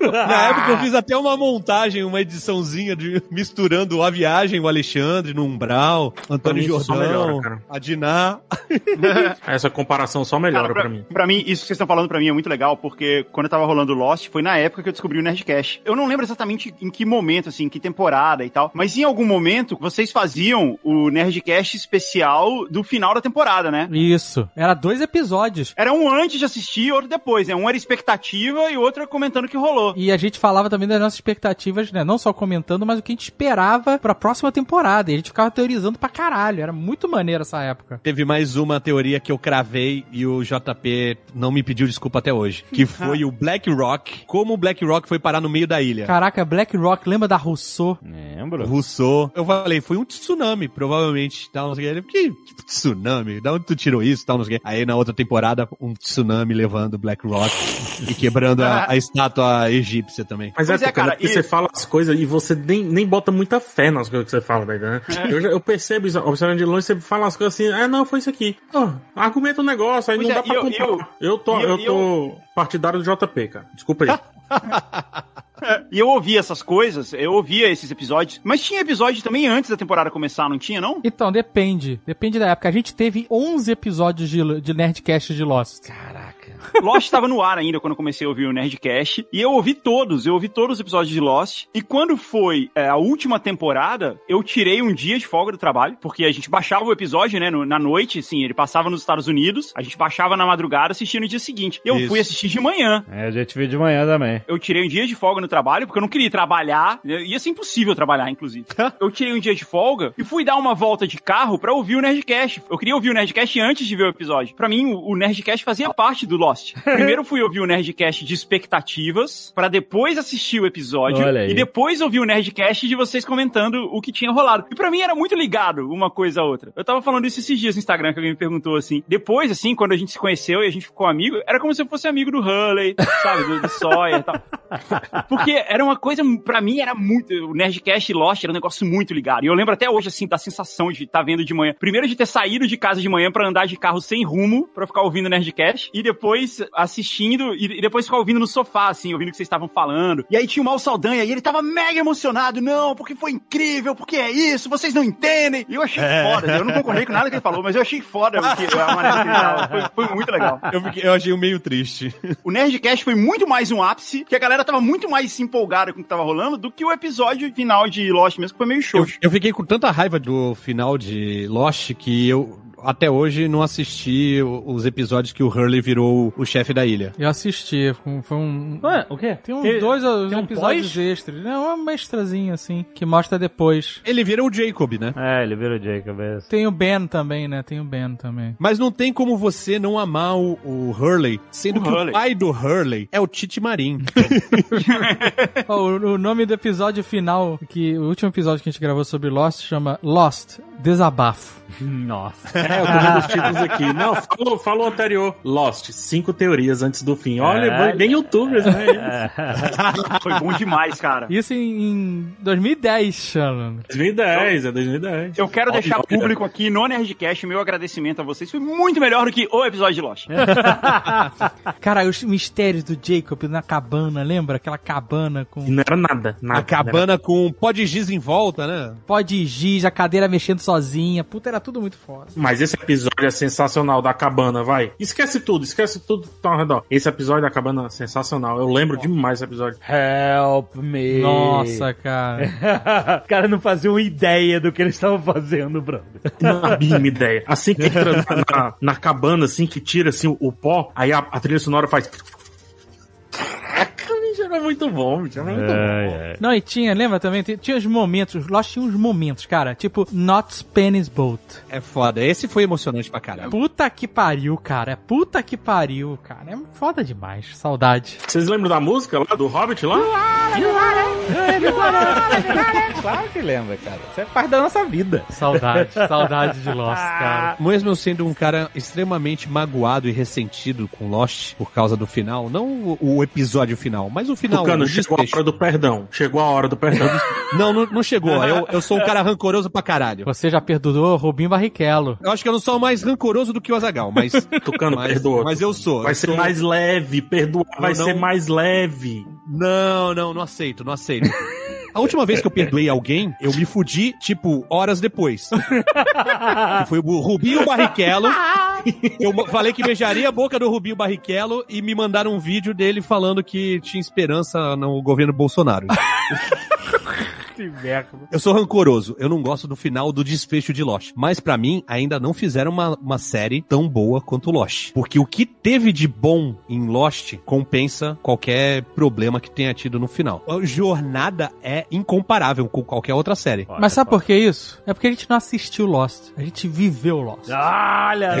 Na época eu fiz até uma montagem, uma ediçãozinha de misturando a viagem, o Alexandre no Umbral, Antônio Pra mim isso é só Jordão, melhora, cara. a Diná. Essa comparação só melhora Cara, pra mim. Pra mim, isso que vocês estão falando pra mim é muito legal, porque quando eu tava rolando Lost, foi na época que eu descobri o Nerdcast. Eu não lembro exatamente em que momento, assim, em que temporada e tal, mas em algum momento vocês faziam o Nerdcast especial do final da temporada, né? Isso. Era dois episódios. Era um antes de assistir e outro depois, né? Um era expectativa e outro era comentando o que rolou. E a gente falava também das nossas expectativas, né? Não só comentando, mas o que a gente esperava pra próxima temporada. E a gente ficava teorizando pra caralho. Era muito maneiro essa época. Teve mais uma teoria que eu cravei e o JP não me pediu desculpa até hoje, que foi o Black Rock. Como o Black Rock foi parar no meio da É. ilha? Caraca, Black Rock, lembra da Rousseau? Lembro. Rousseau. Eu falei, foi um tsunami, provavelmente. Tal, não sei o que. Ele, que tipo, tsunami? Da onde tu tirou isso? Tal, não sei o que. Aí na outra temporada, um tsunami levando Black Rock e quebrando a, a estátua egípcia também. Mas Pois é, cara, é, cara, porque e- você fala as coisas e você nem, nem bota muita fé nas coisas que você fala, tá entendendo? É. Eu, já- eu percebo isso, observando de longe, você fala as coisas assim, ah, não, foi isso aqui. Ó, argumenta um negócio, aí Pois não é, dá pra eu- comprar. eu- Eu, tô, e eu- eu, tô partidário do JP, cara. Desculpa aí. E eu ouvia essas coisas, eu ouvia esses episódios, mas tinha episódio também antes da temporada começar, não tinha, não? Então, depende. Depende da época. A gente teve 11 episódios de, de Nerdcast de Lost. Lost estava no ar ainda quando eu comecei a ouvir o Nerdcast. E eu ouvi todos, eu ouvi todos os episódios de Lost. E quando foi é, a última temporada, eu tirei um dia de folga do trabalho, porque a gente baixava o episódio, né, no- na noite, assim, ele passava nos Estados Unidos, a gente baixava na madrugada, assistia no dia seguinte. Eu Isso. fui assistir de manhã. É, a gente viu de manhã também. Eu tirei um dia de folga no trabalho, porque eu não queria trabalhar. né, Ia ser impossível trabalhar, inclusive. Eu tirei um dia de folga e fui dar uma volta de carro pra ouvir o Nerdcast. Eu queria ouvir o Nerdcast antes de ver o episódio. Pra mim, o o Nerdcast fazia parte do Lost. Primeiro eu fui ouvir o Nerdcast de expectativas, pra depois assistir o episódio Olha aí. e depois ouvir o Nerdcast de vocês comentando o que tinha rolado. E pra mim era muito ligado uma coisa a outra. Eu tava falando isso esses dias no Instagram, que alguém me perguntou assim. Depois, assim, quando a gente se conheceu e a gente ficou amigo, era como se eu fosse amigo do Hurley, sabe? Do, do Sawyer e tal. Porque era uma coisa, pra mim, era muito. O Nerdcast e Lost era um negócio muito ligado. E eu lembro até hoje, assim, da sensação de estar vendo de manhã. Primeiro de ter saído de casa de manhã pra andar de carro sem rumo, pra ficar ouvindo Nerdcast. E depois assistindo, e e depois ficar ouvindo no sofá, assim, ouvindo o que vocês estavam falando. E aí tinha o Mal Saldanha, e ele tava mega emocionado. Não, porque foi incrível, porque é isso, vocês não entendem. E eu achei foda. né? Eu não concordei com nada que ele falou, mas eu achei foda porque, a maneira que ele tava. Foi, foi muito legal. Eu, fiquei- eu achei meio triste. O Nerdcast foi muito mais um ápice, que a galera galera tava muito mais empolgada com o que tava rolando do que o episódio final de Lost mesmo, que foi meio show. Eu, eu fiquei com tanta raiva do final de Lost que eu até hoje não assisti o- os episódios que o Hurley virou o chefe da ilha. Eu assisti, foi um- foi um... Ué, o quê? Tem um, Ele- dois tem um episódios pós? extras. Não, é uma extrazinha, assim, que mostra depois. Ele vira o Jacob, né? É, ele vira o Jacob. É. Tem o Ben também, né? Tem o Ben também. Mas não tem como você não amar o, o Hurley, sendo O que Hurley. o pai do Hurley é o Tite Marim. Ó, o, o nome do episódio final, que o último episódio que a gente gravou sobre Lost, chama Lost, Desabafo. Tá. Nossa. É, eu tô vendo os títulos aqui. Não, falou, falou anterior. Lost, cinco teorias antes do fim. Olha, É. bem youtubers, né? Eles. Foi bom demais, cara. Isso em, em 2010, Shannon. 2010, é 2010. Eu quero Olha, deixar olha. público aqui no Nerdcast meu agradecimento a vocês. Foi muito melhor do que o episódio de Lost. É, tá Cara, os mistérios do Jacob na cabana, lembra? Aquela cabana com E não era nada, nada. A cabana com um pó de giz em volta, né? pó de giz, a cadeira mexendo sozinha. Puta, era tudo muito foda. Mas esse episódio é sensacional da cabana, vai. Esquece tudo, esquece tudo que tá ao redor. Esse episódio da cabana é sensacional. Eu lembro demais desse episódio. Help me. Nossa, cara. Os caras não faziam ideia do que eles estavam fazendo, brother. Não a mínima ideia. Assim que entra na, na- na cabana, assim, que tira assim, o, o pó, aí a, a trilha sonora faz. Caraca, bicho, era é muito bom, bicho, era muito bom. Não, e tinha, lembra também? Tinha- Tinha os momentos, Lost tinha uns momentos, cara. Tipo, Not Penny's Boat. É foda. Esse foi emocionante pra caramba. Puta que pariu, cara. Puta que pariu, cara. É foda demais. Saudade. Vocês lembram da música lá, do Hobbit lá? Claro que lembra, cara. Isso é parte da nossa vida. Saudade. saudade de Lost, cara. Mesmo eu sendo um cara extremamente magoado e ressentido com Lost por causa do final, não o, o episódio final, mas o final. Tucano, o chegou a desfecho. hora do perdão. Chegou a hora do perdão. Não, não, não chegou. Eu, eu sou um cara rancoroso pra caralho. Você já perdoou Rubinho Barrichello. Eu acho que eu não sou mais rancoroso do que o Azagal, mas. Tucano, mas, perdoa. Mas eu sou. Vai eu ser sou- mais leve, perdoar vai não- ser mais leve. Não, não, não aceito, não aceito. A última vez que eu perdoei alguém, eu me fudi, tipo, horas depois. Que foi o Rubinho Barrichello. Eu ma- falei que beijaria a boca do Rubinho Barrichello e me mandaram um vídeo dele falando que tinha esperança no governo Bolsonaro. Que merda. Eu sou rancoroso, eu não gosto do final do desfecho de Lost. Mas pra mim, ainda não fizeram uma, uma série tão boa quanto Lost. Porque o que teve de bom em Lost compensa qualquer problema que tenha tido no final. A jornada é incomparável com qualquer outra série. Mas sabe por que isso? É porque a gente não assistiu Lost. A gente viveu Lost. Olha É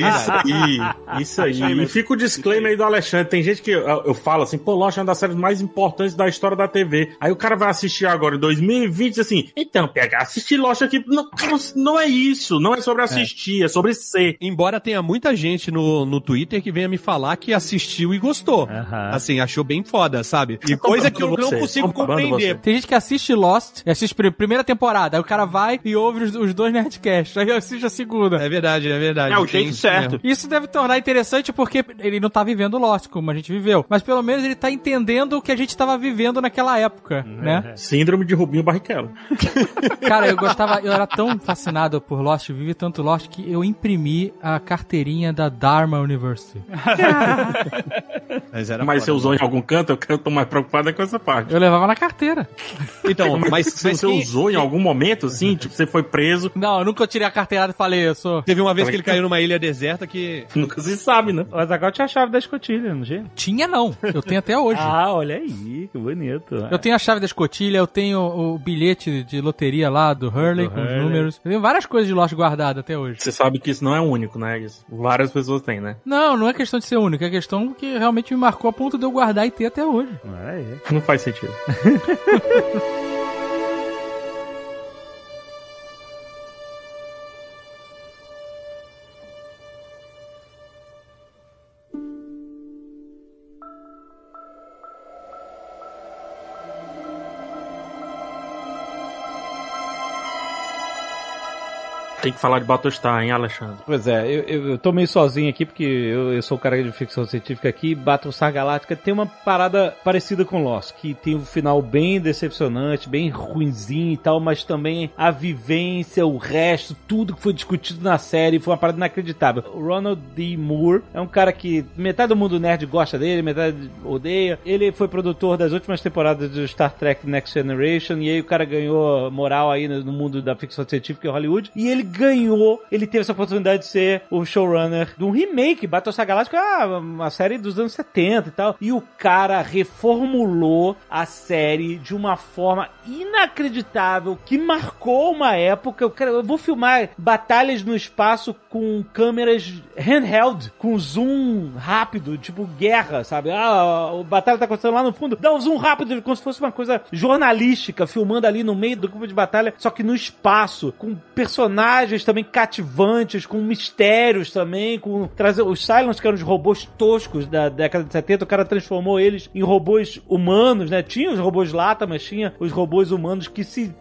É. só. Isso aí, isso aí, isso aí. E fica o disclaimer aí do Alexandre. Tem gente que eu, eu falo assim, pô, Lost é uma das séries mais importantes da história da TV. Aí o cara vai assistir agora em 2020 e diz assim, então, PH, assistir Lost aqui. Não, cara, não é isso. Não é sobre assistir, é, sobre ser. Embora tenha muita gente no, no Twitter que venha me falar que assistiu e gostou. Assim, achou bem foda, sabe? E coisa que eu não Vocês, consigo tô babando compreender. Tem gente que assiste Lost, assiste a primeira temporada, aí o cara vai e ouve os, os dois Nerdcasts, aí assiste a segunda. É verdade, é verdade. É o Tem jeito isso certo. mesmo. Isso deve tornar interessante porque ele não tá vivendo Lost como a gente viveu, mas pelo menos ele tá entendendo o que a gente tava vivendo naquela época, né? Síndrome de Rubinho Barrichello. Cara, eu gostava, eu era tão fascinado por Lost, eu vivi tanto Lost que eu imprimi a carteirinha da Dharma University. Mas, era Mas você foda. né? usou em algum canto, eu quero- tô mais preocupado é com essa parte. Eu levava na carteira. Então, mas, Mas tipo você quem- usou em algum momento, assim, tipo, você foi preso. Não, eu nunca tirei a carteirada e falei, eu sou. Teve uma vez que ele caiu numa ilha deserta que. Nunca se sabe, né? O Azagal tinha a chave da escotilha, não tinha? Tinha não, eu tenho até hoje. Ah, olha aí, que bonito. Eu tenho a chave da escotilha, eu tenho o bilhete de loteria lá do Hurley, com os números. Eu tenho várias coisas de Lost guardada até hoje. Você sabe que isso não é único, né? Isso várias pessoas têm, né? Não, não é questão de ser único, é questão que realmente me marcou a ponto de eu guardar e ter até hoje. Não faz sentido. Tem que falar de Battlestar, hein, Alexandre? Pois é, eu, eu, eu tô meio sozinho aqui porque eu, eu sou o cara de ficção científica aqui. Battlestar Galáctica tem uma parada parecida com Lost, que tem um final bem decepcionante, bem ruinzinho e tal, mas também a vivência, o resto, tudo que foi discutido na série foi uma parada inacreditável. O Ronald D. Moore é um cara que metade do mundo nerd gosta dele, metade odeia. Ele foi produtor das últimas temporadas do Star Trek Next Generation e aí o cara ganhou moral aí no no mundo da ficção científica em Hollywood e ele ganhou, ele teve essa oportunidade de ser o showrunner de um remake, Battlestar Galactica, ah, uma série dos anos 70 e tal. E o cara reformulou a série de uma forma inacreditável que marcou uma época. Eu, quero- eu vou filmar batalhas no espaço com câmeras handheld, com zoom rápido, tipo guerra, sabe? Ah, a batalha tá acontecendo lá no fundo, dá um zoom rápido, como se fosse uma coisa jornalística, filmando ali no meio do campo de batalha, só que no espaço, com personagens também cativantes, com mistérios também, com trazer os Cylons, que eram os robôs toscos da década de 70, o cara transformou eles em robôs humanos, né? Tinha os robôs lata, mas tinha os robôs humanos que se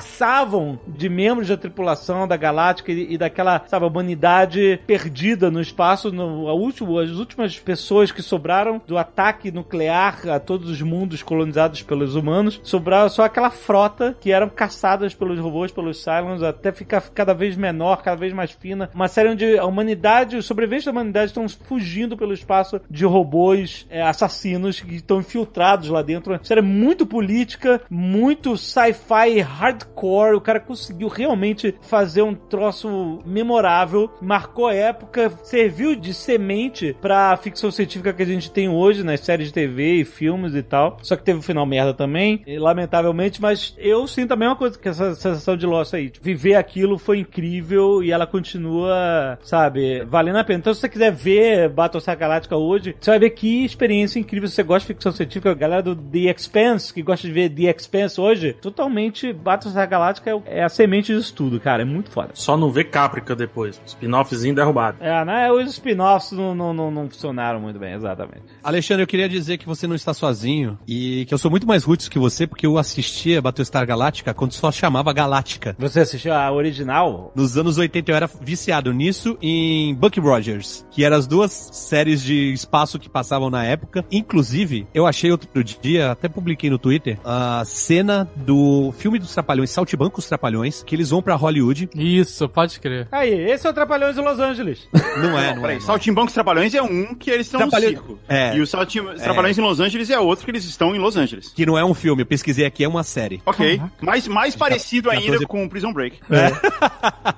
disfarçavam de membros da tripulação da Galáctica e, e daquela, sabe, humanidade perdida no espaço, no, a último, as últimas pessoas que sobraram do ataque nuclear a todos os mundos colonizados pelos humanos, sobrava só aquela frota que eram caçadas pelos robôs, pelos Cylons, até ficar cada vez menor, cada vez mais fina. Uma série onde a humanidade, os sobreviventes da humanidade estão fugindo pelo espaço de robôs é, assassinos que estão infiltrados lá dentro. Uma série muito política, muito sci-fi hardcore. O cara conseguiu realmente fazer um troço memorável, marcou época, serviu de semente pra ficção científica que a gente tem hoje nas séries de TV e filmes e tal. Só que teve um final merda também, e, lamentavelmente, mas eu sinto a mesma coisa que essa sensação de Lost aí. Tipo, Viver aquilo foi incrível e ela continua, sabe, valendo a pena. Então, se você quiser ver Battlestar Galáctica hoje, você vai ver que experiência incrível. Se você gosta de ficção científica, a galera do The Expanse, que gosta de ver The Expanse hoje, totalmente Battlestar Galáctica é o- é a semente disso tudo, cara. É muito foda. Só não vê Caprica depois. Spin-offzinho derrubado. É, né? Os spin-offs não, não, não, não funcionaram muito bem, exatamente. Alexandre, eu queria dizer que você não está sozinho e que eu sou muito mais roots que você porque eu assistia Battlestar Galáctica quando só chamava Galáctica. Você assistiu a original? Nos anos 80 eu era viciado nisso e em Bucky Rogers, que eram as duas séries de espaço que passavam na época. Inclusive, eu achei outro dia, até publiquei no Twitter, a cena do filme dos Trapalhões, Saltibanco os Trapalhões, que eles vão pra Hollywood. Isso, pode crer. Aí, esse é o Trapalhões de Los Angeles. Não é, não é. Peraí, Saltimbancos Trapalhões é um que eles estão Trapalhões- no circo. É. E o Saltim... Trapalhões em Los Angeles é outro que eles estão em Los Angeles. Que não é um filme, eu pesquisei aqui, é uma série. Ok. Mas mais parecido ainda 14 com Prison Break.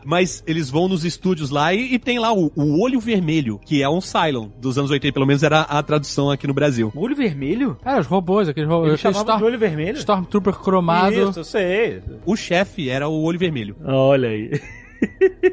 Mas eles vão nos estúdios lá e, e tem lá o, o Olho Vermelho, que é um Cylon dos anos 80, pelo menos era a tradução aqui no Brasil. Olho vermelho? Era os robôs, aqueles robôs. Ele aquele chamava de Storm- olho vermelho? Stormtrooper cromado. Isso, eu sei. O chefe era o Olho Vermelho. Olha aí.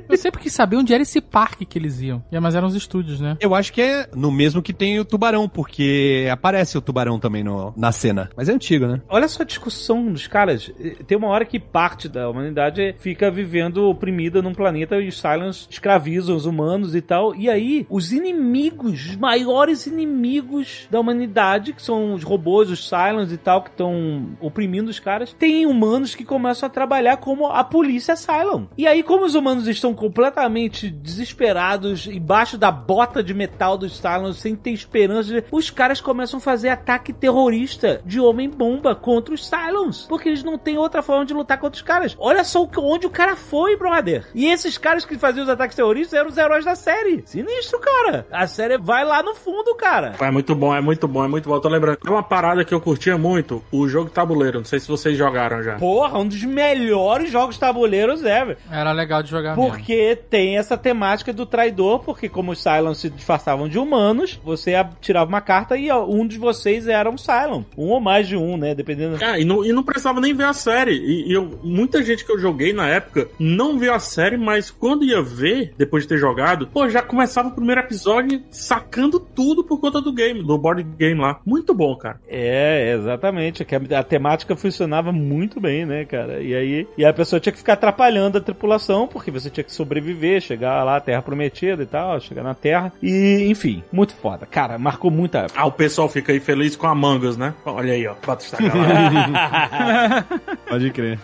Eu sempre quis saber onde era esse parque que eles iam. É, mas eram os estúdios, né? Eu acho que é no mesmo que tem o tubarão, porque aparece o tubarão também no- na cena. Mas é antigo, né? Olha só a discussão dos caras. Tem uma hora que parte da humanidade fica vivendo oprimida num planeta e os Silence escravizam os humanos e tal. E aí, os inimigos, os maiores inimigos da humanidade, que são os robôs, os Silence e tal, que estão oprimindo os caras, tem humanos que começam a trabalhar como a polícia Cylon. E aí, como os humanos estão completamente desesperados, embaixo da bota de metal dos Cylons, sem ter esperança, os caras começam a fazer ataque terrorista de homem-bomba contra os Cylons, porque eles não têm outra forma de lutar contra os caras. Olha só o que- onde o cara foi, brother. E esses caras que faziam os ataques terroristas eram os heróis da série. Sinistro, cara. A série vai lá no fundo, cara. É muito bom, é muito bom, é muito bom. Tô lembrando. É uma parada que eu curtia muito, o jogo tabuleiro. Não sei se vocês jogaram já. Porra, um dos melhores jogos tabuleiros ever. Era legal de jogar mesmo. Porque tem essa temática do traidor, porque como os Cylons se disfarçavam de humanos, você ab- tirava uma carta e ó, um de vocês era um Cylon. Um ou mais de um, né? Dependendo. É, e não, e não precisava nem ver a série. E, e eu, muita gente que eu joguei na época não viu a série, mas quando ia ver, depois de ter jogado, pô, já começava o primeiro episódio sacando tudo por conta do game, do board game lá. Muito bom, cara. É, exatamente. Que a, a temática funcionava muito bem, né, cara? E aí e a pessoa tinha que ficar atrapalhando a tripulação, porque você tinha que sobreviver, chegar lá, à Terra Prometida e tal, chegar na Terra. E, enfim, muito foda. Cara, marcou muita época. Ah, o pessoal fica aí feliz com a Mangas, né? Olha aí, ó. Batista Galáctica. Pode crer.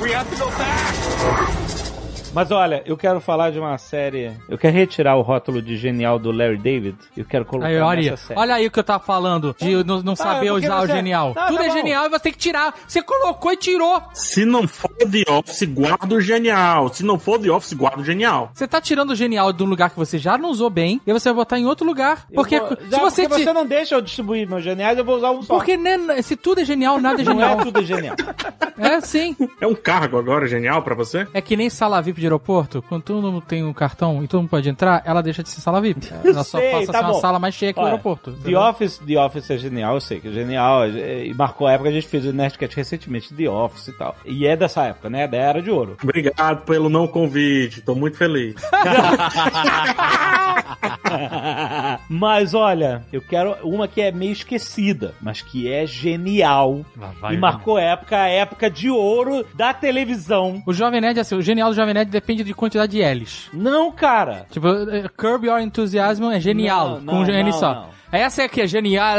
We have to go back! Mas olha, eu quero falar de uma série. Eu quero retirar o rótulo de genial do Larry David. Eu quero colocar Aí, olha, nessa aí. série. olha aí o que eu tava falando, de não, não saber tá, porque usar o você- genial. Tá, Tudo tá é bom. genial e você tem que tirar. Você colocou e tirou. Se não for The Office, guarda o genial. Se não for The Office, guarda o genial. Você tá tirando o genial de um lugar que você já não usou bem, e você vai botar em outro lugar. Eu Porque vou- se já- você. porque ti- você não deixa eu distribuir meus geniais, eu vou usar um só. Porque né, se tudo é genial, nada é Não genial. é tudo genial. É sim. É um cargo agora genial pra você? É que nem sala VIP de aeroporto, quando todo mundo tem um cartão e todo mundo pode entrar, ela deixa de ser sala VIP. Ela só Sei, passa tá a ser uma bom. sala mais cheia que o Olha, aeroporto. The entendeu? Office, The Office é genial, eu sei que é genial. é- E marcou a época, a gente fez o Nerdcast recentemente, The Office e tal. E é dessa época, né? Da Era de Ouro. Obrigado pelo não convite, tô muito feliz. mas olha, eu quero uma que é meio esquecida, mas que é genial. vai, e marcou época, a época de ouro da televisão. O Jovem Nerd, assim, o genial do Jovem Nerd depende de quantidade de L's. Não, cara. Tipo, eh, Curb Your Enthusiasm é Não, genial, não, com um N não, só. não. Essa é que é genial.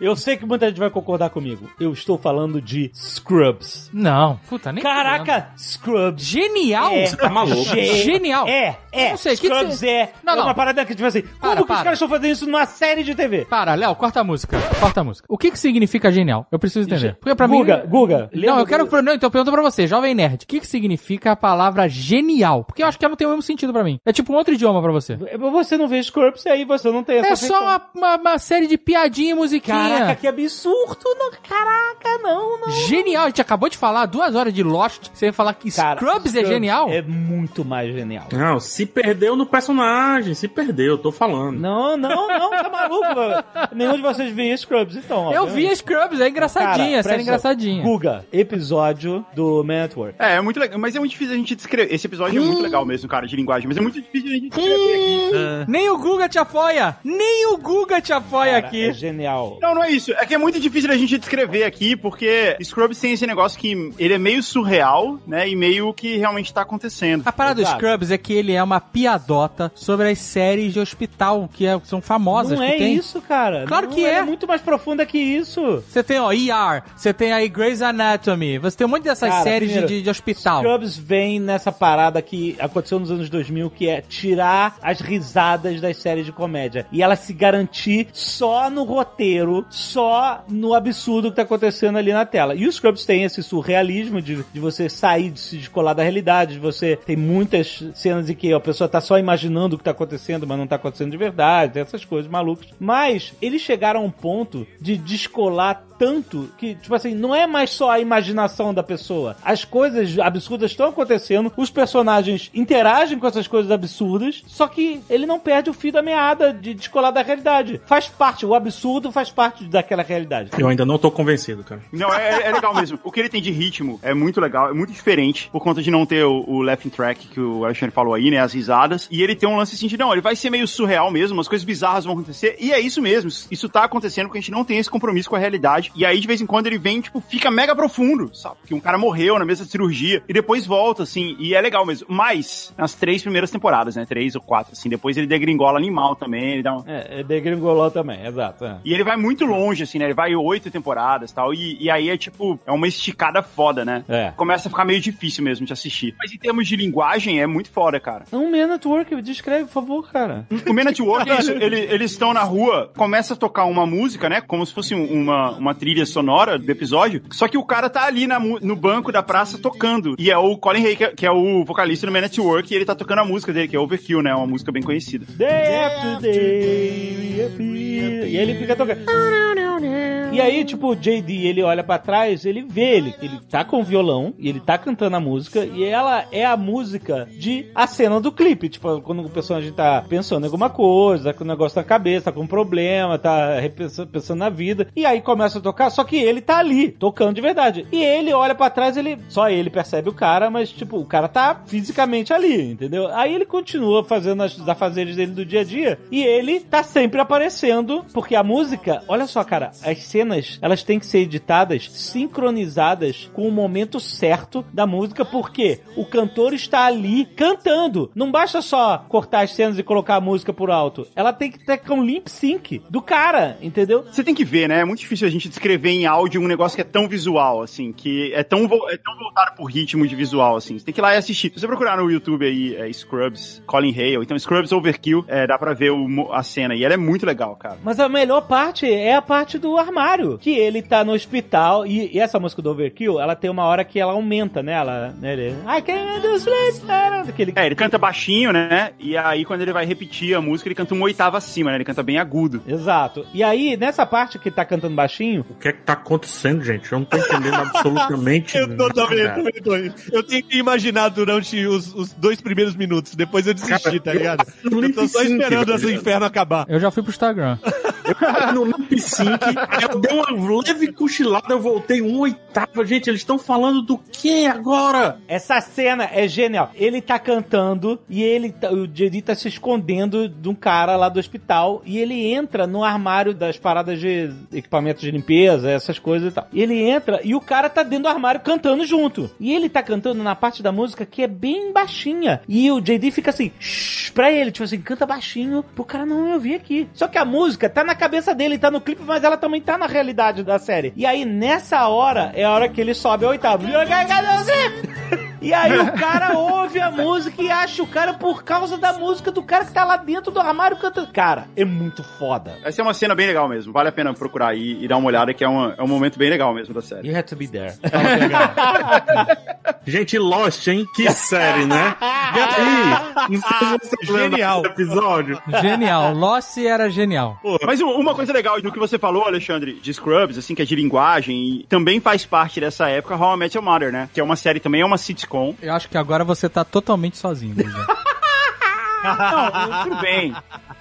Eu sei que muita gente vai concordar comigo. Eu estou falando de Scrubs. Não, puta, nem. Caraca, Scrubs. Genial! É. Você tá maluco? Ge- Genial! É, é. Não sei, o que que Scrubs você- é. Não, é não. uma parada que, tipo assim, como Para, que os para. caras estão fazendo isso numa série de TV? Para, Léo, corta a música. Corta a música. O que que significa genial? Eu preciso entender. Porque pra Guga, mim. Guga, Não, lembra eu quero. do- pro- Não, então eu pergunto pra você, jovem nerd. O que que significa a palavra genial? Porque eu acho que ela não tem o mesmo sentido pra mim. É tipo um outro idioma pra você. Você não vê Scrubs e aí você não tem essa É só questão. uma, uma- uma série de piadinha e musiquinha. Caraca, que absurdo! Não, caraca, não, não. Genial, a gente acabou de falar duas horas de Lost. Você vai falar que Cara, Scrubs, é genial? É muito mais genial. Não, se perdeu no personagem, se perdeu, tô falando. Não, não, não, tá maluco? mano? Nenhum de vocês vê Scrubs, então. Eu obviamente. vi Scrubs, é engraçadinha, Cara, série presta- engraçadinha. Guga, episódio do Man at Work. É, é muito legal, mas é muito difícil a gente descrever. Esse episódio Hum. é muito legal mesmo, cara, de linguagem, mas é muito difícil a gente descrever aqui. Nem o Guga te apoia! Nem o Guga te apoia Cara, aqui! É genial. Não, não é isso. É que é muito difícil a gente descrever aqui, porque Scrubs tem esse negócio que ele é meio surreal, né? E meio que realmente tá acontecendo. A parada do Exato. Scrubs é que ele é uma piadota sobre as séries de hospital que é- são famosas. Não que é tem. isso, cara. Claro Não, que ela é. é muito mais profunda que isso. Você tem, ó, ER, você tem aí Grey's Anatomy, você tem um monte dessas Cara, séries de- primeiro, de, de hospital. Scrubs vem nessa parada que aconteceu nos anos 2000, que é tirar as risadas das séries de comédia. E ela se garantir só no roteiro, só no absurdo que tá acontecendo ali na tela. E o Scrubs tem esse surrealismo de, de você sair, de se descolar da realidade, de você... Tem muitas cenas em que a pessoa tá só imaginando o que tá acontecendo, mas não tá acontecendo de verdade, tem essas coisas malucas. Mas eles chegaram a um ponto de descolar tanto que, tipo assim, não é mais só a imaginação da pessoa. As coisas absurdas estão acontecendo, os personagens interagem com essas coisas absurdas, só que ele não perde o fio da meada de descolar da realidade. Faz parte, o absurdo faz parte daquela realidade. Eu ainda não tô convencido, cara. Não, é, é legal mesmo. O que ele tem de ritmo é muito legal, é muito diferente, por conta de não ter o, o laughing track que o Alexandre falou aí, né? As risadas. E ele tem um lance assim de, não, ele vai ser meio surreal mesmo, as coisas bizarras vão acontecer. E é isso mesmo, isso tá acontecendo porque a gente não tem esse compromisso com a realidade. E aí, de vez em quando, ele vem, tipo, fica mega profundo, sabe? Que um cara morreu na mesa de cirurgia e depois volta, assim, e é legal mesmo. Mas, nas três primeiras temporadas, né? Três ou quatro, assim, depois ele degringola animal também, ele dá um... É, é degringolou também, exato. é. E ele vai muito longe, assim, né? Ele vai oito temporadas tal, e e aí é tipo, é uma esticada foda, né? É. Começa a ficar meio difícil mesmo de assistir. Mas em termos de linguagem, é muito foda, cara. Um Man at Work, descreve, por favor, cara. O Man at Work é isso. Ele- eles estão na rua, começa a tocar uma música, né? Como se fosse um- uma, uma trilha sonora do episódio. Só que o cara tá ali na mu- no banco da praça tocando. E é o Colin Hay, que é, que é o vocalista do Man at Work, e ele tá tocando a música dele, que é Overkill, né? Uma música bem conhecida. Day after day, we appear. E ele fica tocando. E aí, tipo, o JD, ele olha pra trás, ele vê ele, ele tá com o violão, e ele tá cantando a música, e ela é a música de a cena do clipe. Tipo, quando o personagem tá pensando em alguma coisa, tá com o negócio na cabeça, tá com um problema, tá repensando pensando na vida. E aí começa a tocar, só que ele tá ali, tocando de verdade. E ele olha pra trás, ele. Só ele percebe o cara, mas, tipo, o cara tá fisicamente ali, entendeu? Aí ele continua fazendo as afazeres dele do dia a dia, e ele tá sempre aparecendo, porque a música, olha só, cara, as cenas cenas, elas têm que ser editadas sincronizadas com o momento certo da música, porque o cantor está ali cantando. Não basta só cortar as cenas e colocar a música por alto. Ela tem que ter um lip sync do cara, entendeu? Você tem que ver, né? É muito difícil a gente descrever em áudio um negócio que é tão visual, assim, que é tão, vo- é tão voltado pro ritmo de visual, assim. Você tem que ir lá e assistir. Se você procurar no YouTube aí, é, Scrubs, Colin Hale, então Scrubs Overkill, é, dá pra ver o mo- a cena. E ela é muito legal, cara. Mas a melhor parte é a parte do armário. Que ele tá no hospital. E, e essa música do Overkill, ela tem uma hora que ela aumenta, né? Ela. né, Ele, I can't do sleep. É, ele canta baixinho, né? E aí, quando ele vai repetir a música, ele canta uma oitava acima, né? Ele canta bem agudo. Exato. E aí, nessa parte que tá cantando baixinho. O que é que tá acontecendo, gente? Eu não tô entendendo absolutamente Eu tô, também, eu nada. também tô. Eu tentei imaginar durante os, os dois primeiros minutos, depois eu desisti, tá ligado? Eu tô só esperando assim. esse inferno acabar. Eu já fui pro Instagram. no lip sync, eu dei uma leve cochilada, eu voltei um oitava. Gente, eles estão falando do que agora? Essa cena é genial. Ele tá cantando e ele tá- o Jerry tá se escondendo de um cara lá do hospital e ele entra no armário das paradas de equipamentos de limpeza, essas coisas e tal. E Ele entra e o cara tá dentro do armário cantando junto. E ele tá cantando na parte da música que é bem baixinha. E o JD fica assim, shh, pra ele, tipo assim, canta baixinho pro cara não me ouvir aqui. Só que a música tá na cabeça dele, tá no clipe, mas ela também tá na realidade da série. E aí, nessa hora, é a hora que ele sobe a oitava. E aí o cara ouve a música e acha o cara por causa da música do cara que tá lá dentro do armário cantando. Cara, é muito foda. Essa é uma cena bem legal mesmo. Vale a pena procurar aí e dar uma olhada, que é, uma- é um momento bem legal mesmo da série. You had to be there. Gente, Lost, hein? Que série, né? E aí, não sei se vocês lembram Genial. desse episódio. Genial. Lost era genial. Mas u- uma coisa legal do que você falou, Alexandre, de Scrubs, assim, que é de linguagem, e também faz parte dessa época How I Met Your Mother, né? Que é uma série também, é uma sitcom. Eu acho que agora você tá totalmente sozinho. Guga. Não, tudo bem.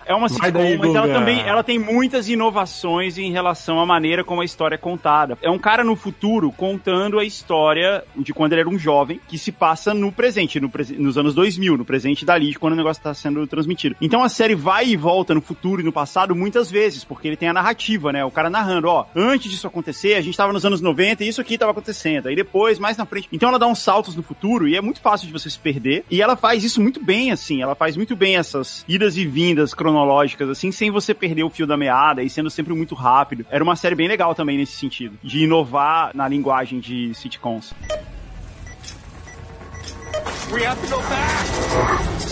É uma Vai sitcom, daí, mas ela Guga. também ela tem muitas inovações em relação à maneira como a história é contada. É um cara no futuro contando a história de quando ele era um jovem, que se passa no presente, no presen- nos anos 2000, no presente dali, de quando o negócio está sendo transmitido. Então a série vai e volta no futuro e no passado muitas vezes, porque ele tem a narrativa, né? O cara narrando, ó, antes disso acontecer, a gente tava nos anos 90 e isso aqui tava acontecendo. Aí depois, mais na frente. Então ela dá uns saltos no futuro e é muito fácil de você se perder. E ela faz isso muito bem, assim. Ela faz muito bem essas idas e vindas cronológicas, assim, sem você perder o fio da meada e sendo sempre muito rápido. Era uma série bem legal também nesse sentido, de inovar na linguagem de sitcoms. We have to go back.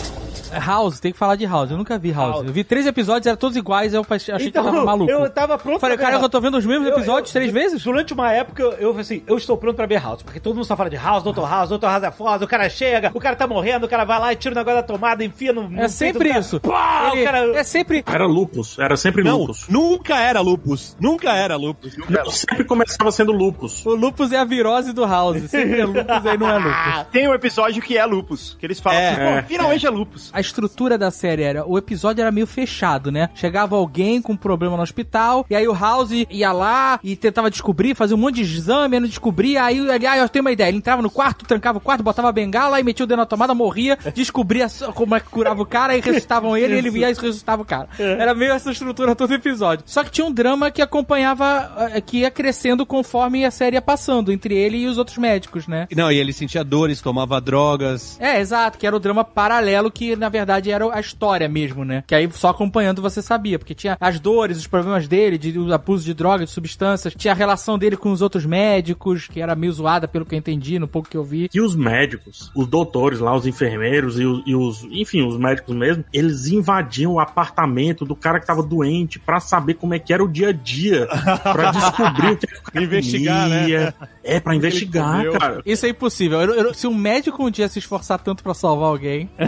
House, tem que falar de House. Eu nunca vi House. Eu vi três episódios, eram todos iguais, eu achei que eu tava maluco. Então, Eu tava pronto Falei, pra ver caramba, eu House. tô vendo os mesmos Eu- episódios eu- três vezes? Durante uma época, eu, eu falei assim, eu estou pronto pra ver House, porque todo mundo só fala de House, Dr. House, Dr. House é foda, o cara chega, o cara tá morrendo, o cara vai lá e tira o negócio da tomada, enfia no... no É peito do sempre cara. isso. Pá, o Ele- cara... É sempre. Era lupus, era sempre Não, lupus. nunca era lupus. Nunca era lupus. Não, sempre começava sendo lupus. O lupus é a virose do House. Sempre é lupus, aí não é lupus. Tem um episódio que é lupus, que eles falam É, assim, "Pô, é. finalmente é lupus. A estrutura da série era, o episódio era meio fechado, né? Chegava alguém com um problema no hospital, e aí o House ia lá e tentava descobrir, fazia um monte de exame, aí não descobria, aí ele, ah, eu tenho uma ideia. Ele entrava no quarto, trancava o quarto, botava a bengala e metia o dedo na tomada, morria, descobria só como é que curava o cara, e ressuscitavam ele, e ele via e ressuscitava o cara. Era meio essa estrutura todo episódio. Só que tinha um drama que acompanhava, eh, que ia crescendo conforme a série ia passando, entre ele e os outros médicos, né? Não, e ele sentia dores, tomava drogas. É, exato, que era o drama paralelo que na verdade era a história mesmo, né? Que aí só acompanhando você sabia, porque tinha as dores, os problemas dele, de, o abuso de drogas, de substâncias, tinha a relação dele com os outros médicos, que era meio zoada pelo que eu entendi, no pouco que eu vi. E os médicos, os doutores lá, os enfermeiros e os, e os- enfim, os médicos mesmo, eles invadiam o apartamento do cara que tava doente pra saber como é que era o dia a dia, Pra descobrir o que, é que o cara Investigar, né? comia. É pra investigar, comeu. cara. Isso é impossível. Eu- eu- se um médico um dia se esforçar tanto pra salvar alguém,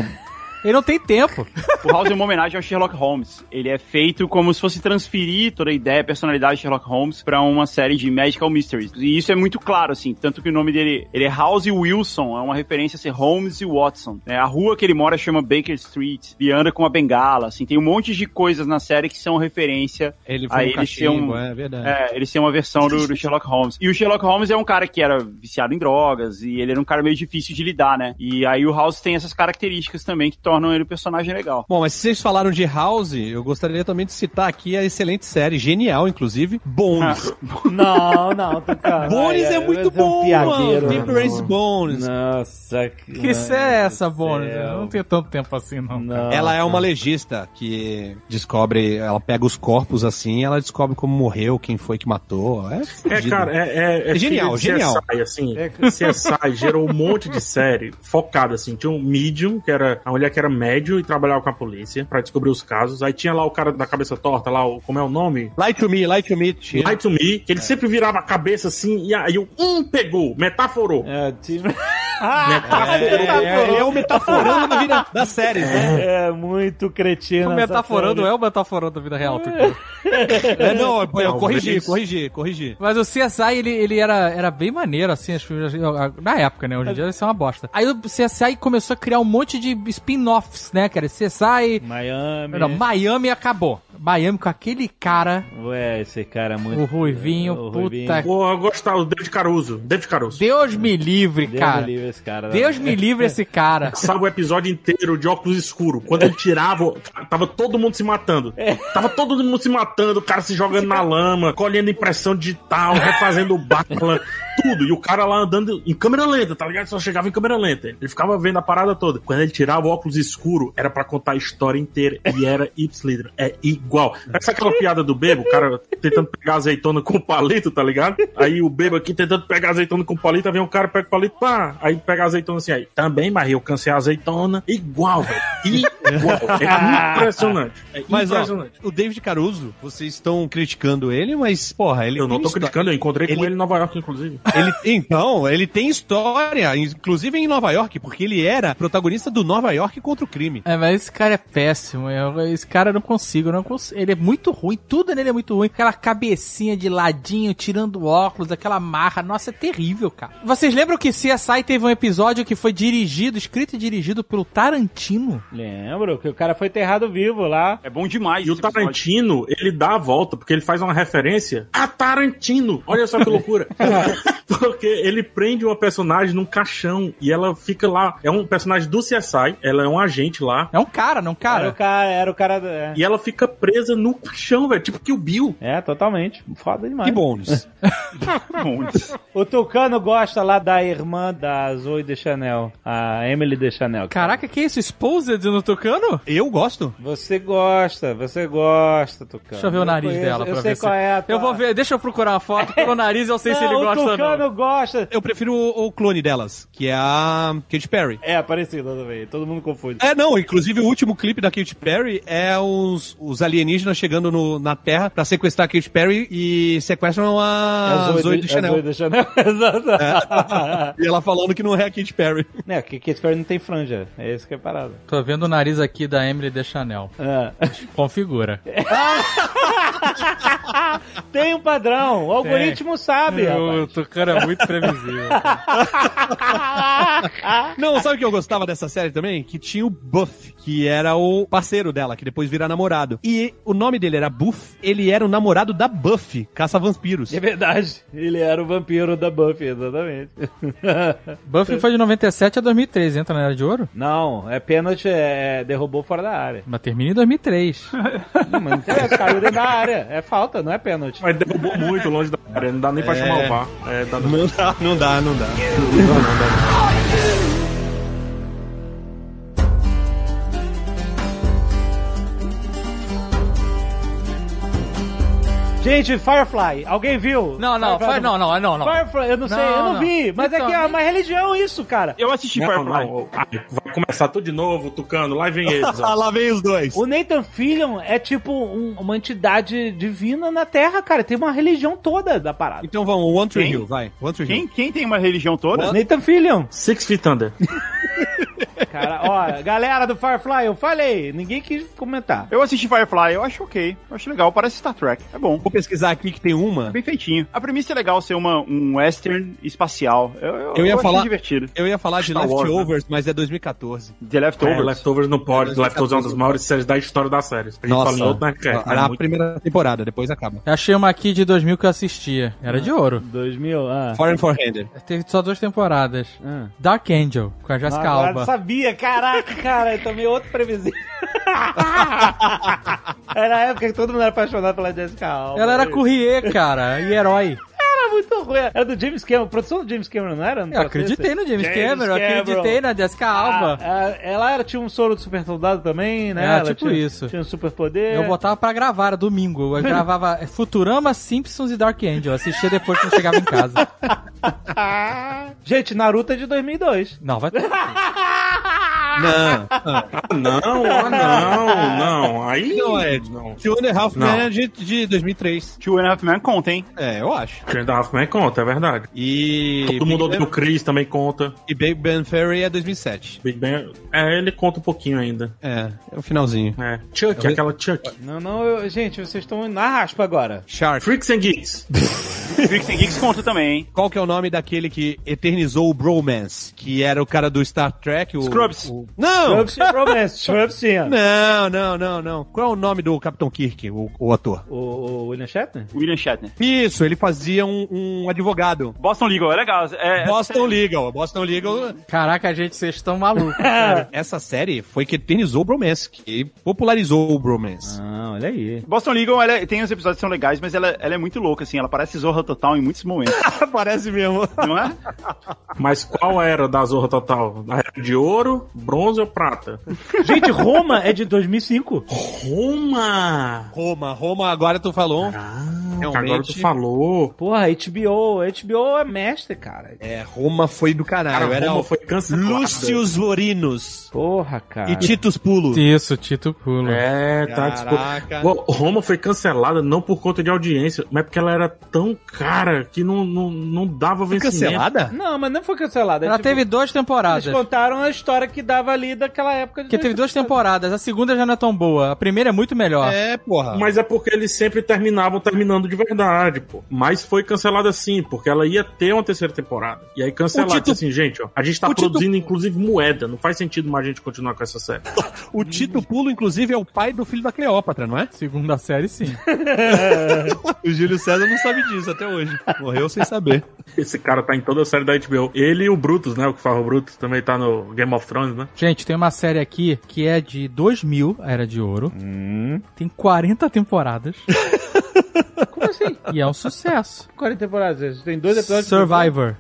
ele não tem tempo. O House é uma homenagem ao Sherlock Holmes. Ele é feito como se fosse transferir toda a ideia, a personalidade de Sherlock Holmes pra uma série de Magical Mysteries. E isso é muito claro, assim, tanto que o nome dele ele é House Wilson, é uma referência a ser Holmes e Watson. né? A rua que ele mora chama Baker Street, ele anda com uma bengala, assim, tem um monte de coisas na série que são referência Ele foi a um ele ser um... cachimbo, é verdade. É, ele ser uma versão do, do Sherlock Holmes. E o Sherlock Holmes é um cara que era viciado em drogas, e ele era um cara meio difícil de lidar, né? E aí o House tem essas características também que tornam tornam ele um personagem legal. Bom, mas se vocês falaram de House, eu gostaria também de citar aqui a excelente série, genial, inclusive, Bones. não, não, tô cara. Bones é, muito bom, mano. Temperance um né? não. Bones. Nossa, que. Que série é essa, Bones? Eu Não tem tanto tempo assim, não. cara. Ela é uma legista que descobre, ela pega os corpos assim, ela descobre como morreu, quem foi que matou. É, É, fudido. cara, é, é, é genial, filho de genial. CSI, assim. CSI gerou um monte de série focada, assim. Tinha um Medium, que era a mulher que era médium e trabalhava com a polícia pra descobrir os casos. Aí tinha lá o cara da cabeça torta, lá, o, como é o nome? Light to me, light to me. Tira. Light to Me, que ele sempre virava a cabeça assim, e aí o um pegou, metaforou. É, tive... tá É, ele é o metaforando da, vida, da série, né? É muito cretino. O essa metaforando série. é o metaforando da vida real, Tucano. É, não, eu, eu Não, corrigi, mas- corrigi, corrigi. Mas o CSI, ele, ele era, era bem maneiro, assim, as, coisas- na época, né? Hoje em dia isso é uma bosta. Aí o CSI começou a criar um monte de spin-offs, né, cara? CSI... é. Miami. Não, Miami acabou. Miami com aquele cara, Ué, esse cara é muito. o Ruivinho, O puta... Ruivinho. Pô, eu gostava do David Caruso. David Caruso. Deus me livre, Deus cara. me livre esse cara. Deus me livre esse cara. Passava o episódio inteiro de óculos escuro. Quando ele tirava, tava todo mundo se matando. Tava todo mundo se matando, o cara se jogando na lama, colhendo impressão digital, refazendo o Batman, tudo. E o cara lá andando em câmera lenta, tá ligado? Só chegava em câmera lenta. Ele ficava vendo a parada toda. Quando ele tirava o óculos escuro, era pra contar a história inteira. E era Ipslidra. É igual. Essa aquela piada do bebo, o cara tentando pegar azeitona com palito, tá ligado? Aí o bebo aqui tentando pegar azeitona com palito, aí vem um cara, pega o palito, pá. Aí pega a azeitona assim, aí. Também, Maria, eu cansei a azeitona. Igual, velho. Igual. É impressionante. É Mas, ó, impressionante. o David Caruso, vocês estão criticando ele, mas, porra, ele eu não tem tô histó- criticando, eu encontrei com ele- ele em Nova York, inclusive. Ele, então, ele tem história, inclusive em Nova York, porque ele era protagonista do Nova York contra o crime. É, mas esse cara é péssimo. eu- esse cara eu não consigo, eu não consigo. Ele é muito ruim, tudo nele é muito ruim. Aquela cabecinha de ladinho, tirando óculos, aquela marra. Nossa, é terrível, cara. Vocês lembram que CSI teve um episódio que foi dirigido, escrito e dirigido pelo Tarantino? Lembro que o cara foi enterrado vivo lá. É bom demais. E o esse episódio. Tarantino, ele dá a volta, porque ele faz uma referência a Tarantino. Olha só que loucura. porque ele prende uma personagem num caixão e ela fica lá. É um personagem do CSI, ela é um agente lá. É um cara, não um Era o cara? cara. Era o cara do- é. E ela fica presa no caixão, velho. Tipo que o Bill. é, totalmente. Foda demais. Que bônus. O Tucano gosta lá da irmã da Zoe de Chanel, a Emily de Chanel. Caraca, que isso? Exposed no Tucano? Eu gosto. Você gosta, você gosta, Tucano. Deixa eu ver o nariz conheço, dela eu pra sei ver se- qual é a tua- Eu vou ver, deixa eu procurar uma foto pelo nariz, eu sei Não, se ele o gosta ou não. Tucano gosta. Eu prefiro o, o clone delas, que é a Katy Perry. É, parecido também. Todo mundo confunde. É, não, inclusive o último clipe da Katy Perry é os, os alienígenas chegando no- na Terra pra sequestrar a Katy Perry e sequestram a, Zoe, do é a Zoe Chanel. de Chanel. Exato. E ela falando que não é a Katy Perry. É, que Katy Perry não tem franja. É isso que é Ah. parado. Tô vendo o nariz aqui da Emily de Chanel. Configura. Tem um padrão. O algoritmo sabe. o rapaz. Tucano é muito previsível. Não, sabe o que eu gostava dessa série também? Que tinha o Buff, que era o parceiro dela, que depois vira namorado. E o nome dele era Buff, ele era o namorado da Buffy, caça-vampiros. É verdade. Ele era o vampiro da Buffy, exatamente. Buffy foi de 97 a 2003, entra na Era de Ouro? Não, é pênalti, é, derrubou fora da área. Mas termina em 2003. Não, mas não interessa, caiu dentro da área. É falta, não é pênalti. Mas derrubou muito longe da área. Não dá nem pra chamar o bar. É, dá- Não dá, não dá, não dá. Gente, Firefly, alguém viu? Não, não, Firefly faz, não, não, é não, não. Firefly, eu não, sei, eu não, não. vi. Mas é Então, que é nem- uma religião isso, cara. Eu assisti Não, Firefly. não. Ah, Vai começar tudo de novo, Tucano. Lá vem eles. Ah, ó. lá vem os dois. O Nathan Fillion é tipo um- uma entidade divina na Terra, cara. Tem uma religião toda da parada. Então vamos, One Tree Quem? Hill, vai. One Tree Quem, Hill. quem tem uma religião toda? Nathan Fillion. Six Feet Under. Cara, ó, galera do Firefly, eu falei, ninguém quis comentar. Eu assisti Firefly, eu acho ok. Eu acho legal, parece Star Trek. É bom. É Vou pesquisar aqui que tem uma. Bem feitinho. A premissa é legal ser uma, um western espacial. Eu, eu, Eu ia achei falar- divertido. Eu ia falar de Star Wars, né? Leftovers, mas é 2014. The É, Leftovers. Leftovers não pode. É, Leftovers é uma das maiores séries da história da série. A gente fala em outro, né? cara? era É a muito- primeira temporada, depois acaba. Eu achei uma aqui de 2000 que eu assistia. Era de ouro. 2000, ah. Foreign Foreigner. Teve só duas temporadas. Ah. Dark Angel, com a Jessica Agora Alba. sabia previsível. Caraca, cara, eu tomei outro previsível. era a época que todo mundo era apaixonado pela Jessica Alba. Ela era courrier, cara, e herói. Era muito ruim. Era do James Cameron. Produção do James Cameron, não era? Não Eu acreditei no James Cameron, eu acreditei na Jessica Alba. Ah, ah, ela era, tinha um soro de super soldado também, né? É, Ela tipo tinha, isso. Tinha um super poder. Eu botava pra gravar, era domingo. Eu gravava Futurama, Simpsons e Dark Angel. Eu Assistia depois quando chegava em casa. Gente, Naruto é de 2002. Não, vai... Não. não, ah, não, não. Aí. Não, é. Não. Two and a Half Não. Men é de, de 2003. Two and a Half Men conta, hein? É, eu acho. Quem da Huffman conta, é verdade. E. Todo mundo odeia Big o Ben, Chris também conta. E Big Ben Ferry é 2007. Big Ben. É, ele conta um pouquinho ainda. É, é o finalzinho. É. Chuck, Eu- aquela Chuck. Não, não, eu- gente, vocês estão na raspa agora. Shark. Freaks and Geeks. Freaks and Geeks conta também, hein? Qual que é o nome daquele que eternizou o Bromance? Que era o cara do Star Trek? O, Scrubs. o- Não! Trump tinha promessa, Trump tinha. Não, não, não, não. Qual é o nome do Capitão Kirk, o, o ator? O, o William Shatner? William Shatner. Isso, ele fazia um, um advogado. Boston Legal, é legal. É, Boston Legal. Boston Legal. Caraca, gente, vocês estão malucos. cara. Essa série foi que eternizou o Bromance, que popularizou o Bromance. Ah, olha aí. Boston Legal, ela é- tem os episódios que são legais, mas ela, ela é muito louca, assim. Ela parece Zorra Total em muitos momentos, Ah, Parece mesmo. não é? Mas qual era da Zorra Total? A era de ouro, bronze ou prata? Gente, Roma é de 2005. Roma! Roma, Roma, agora tu falou. Realmente. Ah, Agora tu falou. Porra, HBO. HBO é mestre, cara. É, Roma foi do caralho. Cara, era Roma o foi cancelada. Lúcius Vorinos Porra, cara. e Titus Pulo. Isso, Tito Pulo. É, tá Caraca. disponível. Bom, Roma foi cancelada não por conta de audiência, mas porque ela era tão cara que não, não, não dava Foi vencimento. cancelada? Não, mas não foi cancelada. Ela Tipo, teve duas temporadas. Eles contaram a história que dava ali daquela época. De Porque teve duas temporadas. A segunda já não é tão boa. A primeira é muito melhor. É, porra. Mas é porque eles sempre terminavam terminando de verdade, pô. Mas foi cancelada sim, porque ela ia ter uma terceira temporada. E aí O cancelaram. Tito- Assim, gente, ó, a gente tá O Tito- produzindo inclusive moeda. Não faz sentido mais a gente continuar com essa série. O Tito Pulo, inclusive, é o pai do filho da Cleópatra, não é? Segunda série, sim. O Júlio César não sabe disso até hoje. Morreu sem saber. Esse cara tá em toda a série da HBO. Ele e o Brutus, né? O que fala o Brutus também tá no Game of Thrones, né? Gente, tem uma série aqui que é de 2000, Era de Ouro. Hum. Tem 40 temporadas. Como assim? E é um sucesso. 40 temporadas. gente. Tem dois episódios. Survivor.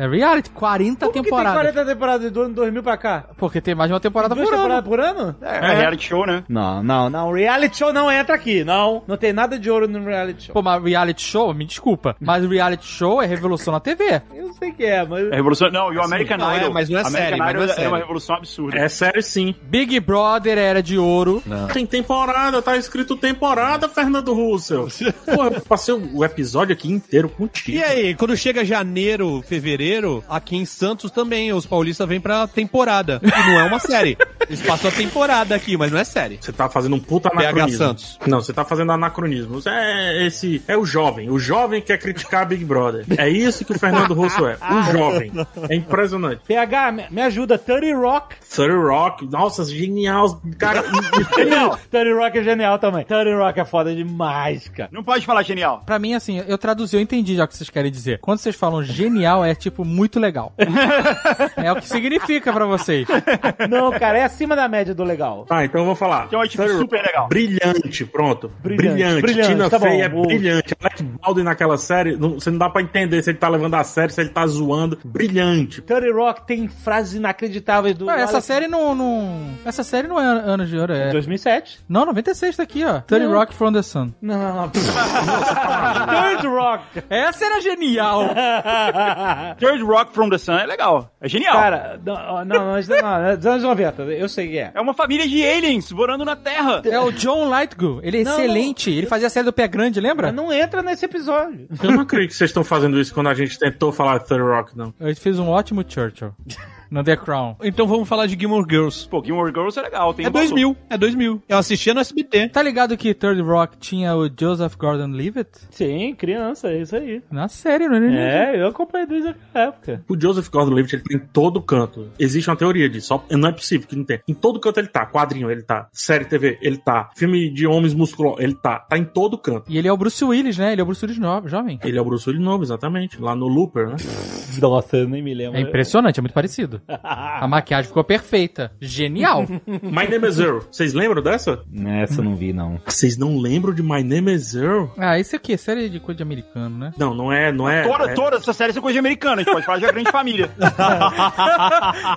É reality, 40 Como que tem temporadas. 40 temporadas do ano 2000 pra cá? Porque tem mais de uma temporada Duas Tá por ano. temporadas por ano? É, reality show, né? Não, não, não. Reality show não entra aqui. Não. Não tem nada de ouro no reality show. Pô, mas reality show, me desculpa, mas reality show é revolução na TV. Eu sei que é, mas. É revolução. Não, e o American não é, Idol. mas não é American série, mas Idol não é série. uma revolução absurda. É sério sim. Big Brother era de ouro. Ah. Tem temporada, tá escrito temporada, Fernando Russell. Pô, eu passei o episódio aqui inteiro contigo. E é aí, quando chega janeiro, fevereiro, aqui em Santos também, os paulistas vêm pra temporada. E não é uma série. Eles passam a temporada aqui, mas não é série. Você tá fazendo um puta PH anacronismo. Santos. Não, você tá fazendo anacronismo. É esse. É o jovem. O jovem quer criticar Big Brother. É isso que o Fernando Russo é. O jovem. É impressionante. PH, me, me ajuda. 30 Rock. 30 Rock, nossa, genial. Cara, Não, 30 Rock é genial também. 30 Rock é foda demais, cara. Não pode falar genial. Pra mim, assim, eu traduzi, eu entendi já o que vocês querem dizer. Quando vocês falam genial, é tipo muito legal. é o que significa pra vocês. Não, cara, é acima da média do legal. Tá, então eu vou falar. Que é um tipo super legal. Brilhante, pronto. Brilhante, Brilhante. brilhante, Tina tá bom, Fey é o- brilhante. Alec Baldwin naquela série, não- você não dá pra entender se ele tá levando a sério, se ele tá zoando. Brilhante. 30 Rock tem frases inacreditáveis do. Ué, Ah, essa Alex- série não, não. Essa série não é an- anos de ouro, é. 2007? Não, 96 tá aqui, ó. Tony Rock from the Sun. Não, não, não. Third Rock. Essa era genial! Third Rock from the Sun é legal. É genial. Cara, não, não, não, isso não, é dos anos 90, eu sei que é. É uma família de aliens morando na Terra. É o John Lightgood. Ele é Não, excelente. Ele fazia a série do Pé Grande, lembra? Mas não entra nesse episódio. Eu não acredito que vocês estão fazendo isso quando a gente tentou falar de 30 Rock, não. Ele fez um ótimo Churchill. No The Crown. Então vamos falar de Gilmore Girls. Pô, Gilmore Girls é legal. Tem É um valor. 2000, é 2000. Eu assistia no SBT. Tá ligado que Third Rock tinha o Joseph Gordon-Levitt? Sim, criança, é isso aí. Na série, não é? É, eu acompanhei desde a época. O Joseph Gordon-Levitt, ele tem em todo canto. Existe uma teoria disso. só- Não é possível que não tenha. Em todo canto ele tá. Quadrinho, ele tá. Série TV, ele tá. Filme de homens musculosos, ele tá. Tá em todo canto. E ele é o Bruce Willis, né? Ele é o Bruce Willis no- jovem. Ele é o Bruce Willis novo, exatamente. Lá no Looper, né? Nossa, eu nem me lembro. É impressionante, é muito parecido. errado. A maquiagem ficou perfeita. Genial. My Name is Earl. Vocês lembram dessa? Essa eu não vi, não. Vocês não lembram de My Name is Earl? Ah, isso é o quê? Série de coisa de americano, né? Não, não é... Não é Toda, é... toda essa série é coisa de americana, a gente pode falar de A Grande Família.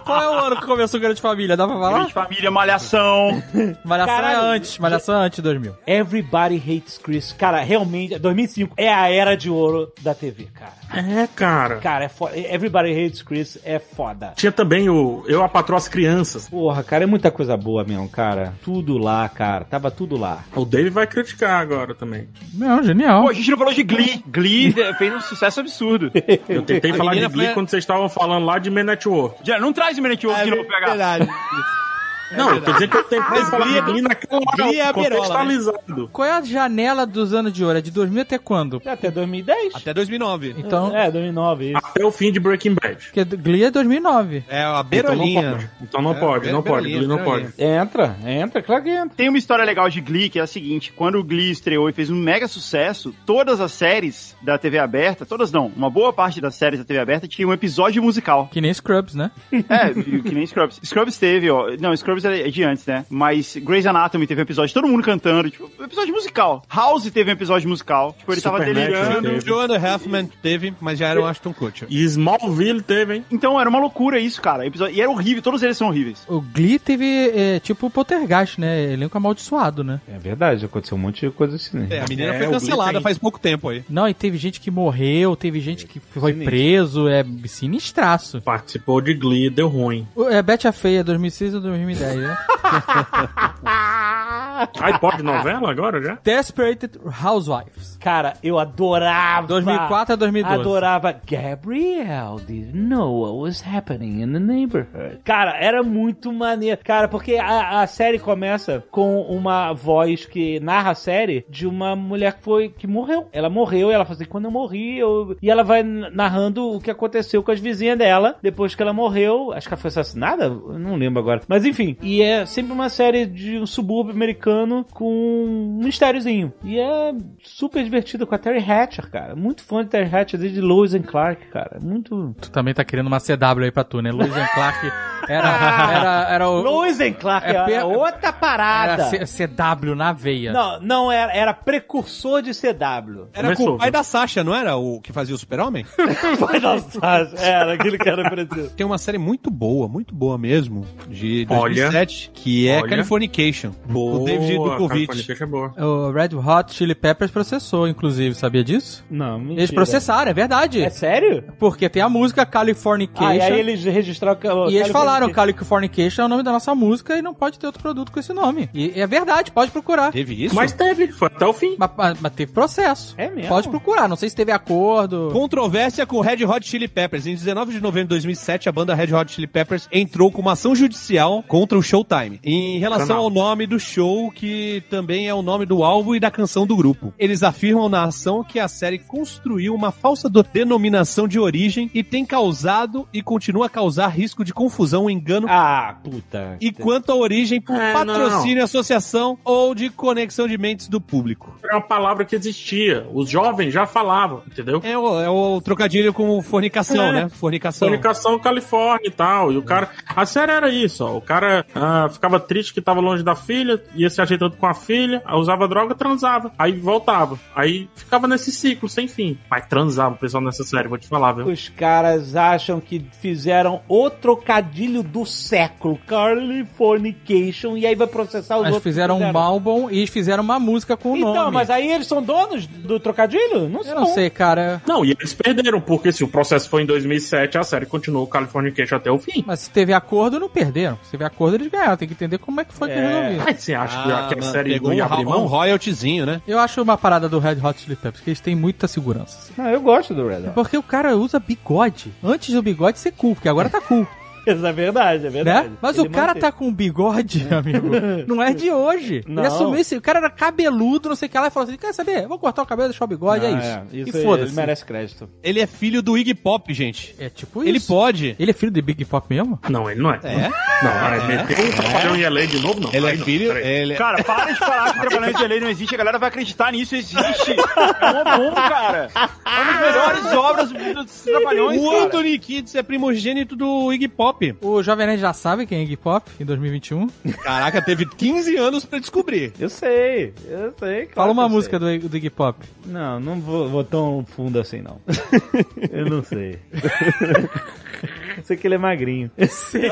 Qual é o ano que começou Grande Família? Dá pra falar? Grande Família, Malhação. Malhação é antes. Malhação é antes de 2000. Everybody Hates Chris. Cara, realmente, 2005 é a era de ouro da TV, cara. É, cara. Cara, é foda. Everybody Hates Chris é foda. Tinha também o Eu, a Patroa, as Crianças. Porra, cara, é muita coisa boa mesmo, cara. Tudo lá, cara. Tava tudo lá. O Dave vai criticar agora também. Não, genial. Pô, a gente não falou de Glee. Glee fez um sucesso absurdo. Eu tentei A falar de menina Glee foi- quando vocês estavam falando lá de Man at War. Já, não traz o Minute É Wolf de novo pegar. É não, eu tô dizendo que eu tentei Mas falar Glee de é- Glee naquela hora, Glee é a berola, contextualizado. Qual é a janela dos anos de ouro? É de 2000 até quando? Até 2010. Até 2009. Então, É, 2009, isso. Até o fim de Breaking Bad. porque Glee é 2009. É a Então não beirolinha. pode. Então não pode, não pode. beirolinha, Glee não beirolinha. pode. Entra, entra, claro que entra. Tem uma história legal de Glee, que é a seguinte: quando o Glee estreou e fez um mega sucesso, todas as séries da TV aberta, todas não, uma boa parte das séries da TV aberta tinha um episódio musical. Que nem Scrubs, né? É, que nem Scrubs. Scrubs teve, ó. Não, Scrubs é de antes, né? Mas Grey's Anatomy teve um episódio, todo mundo cantando, tipo, um episódio musical. House teve um episódio musical. Tipo, ele tava Supernatural né? delirando. teve. Joanna Huffman teve, mas já era o Ashton Kutcher. E Smallville teve, hein? Então era uma loucura isso, cara. Episódio- E era horrível, todos eles são horríveis. O Glee teve, é, tipo, Poltergeist, né? Elenco amaldiçoado, né? É verdade, aconteceu um monte de coisa assim. É, a menina É, foi o Glee cancelada tem- faz pouco tempo aí. Não, e teve gente que morreu, teve gente que foi Sinistro. preso, é sinistraço. Participou de Glee, deu ruim. O- É Bete a Feia, 2006 ou 2010, né? Aí pode novela agora já? Desperate Housewives. Cara, eu adorava. 2004 a 2012. Adorava. Gabriel didn't know what was happening in the neighborhood. Cara, era muito maneiro. Cara, porque a, a série começa com uma voz que narra a série de uma mulher que foi que morreu. Ela morreu e ela fala assim, quando eu morri, eu... E ela vai narrando o que aconteceu com as vizinhas dela depois que ela morreu. Acho que ela foi assassinada? Eu Não lembro agora. Mas enfim. E é sempre uma série de um subúrbio americano com um mistériozinho. E é super divertida com a Terry Hatcher, cara. Muito fã de Terry Hatcher desde Lois and Clark, cara. Muito. Tu também tá querendo uma CW aí pra tu, né? Louis and Clark era, era, era o... Lois and Clark É assim, é, per- outra parada. Era C- CW na veia. Não, não era, era precursor de CW. Era Começou, com o pai viu? da Sasha, não era? O que fazia o super-homem? Vai dar Sasha. é, Era aquilo que era preciso. Tem uma série muito boa, muito boa mesmo, de Olha. 2007, que é Olha. Californication. o David Duchovich. Californication é boa. O Red Hot Chili Peppers processou, inclusive, sabia disso? Não, mentira. Eles processaram, é verdade. É sério? Porque tem a música Ah, e Californication. aí eles registraram... que- E eles falaram, Californication é o nome da nossa música e não pode ter outro produto com esse nome. E é verdade, pode procurar. Teve isso? Mas teve, foi até o fim. Mas, mas- mas teve processo. É mesmo? Pode procurar, não sei se teve acordo. Controvérsia com Red Hot Chili Peppers. Em 19 de novembro de 2007, a banda Red Hot Chili Peppers entrou com uma ação judicial contra o Showtime. Em relação Canal. ao nome do show, que também é o nome do álbum e da canção do grupo. Eles afirmam na ação que a série construiu uma falsa do- denominação de origem e tem causado e continua a causar risco de confusão, engano Ah, puta. e quanto à origem por É, patrocínio, associação ou de conexão de mentes do público. Era uma palavra que existia. Os jovens já falavam, entendeu? É o, é o trocadilho com fornicação, É. né? Fornicação. Comunicação Califórnia e tal. E o cara. A série era isso, ó. O cara ah, ficava triste que tava longe da filha, ia se ajeitando com a filha, usava droga, transava. Aí voltava. Aí ficava nesse ciclo, sem fim. Mas transava o pessoal nessa série, vou te falar, viu? Os caras acham que fizeram o trocadilho do século, Californication, e aí vai processar os Eles outros. fizeram um álbum e fizeram uma música com o Então, nome. mas aí eles são donos do trocadilho? Não Eu são. não sei, cara. Não, e eles perderam, porque se o processo foi em 2007, a série continuou o Californication até o fim. Mas se teve acordo, não perderam. Se teve acordo, eles ganharam. Tem que entender como é que foi que resolvido. Mas você acha Ah, que a mano, série pegou não ia um, abrir ro- um mão? royaltyzinho, né? Eu acho uma parada do Red Hot Chili Peppers, que eles têm muita segurança. assim. Não, Ah, eu gosto do Red Hot. Porque o cara usa bigode. Antes do bigode ser cool, porque agora tá cool, Isso é verdade, é verdade. né? Mas Ele o cara manteve. tá com um bigode, amigo. Não é de hoje. Não. Ele assumiu esse. O cara era cabeludo, não sei o que lá, e falou assim: quer saber? Vou cortar o cabelo, deixar o bigode, é Ah, isso. aí, e Ele foda-se. merece crédito. Ele é filho do Iggy Pop, gente. É tipo Ele isso. pode. Ele é filho de Big Pop mesmo? Não, ele não é. Não, é. meteu o Trapalhão em LA de novo, não. Ele Aí é não, filho. peraí. Ele... Cara, para de falar que trabalhando de lei não existe, a galera vai acreditar nisso, existe. É uma Tá bomba, cara. É uma das melhores obras dos Trapalhões, o cara. Anthony Kids é primogênito do Iggy Pop. Pop. O Jovem Nerd já sabe quem é Iggy Pop em 2021. Caraca, teve 15 anos pra descobrir. Eu sei, eu sei. Claro Fala uma eu sei. música do, do Iggy Pop. Não, não vou, vou tão fundo assim, não. Eu não sei. sei que ele é magrinho. Sei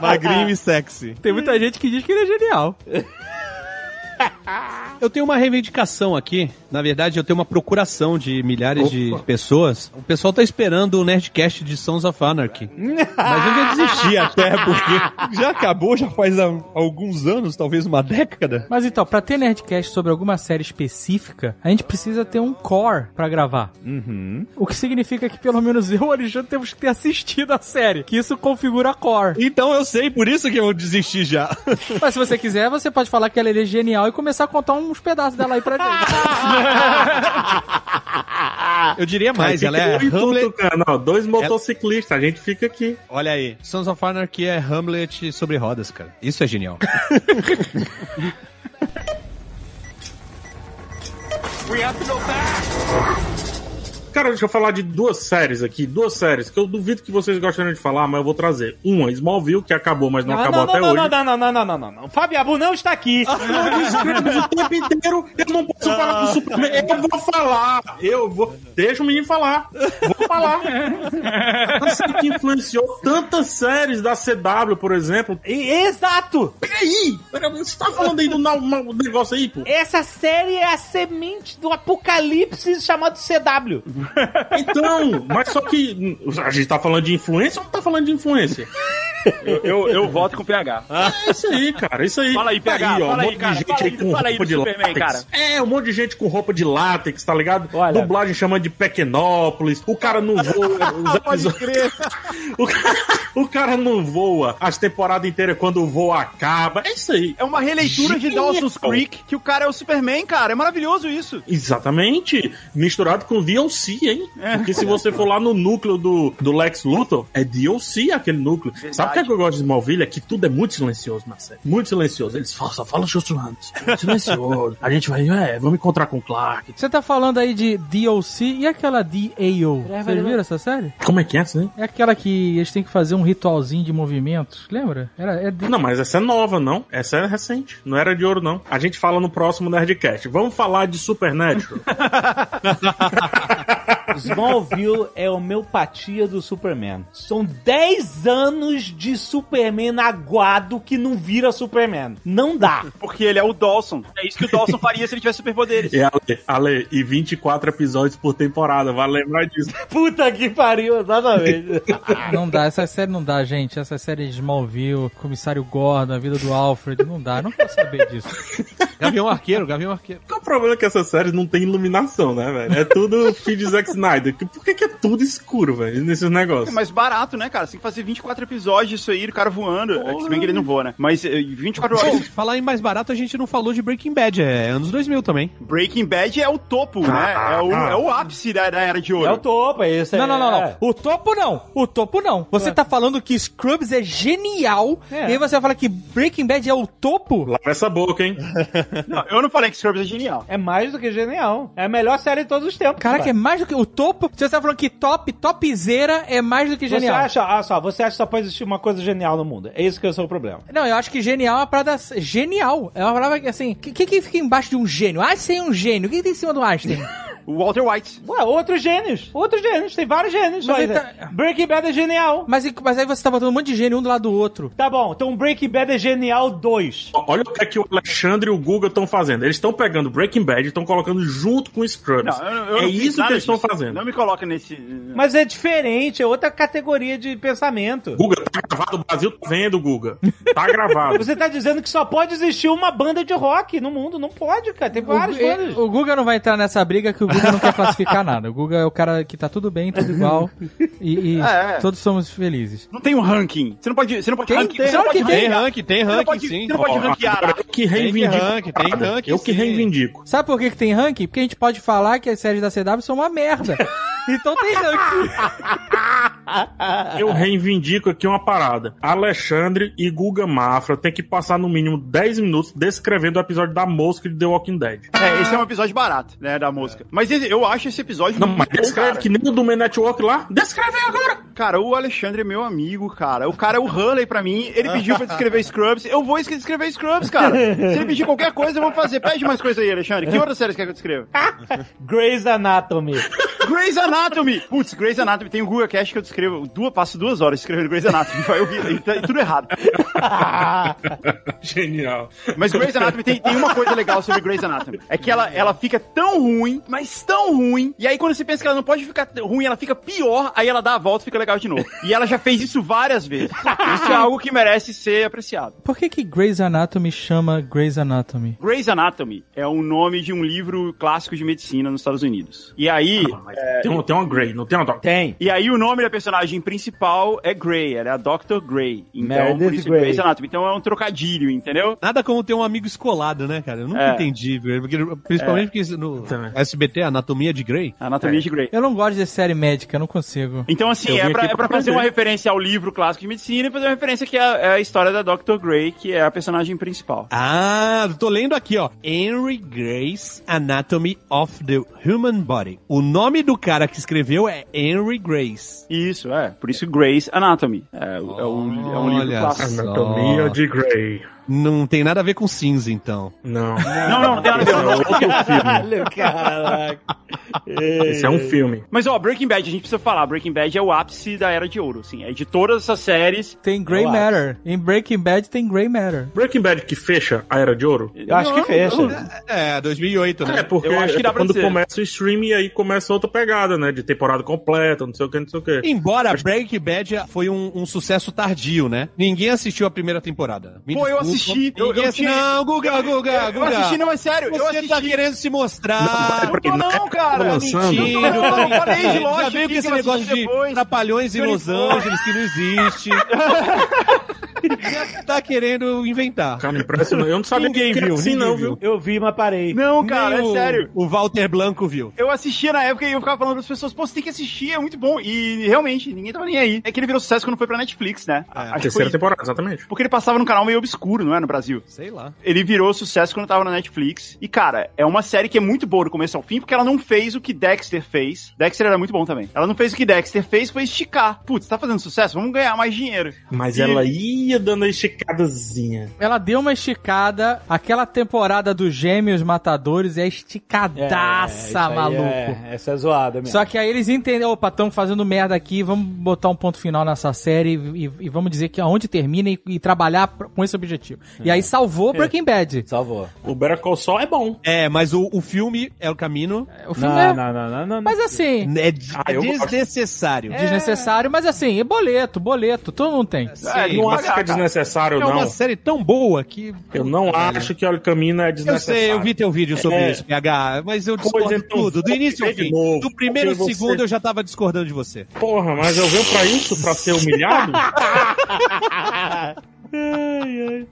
Magrinho e sexy. Tem muita gente que diz que ele é genial. Eu tenho uma reivindicação aqui. Na verdade, eu tenho uma procuração de milhares de pessoas. O pessoal tá esperando o Nerdcast de Sons of Anarchy. Mas eu já desisti até, porque já acabou, já faz há alguns anos, talvez uma década. Mas então, pra ter Nerdcast sobre alguma série específica, a gente precisa ter um core pra gravar. Uhum. O que significa que pelo menos eu e o Alexandre temos que ter assistido a série, que isso configura core. Então eu sei, por isso que eu desisti já. Mas se você quiser, você pode falar que ela é genial e começar a contar uns pedaços dela aí pra gente. Eu diria mais, Aí ela fica eu é e tu, Hamlet. cara. Não, dois motociclistas, a gente fica aqui. Olha aí, Sons of Anarchy é Hamlet sobre rodas, cara. Isso é genial. We have to go back. Cara, deixa eu falar de duas séries aqui. Duas séries que eu duvido que vocês gostariam de falar, mas eu vou trazer. Uma, Smallville, que acabou, mas não, Não, acabou não, até não, hoje. não, não, não, não, não, não, não, não. Fabiabu não está aqui. Eu descrevo o tempo inteiro, eu não posso Ah. falar do Superman. Eu vou falar, eu vou. Deixa o menino falar. Vou falar. Não sei que influenciou tantas séries da CW, por exemplo. E- Exato! Peraí! peraí, Você tá falando aí do na- um negócio aí, pô? Essa série é a semente do apocalipse chamado CW. Então, mas só que. hum, A gente tá falando de influência ou não tá falando de influência? Eu, eu, eu voto com o PH. É isso aí, cara. Isso aí. Fala aí, Tá PH, ó, fala aí, um monte cara, de gente fala aí aí, com fala aí roupa do de Superman, látex. É, um monte de gente com roupa de látex, tá ligado? Olha. Dublagem chamando de Pequenópolis. O cara não voa. os episódios- o, cara, o cara não voa. As temporadas inteiras quando o voo acaba. É isso aí. É uma releitura de Genial. Dawson's Creek, que o cara é o Superman, cara. É maravilhoso isso. Exatamente. Misturado com DLC, hein? Porque se você for lá no núcleo do, do Lex Luthor, é DLC aquele núcleo. Sabe o que, é que eu gosto de Smallville? É que tudo é muito silencioso na série. Muito silencioso. Eles falam, só falam sussurrantes. Muito silencioso. A gente vai, é, vamos encontrar com o Clark. Você tá falando aí de DOC e aquela DAO? Vocês viram essa série? Como é que é isso, né? É aquela que eles têm que fazer um ritualzinho de movimentos, lembra? Era, é Não, mas essa é nova, não. Essa é recente. Não era de ouro, não. A gente fala no próximo Nerdcast. Vamos falar de Supernatural. Smallville é a homeopatia do Superman. São 10 anos de Superman aguado que não vira Superman. Não dá. Porque ele é o Dawson. É isso que o Dawson faria se ele tivesse superpoderes. e, É, Ale, Ale, e 24 episódios por temporada. Vale lembrar disso. Puta que pariu, exatamente. Não dá, essa série não dá, gente. Essa série de Smallville, Comissário Gordon, a vida do Alfred, não dá. Não posso saber disso. Gavião Arqueiro, Gavião Arqueiro. Qual o problema é que essa série não tem iluminação, né, velho? É tudo feed Zack Snyder. Que- Por que, que é tudo escuro, velho, nesses É negócios? mais barato, né, cara? Você tem que fazer 24 episódios disso aí, o cara voando. É que Se bem que ele não voa, né? Mas eh, 24 Bom, horas. falar em mais barato, a gente não falou de Breaking Bad. É anos 2000 também. Breaking Bad é o topo, né? É o, é o ápice da, da Era de Ouro. É o topo, é isso aí. Não, não, não, não. O topo não. O topo não. É. Você tá falando que Scrubs é genial É. e aí você fala que Breaking Bad é o topo? Lava essa boca, hein? Não, eu não falei que Scrubs é genial. É mais do que genial. É a melhor série de todos os tempos. Caraca, é mais do que o topo. Você tá falando que top, topzera é mais do que Você genial. acha, ah, só, você acha que só pode existir uma coisa genial no mundo. É isso que eu sou o problema. Não, eu acho que genial é uma parada genial. É uma palavra que assim, o que, que que fica embaixo de um gênio? Einstein é um gênio. O que, que tem em cima do Einstein? O Walter White. Ué, outros gênios. Outros gênios. Tem vários gênios. Mas Só ele isso. tá- Breaking Bad é genial. mas, e- mas aí você tá botando um monte de gênio um do lado do outro. Tá bom, então Breaking Bad é genial 2. Olha o que, é que o Alexandre e o Guga estão fazendo. Eles estão pegando Breaking Bad e estão colocando junto com Scrubs. Não, eu, eu é não fiz isso nada que eles estão disso. fazendo. Não me coloca nesse. Mas é diferente, é outra categoria de pensamento. Guga, tá gravado. O Brasil tá vendo, Guga. Tá gravado. Você tá dizendo que só pode existir uma banda de rock no mundo. Não pode, cara. Tem várias Gu- eh, bandas. o Guga não vai entrar nessa briga que o Guga não quer classificar nada. O Guga é o cara que tá tudo bem, tudo igual. E, e É, é. todos somos felizes. Não tem um ranking. Você não pode. Você não pode Tem- ranking. tem- você não claro pode que tem. ranking. ranking, tem Você não ranking, pode, sim. você não pode Ó, ranquear. né? Agora, eu que reivindico. ranking, tem parada. ranking, Eu que sim. reivindico. Sabe por que, que tem ranking? Porque a gente pode falar que as séries da CW são uma merda. Então tem ranking. Ah. Eu reivindico aqui uma parada. Alexandre e Guga Mafra tem que passar no mínimo 10 minutos descrevendo o episódio da mosca de The Walking Dead. É, esse é um episódio barato, né? Da música. Mas esse- eu acho esse episódio. Não, muito mas bom, descreve cara. que nem o do Man Network lá. Descreve aí agora! Cara, o Alexandre é meu amigo, cara. O cara é o Hurley pra mim. Ele pediu pra descrever Scrubs. Eu vou descrever Scrubs, cara. Se ele pedir qualquer coisa, eu vou fazer. Pede mais coisa aí, Alexandre. Que outras séries quer que eu descreva? Grey's Anatomy. Grey's Anatomy! Putz, Grey's Anatomy tem o Google Cash que eu descrevo. Duas, passo duas horas escrevendo Grey's Anatomy. Vai ouvir. E tá- e tudo errado. Genial. Mas Grey's Anatomy tem, tem uma coisa legal sobre Grey's Anatomy. É que ela, ela fica tão ruim, mas tão ruim. E aí quando você pensa que ela não pode ficar t- ruim, ela fica pior. Aí ela dá a volta e fica legal de novo. E ela já fez isso várias vezes. Isso é algo que merece ser apreciado. Por que que Grey's Anatomy chama Grey's Anatomy? Grey's Anatomy é o nome de um livro clássico de medicina nos Estados Unidos. E aí. é, Tem, um- tem uma Grey, não tem uma Doc. Tem. E aí o nome da personagem principal é Grey, ela é a Dr. Grey. Então, por Meredith isso Grey. é Grey's Anatomy. Então é um trocadilho, entendeu? Nada como ter um amigo escolado, né, cara? Eu nunca É. entendi. porque- principalmente porque no SBT, a Anatomia de Grey. Anatomia de Grey. Eu não gosto de série médica, eu não consigo. Então, assim, é pra, é pra fazer uma referência ao livro clássico de medicina e fazer uma referência que é a, é a história da Dr. Grey, que é a personagem principal. Ah, tô lendo aqui, ó. Henry Gray's Anatomy of the Human Body. O nome do cara que escreveu é Henry Grace. Isso, é. Por isso Grey's Anatomy. É, o- é um, é um livro Olha clássico. só. Anatomia de Grey. Não tem nada a ver com cinza, então. Não. Não, não, não tem nada a ver. É Caraca. Esse é um filme. Mas, ó, Breaking Bad, a gente precisa falar. Breaking Bad é o ápice da Era de Ouro, assim. É de todas essas séries. Tem Grey É o ápice. Matter. Em Breaking Bad tem Grey Matter. Breaking Bad que fecha a Era de Ouro? Eu acho que fecha. É, 2008, né? É, porque Eu acho que dá pra quando dizer. começa o streaming, aí começa outra pegada, né? De temporada completa, não sei o que, não sei o que. Embora Breaking Bad foi um, um sucesso tardio, né? Ninguém assistiu a primeira temporada. Me Pô, eu desculpa. assisti. Eu, Ninguém eu assi- Não, Guga, Guga, Eu- Eu Guga. assisti, não, é sério. eu Você assisti. tá querendo se mostrar. Não, não, é assim? tô não cara. Tá mentindo, Não, tá eu falei de mentindo. lógica Já aqui veio com que esse eu assisti negócio de depois. trapalhões em Que Los uniforme. Angeles que não existe. tá querendo inventar. Cara, impressionante. Eu não sabia ninguém que era viu, assim, ninguém não, viu. Eu vi, mas parei. Não, cara, Nem é o- sério. O Walter Blanco viu. Eu assistia na época e eu ficava falando pras pessoas, pô, você tem que assistir, é muito bom. E realmente, ninguém tava nem aí. É que ele virou sucesso quando foi pra Netflix, né? Acho A que terceira foi- temporada, exatamente. Porque ele passava num canal meio obscuro, não é? No Brasil. Sei lá. Ele virou sucesso quando tava na Netflix. E, cara, é uma série que é muito boa do começo ao fim, porque ela não fez o que Dexter fez. Dexter era muito bom também. Ela não fez o que Dexter fez, foi esticar. Putz, tá fazendo sucesso? Vamos ganhar mais dinheiro. Mas E- ela ia dando a esticadazinha. Ela deu uma esticada, aquela temporada dos Gêmeos Matadores é É, esticadaça, maluco. essa é zoada mesmo. Só que aí eles entendem, opa, estamos fazendo merda aqui, vamos botar um ponto final nessa série e, e- e vamos dizer que aonde termina e, e trabalhar pr- com esse objetivo. E aí salvou É. Breaking Bad. Salvou. O Better Call Saul é bom. É, mas o, o filme é o caminho. O filme Não, é, não, não, não, não. mas assim, é É, de- Ah, é eu gosto. desnecessário. desnecessário, mas assim, é boleto, boleto, todo mundo tem. É, tem não que acho que é pagar, cara. desnecessário, É uma não. série tão boa que. Eu não acho que o Camino é Eu desnecessário. sei, eu vi teu vídeo sobre É. isso, PH, mas eu discordo Pois de então, tudo, do início ao de fim. novo, do primeiro ao porque você- segundo eu já tava discordando de você. Porra, mas eu venho pra isso, pra ser humilhado?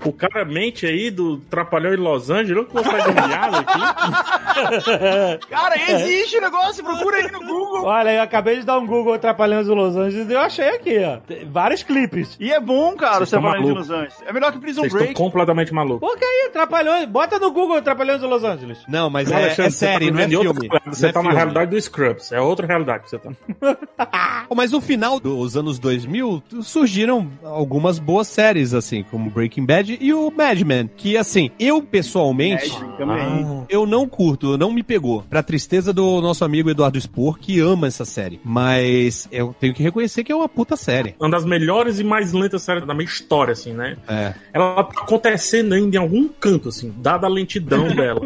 O cara mente aí do Trapalhão em Los Angeles, eu que vou fazer humilhado aqui. Cara, existe o negócio, procura aí no Google. Olha, eu acabei de dar um Google atrapalhando os Los Angeles e eu achei aqui, ó. Tem vários clipes. E é bom, cara, Vocês você tão falando de maluco. Los Angeles. É melhor que Prison Vocês estão Break. completamente malucos. Pô, que aí, atrapalhou. Bota no Google atrapalhando os Los Angeles. Não, mas Não, é, Alexandre, é você tá série, não é vivendo em outra filme. realidade, Não Você é tá na filme. realidade do Scrubs. É outra realidade que você tá. Mas no final dos anos 2000, surgiram algumas boas séries, assim, como Breaking Bad e o Mad Men, que, assim, eu pessoalmente... Magic também. Eu não curto, não me pegou. Pra tristeza do nosso amigo Eduardo Spor, que ama essa série. Mas eu tenho que reconhecer que é uma puta série. Uma das melhores e mais lentas séries da minha história, assim, né? É. Ela tá acontecendo ainda em algum canto, assim, dada a lentidão dela.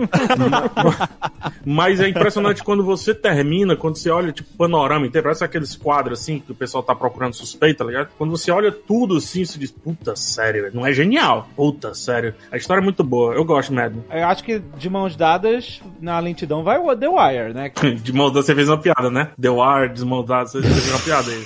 Mas é impressionante quando você termina, quando você olha, tipo, panorama inteiro, parece aqueles quadros, assim, que o pessoal tá procurando suspeito, tá ligado? Quando você olha tudo, assim, você diz, puta sério, velho, não é genial? Puta sério. A história é muito boa, eu gosto, Madden. Eu acho que de mãos dadas, na lentidão, vai o The Wire, né? De mão dada, você fez uma piada, né? Deu ar, desmoldado, você fez uma piada aí.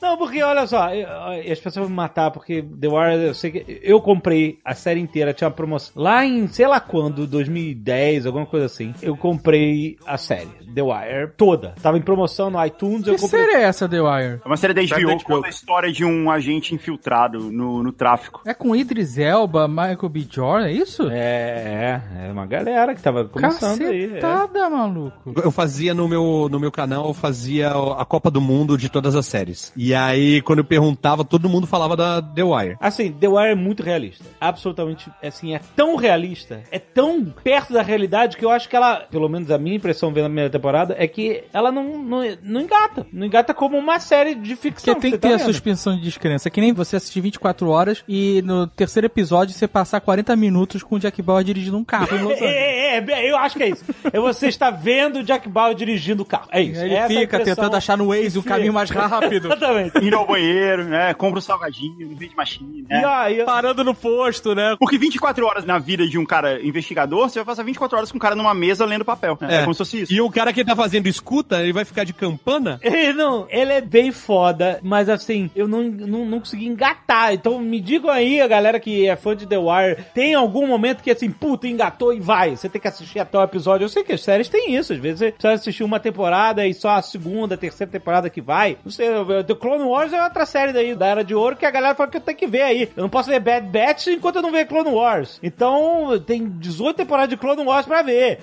Não, porque olha só, eu- eu- as pessoas vão me matar, porque The Wire, eu sei que. Eu comprei a série inteira, tinha uma promoção. Lá em, sei lá quando, 2010, alguma coisa assim, eu comprei a série, The Wire, toda. Tava em promoção no iTunes, eu Que comprei. série é essa, The Wire? É uma série da Série da HBO HBO. que conta a história de um agente infiltrado no, no tráfico. É com Idris Elba, Michael B. Jordan, é isso? É, é, é uma galera que tava começando aí. é. Cacetada, maluco. Eu fazia no meu, no meu canal, eu fazia a Copa do Mundo de todas as séries. E aí, quando eu perguntava, todo mundo falava da The Wire. Assim, The Wire é muito realista. Absolutamente, assim, é tão realista, é tão perto da realidade que eu acho que ela, pelo menos a minha impressão vendo a primeira temporada, é que ela não, não, não engata. Não engata como uma série de ficção. Porque tem que você tá ter a vendo. suspensão de descrença. É Que nem você assistir 24 horas e no terceiro episódio você passar 40 minutos com o Jack Bauer dirigindo um carro. em Los Angeles. É, é, é, eu acho que é isso. É você está vendo o Jack Bauer dirigindo o carro. É isso. Ele fica tentando achar no Waze o caminho mais rápido. Exatamente. Ir ao banheiro, né? Compra um salgadinho, um vende machine, É. né? Parando no posto, né? Porque 24 horas na vida de um cara investigador, você vai passar 24 horas com um cara numa mesa lendo papel. né? É, como se fosse isso. E o cara que tá fazendo escuta, ele vai ficar de campana? Ele não, ele é bem foda, mas assim, eu não, não, não consegui engatar. Então me digam aí, a galera que é fã de The Wire, tem algum momento que assim, puta, engatou e vai. Você tem que assistir até o episódio. Eu sei que as séries têm isso, às vezes você precisa assistir uma temporada e só a segunda, terceira temporada que vai. Não sei, eu- eu- The Clone Wars é outra série daí, da Era de Ouro, que a galera fala que eu tenho que ver aí. Eu não posso ver Bad Batch enquanto eu não ver Clone Wars. Então, tem 18 temporadas de Clone Wars pra ver.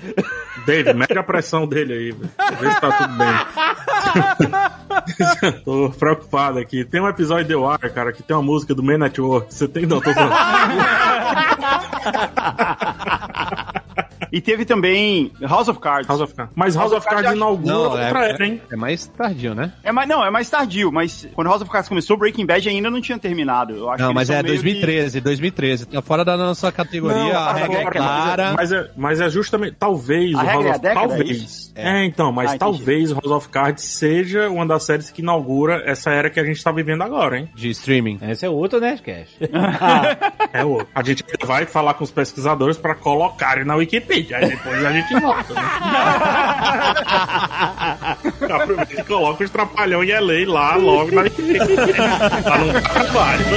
Dave, mede a pressão dele aí, velho. Vê se tá tudo bem. tô preocupado aqui. Tem um episódio de Wire, cara, que tem uma música do Man Network. Você tem. Não, tô falando. E teve também House of Cards. House of Cards. Mas House of Cards já- inaugura outra era, hein? é mais tardio, né? É mais, não, é mais tardio, mas quando House of Cards começou, Breaking Bad ainda não tinha terminado. Eu acho que Não, eles mas são é meio que- 2013, 2013. Tá fora da nossa categoria, Não, a tá regra é fora, clara. Mas é, mas é justamente. Talvez A o regra House é a of década, é Talvez. isso? É, então, mas Ah, entendi. talvez o House of Cards seja uma das séries que inaugura essa era que a gente tá vivendo agora, hein? De streaming. Esse é outro Nerdcast. É o. A gente vai falar com os pesquisadores pra colocarem na Wikipedia. Aí depois a gente volta. Né? Aproveita e coloca os trapalhão e é lei lá logo na Wikipedia. Pra não ficar válido.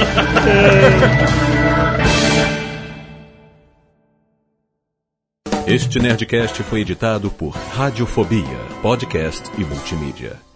Este Nerdcast foi editado por Radiofobia, podcast e multimídia.